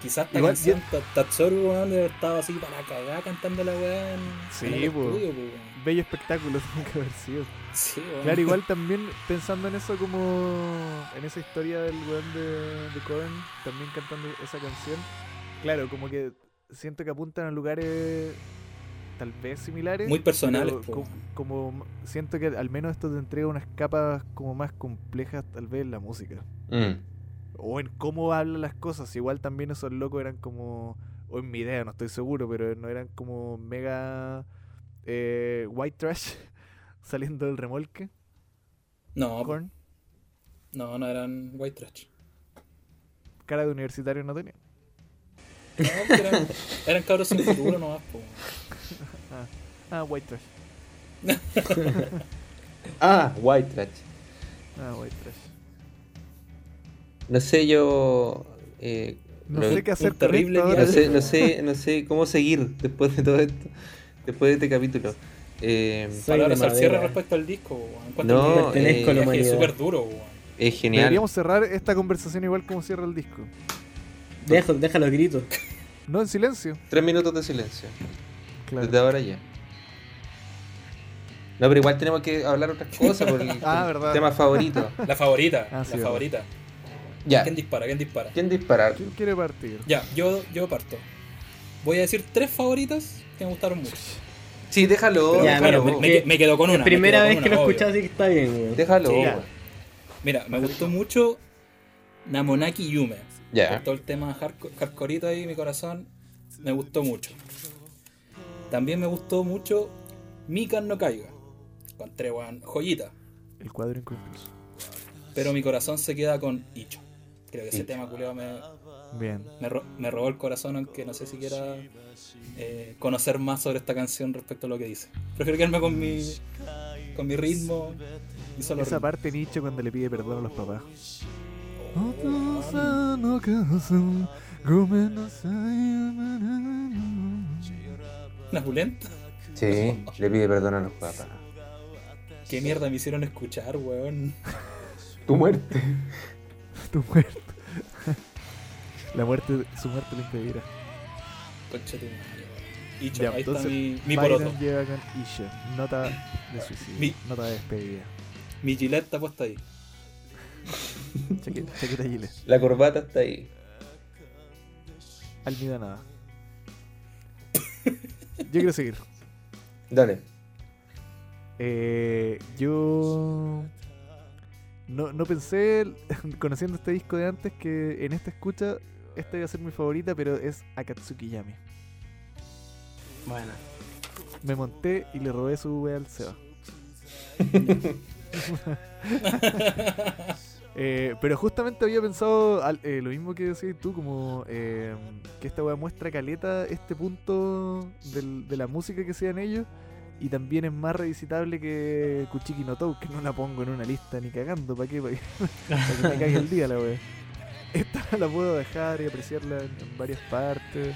Speaker 2: Quizás esta
Speaker 1: Igual,
Speaker 2: canción, Ta- Tatsoru, weón, debe haber estado así para cagar cantando la weá en,
Speaker 1: Sí,
Speaker 2: en el
Speaker 1: po.
Speaker 2: estudio, po, weón.
Speaker 1: Bello (laughs) espectáculo tiene que haber sido.
Speaker 2: Sí, weón.
Speaker 1: Claro, igual también pensando en eso como en esa historia del weón de, de Coven, también cantando esa canción. Claro, como que siento que apuntan a lugares tal vez similares.
Speaker 2: Muy personales,
Speaker 1: pero
Speaker 2: po,
Speaker 1: co-
Speaker 2: weón.
Speaker 1: como, siento que al menos esto te entrega unas capas como más complejas tal vez en la música.
Speaker 4: Mm.
Speaker 1: O en cómo hablan las cosas. Igual también esos locos eran como... O en mi idea, no estoy seguro, pero no eran como mega eh, white trash (laughs) saliendo del remolque.
Speaker 2: No, Ah, po.
Speaker 1: Korn.
Speaker 2: no, no eran white trash.
Speaker 1: cara de universitario no tenía.
Speaker 2: (laughs) No, porque eran, eran cabros sin futuro nomás, po.
Speaker 1: Ah, white trash.
Speaker 4: Ah, White Trash.
Speaker 1: Ah, white trash.
Speaker 4: No sé yo. eh,
Speaker 1: No
Speaker 4: lo-
Speaker 1: sé qué hacer
Speaker 2: un
Speaker 1: con
Speaker 2: terrible
Speaker 1: esto ahora.
Speaker 4: No sé, no sé, no sé cómo seguir después de todo esto, después de este capítulo. Eh,
Speaker 3: Soy de
Speaker 2: Palabras al cierre
Speaker 3: madera.
Speaker 2: respecto al disco, weón.
Speaker 4: No, eh,
Speaker 2: es
Speaker 3: humanidad.
Speaker 2: súper duro, weón.
Speaker 4: es genial.
Speaker 1: Deberíamos cerrar esta conversación igual como cierra el disco.
Speaker 3: Deja, deja los gritos.
Speaker 1: No en silencio.
Speaker 4: Tres minutos de silencio.
Speaker 1: Claro.
Speaker 4: Desde ahora ya. No, pero igual tenemos que hablar
Speaker 1: (laughs)
Speaker 4: otras cosas por el,
Speaker 1: Ah,
Speaker 4: el
Speaker 1: verdad.
Speaker 4: tema
Speaker 1: (laughs)
Speaker 4: favorito.
Speaker 2: La favorita,
Speaker 1: Ah, sí,
Speaker 2: la
Speaker 1: verdad.
Speaker 2: favorita.
Speaker 4: Ya.
Speaker 2: ¿Quién dispara? ¿Quién dispara?
Speaker 4: ¿Quién disparar?
Speaker 1: ¿Quién quiere partir?
Speaker 2: Ya, yo, yo parto. Voy a decir tres favoritas que me gustaron mucho.
Speaker 4: Sí, déjalo.
Speaker 3: Ya,
Speaker 2: Claro,
Speaker 4: déjalo.
Speaker 3: mira,
Speaker 2: me, me- me quedo con una. me
Speaker 3: Primera
Speaker 2: quedo
Speaker 3: vez
Speaker 2: con
Speaker 3: que
Speaker 2: una,
Speaker 3: lo
Speaker 2: obvio.
Speaker 3: escuchas, así que está bien, weón.
Speaker 4: déjalo.
Speaker 1: Sí, ya.
Speaker 4: güey.
Speaker 2: Mira, me gustó mucho Namonaki Yume.
Speaker 4: Ya.
Speaker 2: Todo el tema hardco- hardcoreito ahí, mi corazón. Me gustó mucho. También me gustó mucho Mikan no Caiga. Encontré, weón, joyita.
Speaker 1: El cuadro inconcluso.
Speaker 2: Pero mi corazón se queda con Icho. Creo que ese
Speaker 4: Icho.
Speaker 2: tema culiao me,
Speaker 1: Bien.
Speaker 2: me, ro- me robó el corazón, aunque no sé si quiera eh, conocer más sobre esta canción respecto a lo que dice. Prefiero quedarme con mi, con mi ritmo y solo
Speaker 1: Esa
Speaker 2: ritmo.
Speaker 1: parte Nietzsche cuando le pide perdón a los papás.
Speaker 2: Una pulenta.
Speaker 4: Sí, le pide perdón a los papás.
Speaker 2: ¿Qué mierda me hicieron escuchar, weón?
Speaker 4: Tu muerte.
Speaker 1: Tu muerte. La muerte, su muerte le impedirá.
Speaker 2: Concha tu madre, weón. Icho,
Speaker 1: Ya,
Speaker 2: ahí
Speaker 1: entonces,
Speaker 2: está mi, mi
Speaker 1: Biden
Speaker 2: poroto.
Speaker 1: llega con Isha. Nota de suicidio.
Speaker 2: Mi-
Speaker 1: Nota de despedida.
Speaker 2: Mi gilet está puesta ahí.
Speaker 1: Chaqueta, chaqueta Gile.
Speaker 4: La corbata está ahí.
Speaker 1: Almidanada. Yo quiero seguir.
Speaker 4: Dale.
Speaker 1: Eh, yo no, no pensé, (laughs) conociendo este disco de antes, que en esta escucha esta iba a ser mi favorita, pero es Akatsuki Yami.
Speaker 3: Bueno.
Speaker 1: Me monté y le robé su wea al Seba. Eh, pero justamente había pensado al- eh, lo mismo que decías tú, como eh, que esta wea muestra caleta este punto del- de la música que sean ellos. Y también es más revisitable que Kuchiki no Tou, que no la pongo en una lista ni cagando, ¿para qué? (laughs) Para que, pa' que me caiga el día la wea. Esta (laughs) la puedo dejar y apreciarla en, en varias partes.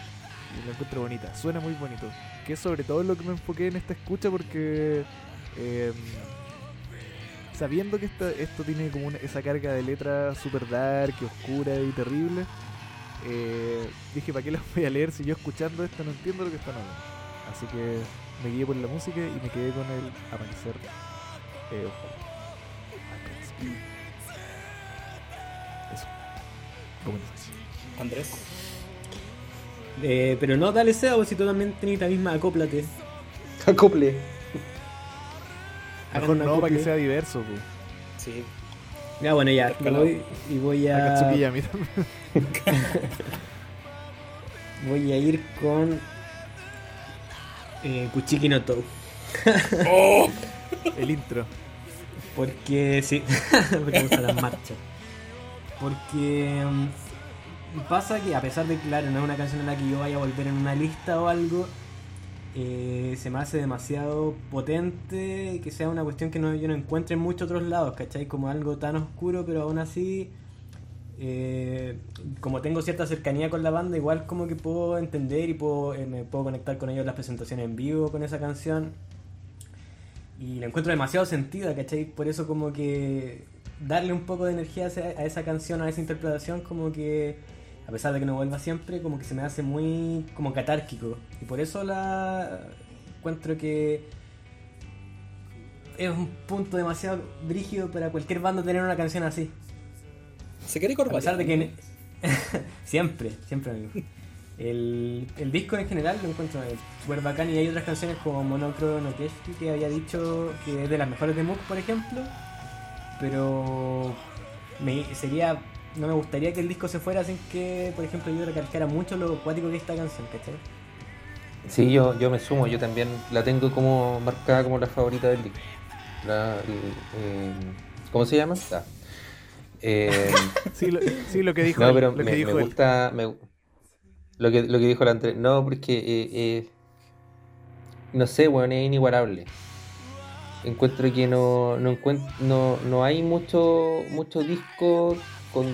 Speaker 1: Y la encuentro bonita, suena muy bonito. Que es sobre todo lo que me enfoqué en esta escucha porque eh, sabiendo que esta- esto tiene como una- esa carga de letra super dark, y oscura y terrible, eh, dije, ¿para qué las voy a leer si yo escuchando esto no entiendo lo que están hablando? Así que me guié por la música y me quedé con el amanecer. Eh, ojo. Eso. Comencemos.
Speaker 2: Andrés.
Speaker 3: Eh, pero no dale sea, o si tú también tenés la misma acóplate.
Speaker 4: Acople.
Speaker 1: Mejor
Speaker 3: un
Speaker 1: no, para que
Speaker 3: acople.
Speaker 1: sea diverso. po.
Speaker 2: Sí.
Speaker 3: Ya, bueno, ya. Me
Speaker 2: Escalado.
Speaker 3: voy y voy
Speaker 1: Akatsuki
Speaker 3: a.
Speaker 1: Yami también.
Speaker 3: Voy a ir con. Eh, Kuchiki no Tou.
Speaker 1: El intro.
Speaker 3: Porque sí, (laughs) porque me gustan las marchas. Porque mm, pasa que a pesar de que, claro, no es una canción en la que yo vaya a volver en una lista o algo, eh, se me hace demasiado potente que sea una cuestión que no, yo no encuentro en muchos otros lados, ¿cachai? Como algo tan oscuro, pero aún así, eh, como tengo cierta cercanía con la banda, igual como que puedo entender y puedo, eh, me puedo conectar con ellos en las presentaciones en vivo con esa canción. Y la encuentro demasiado sentida, ¿cachai? Por eso como que darle un poco de energía a esa, a esa canción, a esa interpretación, como que, a pesar de que no vuelva siempre, como que se me hace muy como catárquico. Y por eso la encuentro que es un punto demasiado brígido para cualquier banda tener una canción así.
Speaker 2: ¿Se quiere
Speaker 3: A
Speaker 2: corbatear?
Speaker 3: pesar de que. (laughs) siempre, siempre, amigo. El, el disco en general lo encuentro eh, súper bacán y hay otras canciones como Monocro no Keshki que había dicho que es de las mejores de Mook, por ejemplo. Pero. Me, sería. No me gustaría que el disco se fuera sin que, por ejemplo, yo recalcara mucho lo cuático que es esta canción, ¿cachai?
Speaker 4: Sí, yo, yo me sumo, yo también la tengo como marcada como la favorita del disco. La- el- eh, ¿Cómo se llama? Ah. Eh,
Speaker 1: Sí, lo,
Speaker 4: (laughs)
Speaker 1: sí, lo que dijo
Speaker 4: no,
Speaker 1: él,
Speaker 4: pero
Speaker 1: lo que
Speaker 4: me,
Speaker 1: dijo
Speaker 4: me
Speaker 1: él.
Speaker 4: gusta me- lo, que, lo que dijo la anterior. No, porque eh, eh, no sé, weón, es inigualable. Encuentro que no, no, encuent- no, no hay mucho, mucho disco con,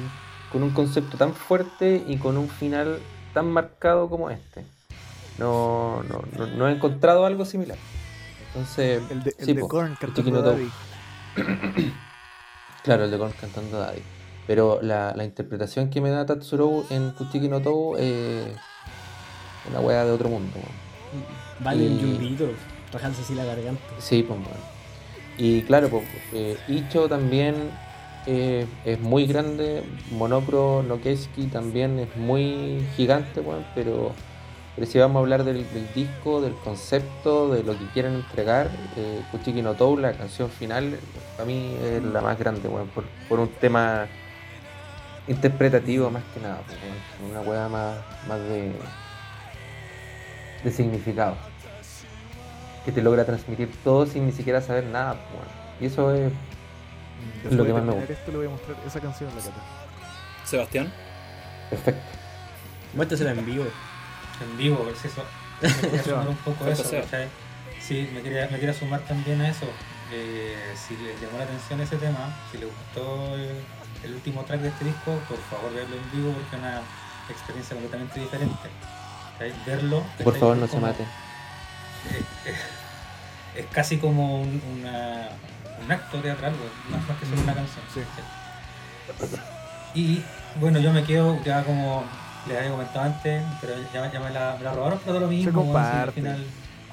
Speaker 4: con un concepto tan fuerte y con un final tan marcado como este. No, no, no, no he encontrado algo similar. Entonces,
Speaker 1: El de, el
Speaker 4: sí,
Speaker 1: de
Speaker 4: po,
Speaker 1: Korn
Speaker 4: Chiquino
Speaker 1: cantando
Speaker 4: Tau.
Speaker 1: Daddy.
Speaker 4: Claro, el de Korn cantando Daddy. Pero la, la interpretación que me da Tatsuro en Kuchiki no Tou eh, una wea de otro mundo. weón.
Speaker 3: Vale un
Speaker 4: Y-
Speaker 3: yumbito, bajándose así la garganta.
Speaker 4: Sí, pues weón. Y claro, pues, eh, Icho también eh, es muy grande, Monocro Nokeski también es muy gigante, weón, pero, pero si vamos a hablar del, del disco, del concepto, de lo que quieren entregar, eh, Kuchiki no Tou, la canción final, para mí es la más grande, weón, por, por un tema interpretativo más que nada, pues, weón, una weá más, más de, de significado que te logra transmitir todo sin ni siquiera saber nada. pues, weón. Y eso es
Speaker 1: Mm, Después
Speaker 4: Lo que
Speaker 1: de
Speaker 4: más me
Speaker 1: terminar
Speaker 4: gusta.
Speaker 1: Esto le voy a mostrar esa canción a la cata.
Speaker 2: Sebastián.
Speaker 4: Perfecto.
Speaker 3: Muéstrasela en vivo.
Speaker 5: en vivo, por si eso. Me
Speaker 4: (laughs)
Speaker 5: quería sumar un poco a eso,
Speaker 2: Fantasía.
Speaker 5: ¿cachai? Sí, me quería, me quería sumar también a eso. Eh, si les llamó la atención ese tema, si les gustó el, el último track de este disco, por favor verlo en vivo porque es una experiencia completamente diferente. ¿cachai? Verlo.
Speaker 4: Por
Speaker 5: ¿cachai?
Speaker 4: favor,
Speaker 5: Es
Speaker 4: no se
Speaker 5: como-
Speaker 4: maten.
Speaker 5: eh, eh, es casi como un, una, un acto teatral, güey, más, más que
Speaker 1: Mm,
Speaker 5: solo una canción.
Speaker 1: Sí.
Speaker 5: Y bueno, yo me quedo ya como les había comentado antes, pero ya, ya me, la, me la robaron, pero da lo mismo.
Speaker 1: Se
Speaker 5: güey, si
Speaker 1: comparte.
Speaker 5: al final,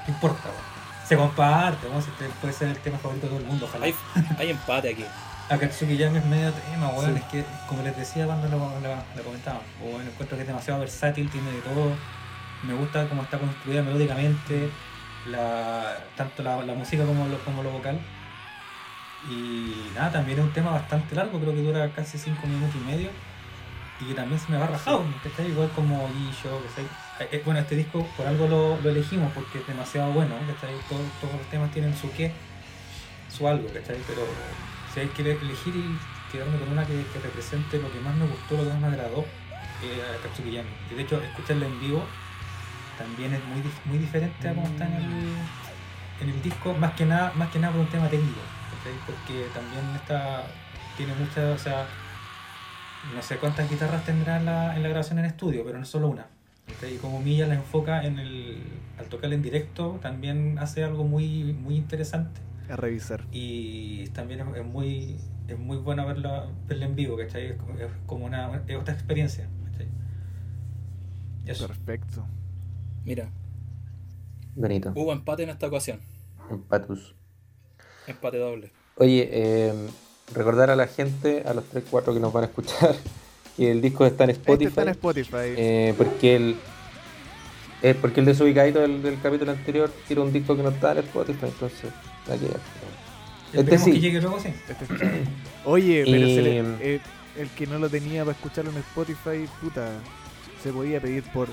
Speaker 5: no importa, güey. se comparte, güey, si este puede ser el tema favorito de todo el mundo, ojalá.
Speaker 2: Hay, hay empate aquí.
Speaker 5: Akatsuki Yami es medio tema, weón. Es que, como les decía cuando lo, lo, lo comentábamos, weón, encuentro que es demasiado versátil, tiene de todo. Me gusta cómo está construida melódicamente, la, tanto la, la música como lo, como lo vocal. Y nada, también es un tema bastante largo, creo que dura casi 5 minutos y medio. Y que también se me va rajado, ¿cachai? Igual como Guillo, ¿cachai? Eh, eh, Bueno, este disco por algo lo, lo elegimos porque es demasiado bueno, ¿cachai? Todos, todos los temas tienen su qué, su algo, ¿cachai? Pero si hay que elegir y quedarme con una que, que represente lo que más me gustó, lo que más me agradó, eh, a Katsuki Yami. Y de hecho, escucharla en vivo también es muy, dif- muy diferente a como está en el, en el disco, más que nada, más que nada por un tema técnico, ¿cachai? porque también está, tiene muchas, o sea, no sé cuántas guitarras tendrá en la, en la grabación en estudio, pero no solo una. ¿cachai? Y como Milla la enfoca en el, al tocar en directo, también hace algo muy, muy interesante
Speaker 1: A revisar.
Speaker 5: y también es, es muy es muy bueno verla, verla en vivo, ¿cachai? Es, co- es como una es otra experiencia, ¿cachai? Eso.
Speaker 1: Perfecto.
Speaker 2: Mira,
Speaker 4: Bonito.
Speaker 2: hubo empate en esta ocasión.
Speaker 4: Empatus.
Speaker 2: Empate doble.
Speaker 4: Oye, eh, recordar a la gente, a los 3-4 que nos van a escuchar, (laughs) que el disco está en
Speaker 1: Este
Speaker 4: Spotify.
Speaker 1: está en Spotify.
Speaker 4: eh, porque el. eh, porque el desubicadito del, del capítulo anterior tira un disco que no está en Spotify, entonces. hay que- Este
Speaker 5: Esperemos que
Speaker 4: sí.
Speaker 5: llegue luego sí.
Speaker 1: Este está- Oye, pero se le-
Speaker 4: Em.
Speaker 1: eh, el que no lo tenía para escucharlo en Spotify, puta, se podía pedir por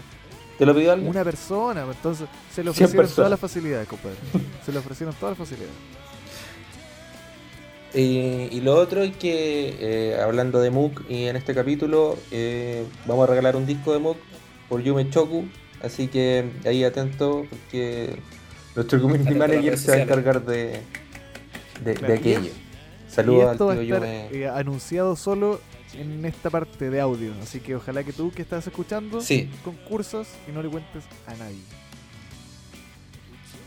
Speaker 4: ¿Te lo pidió alguien?
Speaker 1: una persona. pues, Entonces se le
Speaker 4: Cien
Speaker 1: ofrecieron todas
Speaker 4: personas.
Speaker 1: las facilidades, compadre. Se le ofrecieron todas las facilidades.
Speaker 4: Eh, y lo otro es que, eh, hablando de MOOC, y en este capítulo eh, vamos a regalar un disco de MOOC por Yume Choku. Así que ahí atento, porque nuestro community
Speaker 2: Atento a las
Speaker 4: manager
Speaker 2: redes
Speaker 4: se va a
Speaker 2: sociales.
Speaker 4: encargar de, de, de
Speaker 1: Claro.
Speaker 4: aquello.
Speaker 1: Y
Speaker 4: Saludos al
Speaker 1: esto va a
Speaker 4: tío
Speaker 1: estar
Speaker 4: Yume.
Speaker 1: eh, anunciado solo en esta parte de audio. Así que ojalá que tú que estás escuchando
Speaker 4: Sí,
Speaker 1: concursas y no le cuentes a nadie.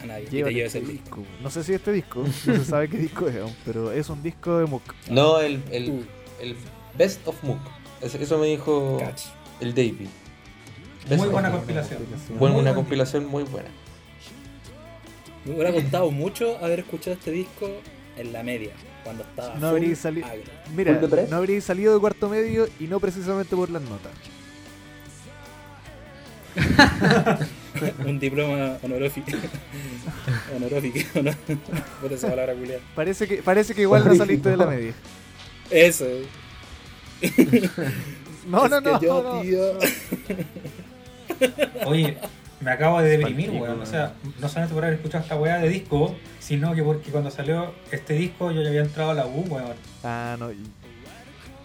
Speaker 2: A nadie. y
Speaker 1: Llévate
Speaker 2: te lleves
Speaker 1: este
Speaker 2: el disco.
Speaker 1: No sé si este disco, no se sabe qué disco es aún, pero es un disco de Mook.
Speaker 4: no, el, el-
Speaker 2: Uh.
Speaker 4: el Best of MOOC. Es- Eso me dijo
Speaker 2: Cach.
Speaker 4: el Davey. Best
Speaker 5: Muy
Speaker 4: of
Speaker 5: buena
Speaker 4: Mook.
Speaker 5: compilación.
Speaker 4: Buen-
Speaker 5: Muy
Speaker 4: una
Speaker 5: buen
Speaker 4: compilación muy buena.
Speaker 2: Me hubiera gustado mucho haber escuchado este disco en la media, cuando estaba
Speaker 1: No
Speaker 2: full
Speaker 1: habría salido-
Speaker 2: agro.
Speaker 1: Mira,
Speaker 4: Full de press.
Speaker 1: no habría salido de cuarto medio y no precisamente por las notas.
Speaker 2: Un diploma honorífico. (laughs) honorífico, ¿no? (laughs) Puta esa palabra culiar.
Speaker 1: Parece que, parece que igual no saliste de la media.
Speaker 2: Eso.
Speaker 1: No,
Speaker 2: Es
Speaker 1: no,
Speaker 2: que
Speaker 1: no.
Speaker 2: yo,
Speaker 1: no.
Speaker 2: tío.
Speaker 5: Oye, me acabo de deprimir,
Speaker 1: Partido,
Speaker 5: weón. O sea, no solamente por haber escuchado esta weá de disco, sino que porque cuando salió este disco yo ya había entrado a la U, weón.
Speaker 1: Ah, no. y-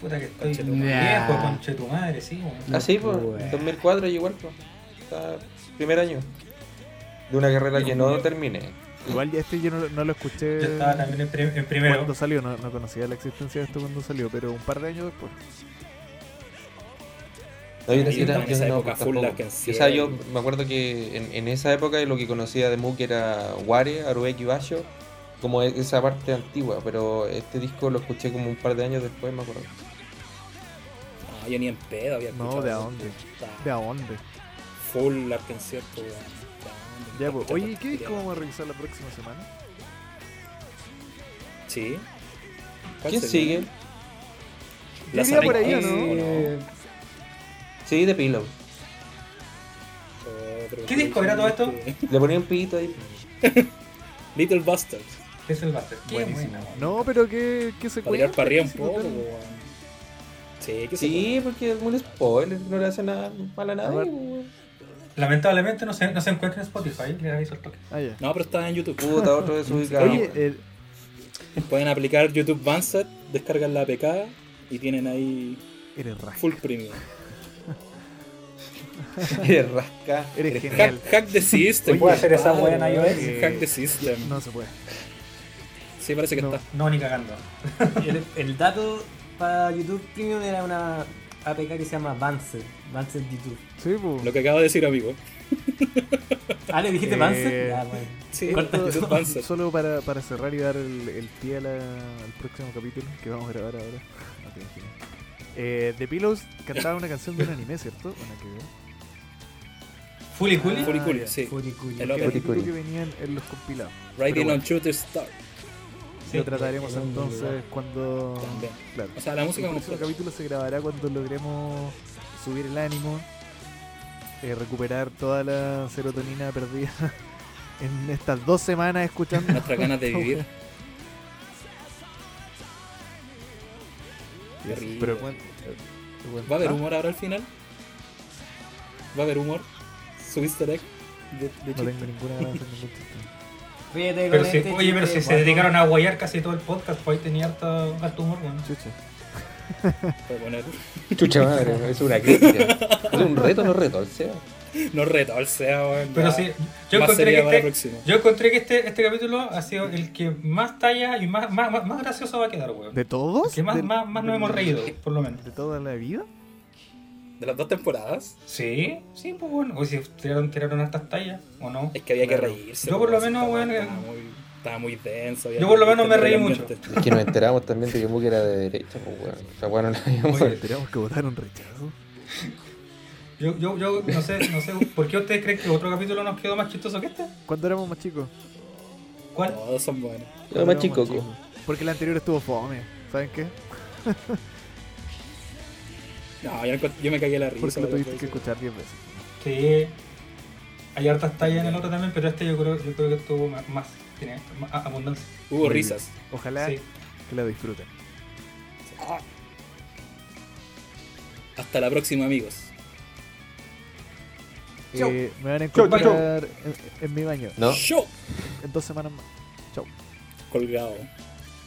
Speaker 5: Puta que estoy
Speaker 2: Conche tu
Speaker 5: viejo, conche tu madre, sí, weón.
Speaker 4: Así, pues, 2004 yo igual, pues. Está primer año. De una carrera que no termine.
Speaker 1: Igual ya este yo no, lo- no lo escuché
Speaker 5: Yo estaba también en, prim- en primero.
Speaker 1: cuando salió, no, no conocía la existencia de esto cuando salió, pero un par de años después.
Speaker 4: No, yo,
Speaker 2: Y
Speaker 4: yo-
Speaker 2: también
Speaker 4: yo
Speaker 2: esa
Speaker 4: no,
Speaker 2: época
Speaker 4: pues,
Speaker 2: full
Speaker 4: tampoco.
Speaker 2: la que
Speaker 4: O sea, yo
Speaker 2: encierra.
Speaker 4: me acuerdo que en, en esa época lo que conocía de Mook era Ware, Arubeki Basho, como e- esa parte antigua, pero este disco lo escuché como un par de años después, me acuerdo.
Speaker 2: No, yo ni en pedo había
Speaker 1: No,
Speaker 2: escuchado.
Speaker 1: ¿de
Speaker 2: eso.
Speaker 1: dónde?
Speaker 2: Está
Speaker 1: ¿De a dónde?
Speaker 2: Full al concierto, weón.
Speaker 1: Ya, pues. Oye, ¿y ¿qué disco vamos a revisar la próxima semana?
Speaker 2: Sí. ¿Cuál
Speaker 4: ¿Quién
Speaker 2: sería?
Speaker 4: sigue?
Speaker 1: Yo
Speaker 2: ¿La
Speaker 1: iría por ahí, ¿o
Speaker 2: Sarinx,
Speaker 1: no?
Speaker 2: o
Speaker 8: Eh,
Speaker 4: Sí, de Pillow.
Speaker 2: Otro
Speaker 5: ¿Qué disco era todo esto?
Speaker 2: que-
Speaker 4: Le ponía un pillito ahí.
Speaker 2: Little Bastards.
Speaker 5: Es el Buster. Qué
Speaker 1: Buenísimo.
Speaker 5: buena, weón.
Speaker 1: No, pero ¿qué, qué se
Speaker 2: Para
Speaker 1: cuenta?
Speaker 2: tirar para arriba
Speaker 1: ¿Qué
Speaker 2: un
Speaker 1: se
Speaker 2: poco,
Speaker 1: cuenta?
Speaker 2: weón. Sí, que
Speaker 4: Sí, porque es un spoiler, no le hace nada mal a
Speaker 1: A ver.
Speaker 4: nadie. weón.
Speaker 5: Lamentablemente no se, no se encuentra en Spotify, le aviso el toque.
Speaker 1: Ah, ya.
Speaker 2: No, pero está en
Speaker 4: (laughs)
Speaker 2: YouTube.
Speaker 4: Puta, otro desubicado.
Speaker 1: Oye,
Speaker 4: weón.
Speaker 1: eh,
Speaker 2: Pueden aplicar YouTube Bandset descargan la APK y tienen ahí
Speaker 1: Eres rasca.
Speaker 2: full premium.
Speaker 4: Eres rasca.
Speaker 1: Eres genial.
Speaker 2: Hack, hack the system.
Speaker 5: ¿Se puede hacer esa
Speaker 2: compadre,
Speaker 5: weá en
Speaker 1: eh.
Speaker 5: iOS?
Speaker 2: Hack the system.
Speaker 1: No se puede.
Speaker 2: Sí, parece que
Speaker 1: No.
Speaker 2: está.
Speaker 5: No, ni cagando.
Speaker 3: El, el dato para YouTube Premium era una APK que se llama Banzer. Banzer YouTube.
Speaker 1: Sí, pues.
Speaker 2: Lo que acabo de decir, amigo.
Speaker 3: Ah, ¿le dijiste
Speaker 1: Eh,
Speaker 3: Banzer? Ya, bueno.
Speaker 2: Sí,
Speaker 3: Corta
Speaker 2: YouTube
Speaker 3: eso.
Speaker 2: Panzer.
Speaker 1: Solo para, para cerrar y dar el, el pie a la- al próximo capítulo que vamos a grabar ahora. No te imaginas. Eh, The Pillows cantaba una canción de un anime, ¿cierto? Una que veo.
Speaker 5: Fully Cooley.
Speaker 2: Fully Cooley,
Speaker 1: Ah, ya.
Speaker 2: sí.
Speaker 3: Furikuri.
Speaker 2: El
Speaker 1: Que
Speaker 2: otro.
Speaker 1: era el título
Speaker 4: Furikuri.
Speaker 1: que venían en los compilados.
Speaker 2: Riding
Speaker 1: bueno.
Speaker 2: on Shooter Star.
Speaker 1: lo trataremos
Speaker 2: en un
Speaker 1: entonces
Speaker 2: lugar.
Speaker 1: cuando.
Speaker 2: También.
Speaker 1: Claro.
Speaker 2: O sea, la música
Speaker 1: el
Speaker 2: como
Speaker 1: próximo capítulo se grabará cuando logremos subir el ánimo, eh, recuperar toda la serotonina perdida (laughs) en estas dos semanas escuchando.
Speaker 2: nuestras ganas de vivir. Qué rico.
Speaker 1: Pero bueno,
Speaker 2: ¿Va a haber
Speaker 1: Ah,
Speaker 2: humor ahora al final? ¿Va a haber humor? ¿Su easter egg? De, de
Speaker 1: No
Speaker 2: chiste?
Speaker 1: tengo ninguna ningún chiste.
Speaker 2: (laughs)
Speaker 3: Ríete
Speaker 5: Pero
Speaker 3: con
Speaker 5: si-
Speaker 3: este
Speaker 5: oye, pero
Speaker 3: chiste,
Speaker 5: si se
Speaker 3: guapo.
Speaker 5: dedicaron a guayar casi todo el podcast, pues ahí tenía harto, harto humor, weón.
Speaker 1: Chucha.
Speaker 2: Voy a poner- (laughs)
Speaker 4: Chucha madre, es una crítica. Es un reto, no reto, o sea.
Speaker 2: No reto, o sea, weón,
Speaker 5: Pero
Speaker 2: ya.
Speaker 5: sí, yo
Speaker 2: Más
Speaker 5: encontré
Speaker 2: sería para
Speaker 5: que
Speaker 2: la
Speaker 5: este,
Speaker 2: próxima.
Speaker 5: yo encontré que este, este capítulo ha sido el que más talla y más, más, más, más gracioso va a quedar, weón.
Speaker 1: ¿De todos?
Speaker 5: Que más,
Speaker 1: ¿De-
Speaker 5: más, más nos
Speaker 1: de-
Speaker 5: hemos reído, por lo menos.
Speaker 1: ¿De toda la vida?
Speaker 2: De las dos temporadas,
Speaker 5: Sí, sí, pues bueno. O si tiraron, tiraron hartas tallas, ¿o no?
Speaker 2: es que había
Speaker 1: Claro.
Speaker 2: que reírse.
Speaker 5: Yo por lo
Speaker 2: weón,
Speaker 5: menos,
Speaker 2: esta
Speaker 5: weón,
Speaker 2: weá
Speaker 5: eh,
Speaker 2: Estaba muy, estaba muy denso. había
Speaker 5: yo por lo
Speaker 2: que
Speaker 5: menos me
Speaker 2: entender el
Speaker 5: reí
Speaker 2: ambiente.
Speaker 4: Es que nos enteramos también de que Mook era de derecha, pues weón. O sea, bueno, no habíamos
Speaker 5: Oye,
Speaker 1: Esperamos que votaron rechazo.
Speaker 5: Yo, yo, yo no sé, no sé, ¿por qué ustedes creen que otro capítulo nos quedó más chistoso que este?
Speaker 1: ¿Cuándo éramos más chicos?
Speaker 5: ¿Cuál?
Speaker 2: Todos son buenos.
Speaker 1: Cuando
Speaker 4: Yo más
Speaker 1: éramos
Speaker 4: chico, pues.
Speaker 1: chicos. Porque el anterior estuvo fome. ¿Saben qué?
Speaker 2: No, yo, encont- yo me cagué la risa.
Speaker 1: Porque lo
Speaker 2: weón,
Speaker 1: tuviste que
Speaker 2: weón.
Speaker 1: escuchar 10 veces.
Speaker 5: Sí. Hay hartas tallas en el otro también, pero este yo creo, yo creo que tuvo más, más, tiene más abundancia.
Speaker 2: Hubo risas.
Speaker 1: Ojalá
Speaker 5: Sí.
Speaker 1: que la disfruten.
Speaker 2: Hasta la próxima, amigos.
Speaker 5: Chau.
Speaker 1: Eh, me van a
Speaker 5: Chau, chau, chau.
Speaker 1: encontrar en, en mi baño.
Speaker 4: No,
Speaker 2: Show
Speaker 1: En dos semanas más.
Speaker 2: colgado.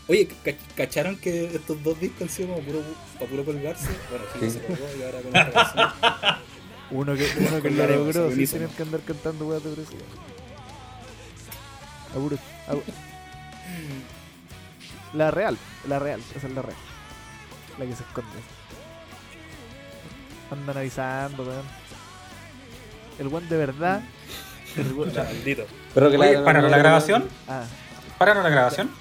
Speaker 2: Oye, ca- ¿cacharon que estos dos discos han sido como puro, para puro colgarse? Bueno, sí,
Speaker 4: Sí.
Speaker 2: se colgó y ahora con esta canción. (laughs)
Speaker 1: Uno que, uno que lo
Speaker 2: Colgaremos,
Speaker 1: logró sin
Speaker 2: unísono.
Speaker 1: tener que andar cantando weas de presión. Aburo. abu- La real, la real, esa es la real. La que se esconde. Andan avisando, weón. El weón de verdad. el weón-
Speaker 2: Puta, Maldito.
Speaker 4: pero que
Speaker 5: Oye, ¿pararon la grabación?
Speaker 1: Ah,
Speaker 5: ¿Pararon la grabación?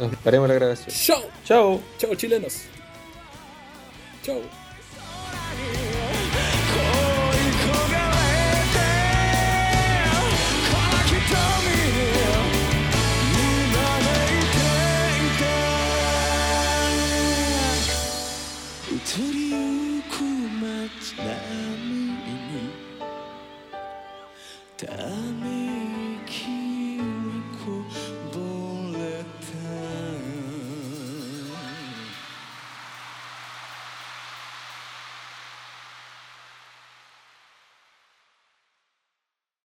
Speaker 4: Eh, Paremos la grabación.
Speaker 2: Show
Speaker 5: Chao.
Speaker 2: Chao, chilenos. Chao.
Speaker 6: 移りゆく街並みにため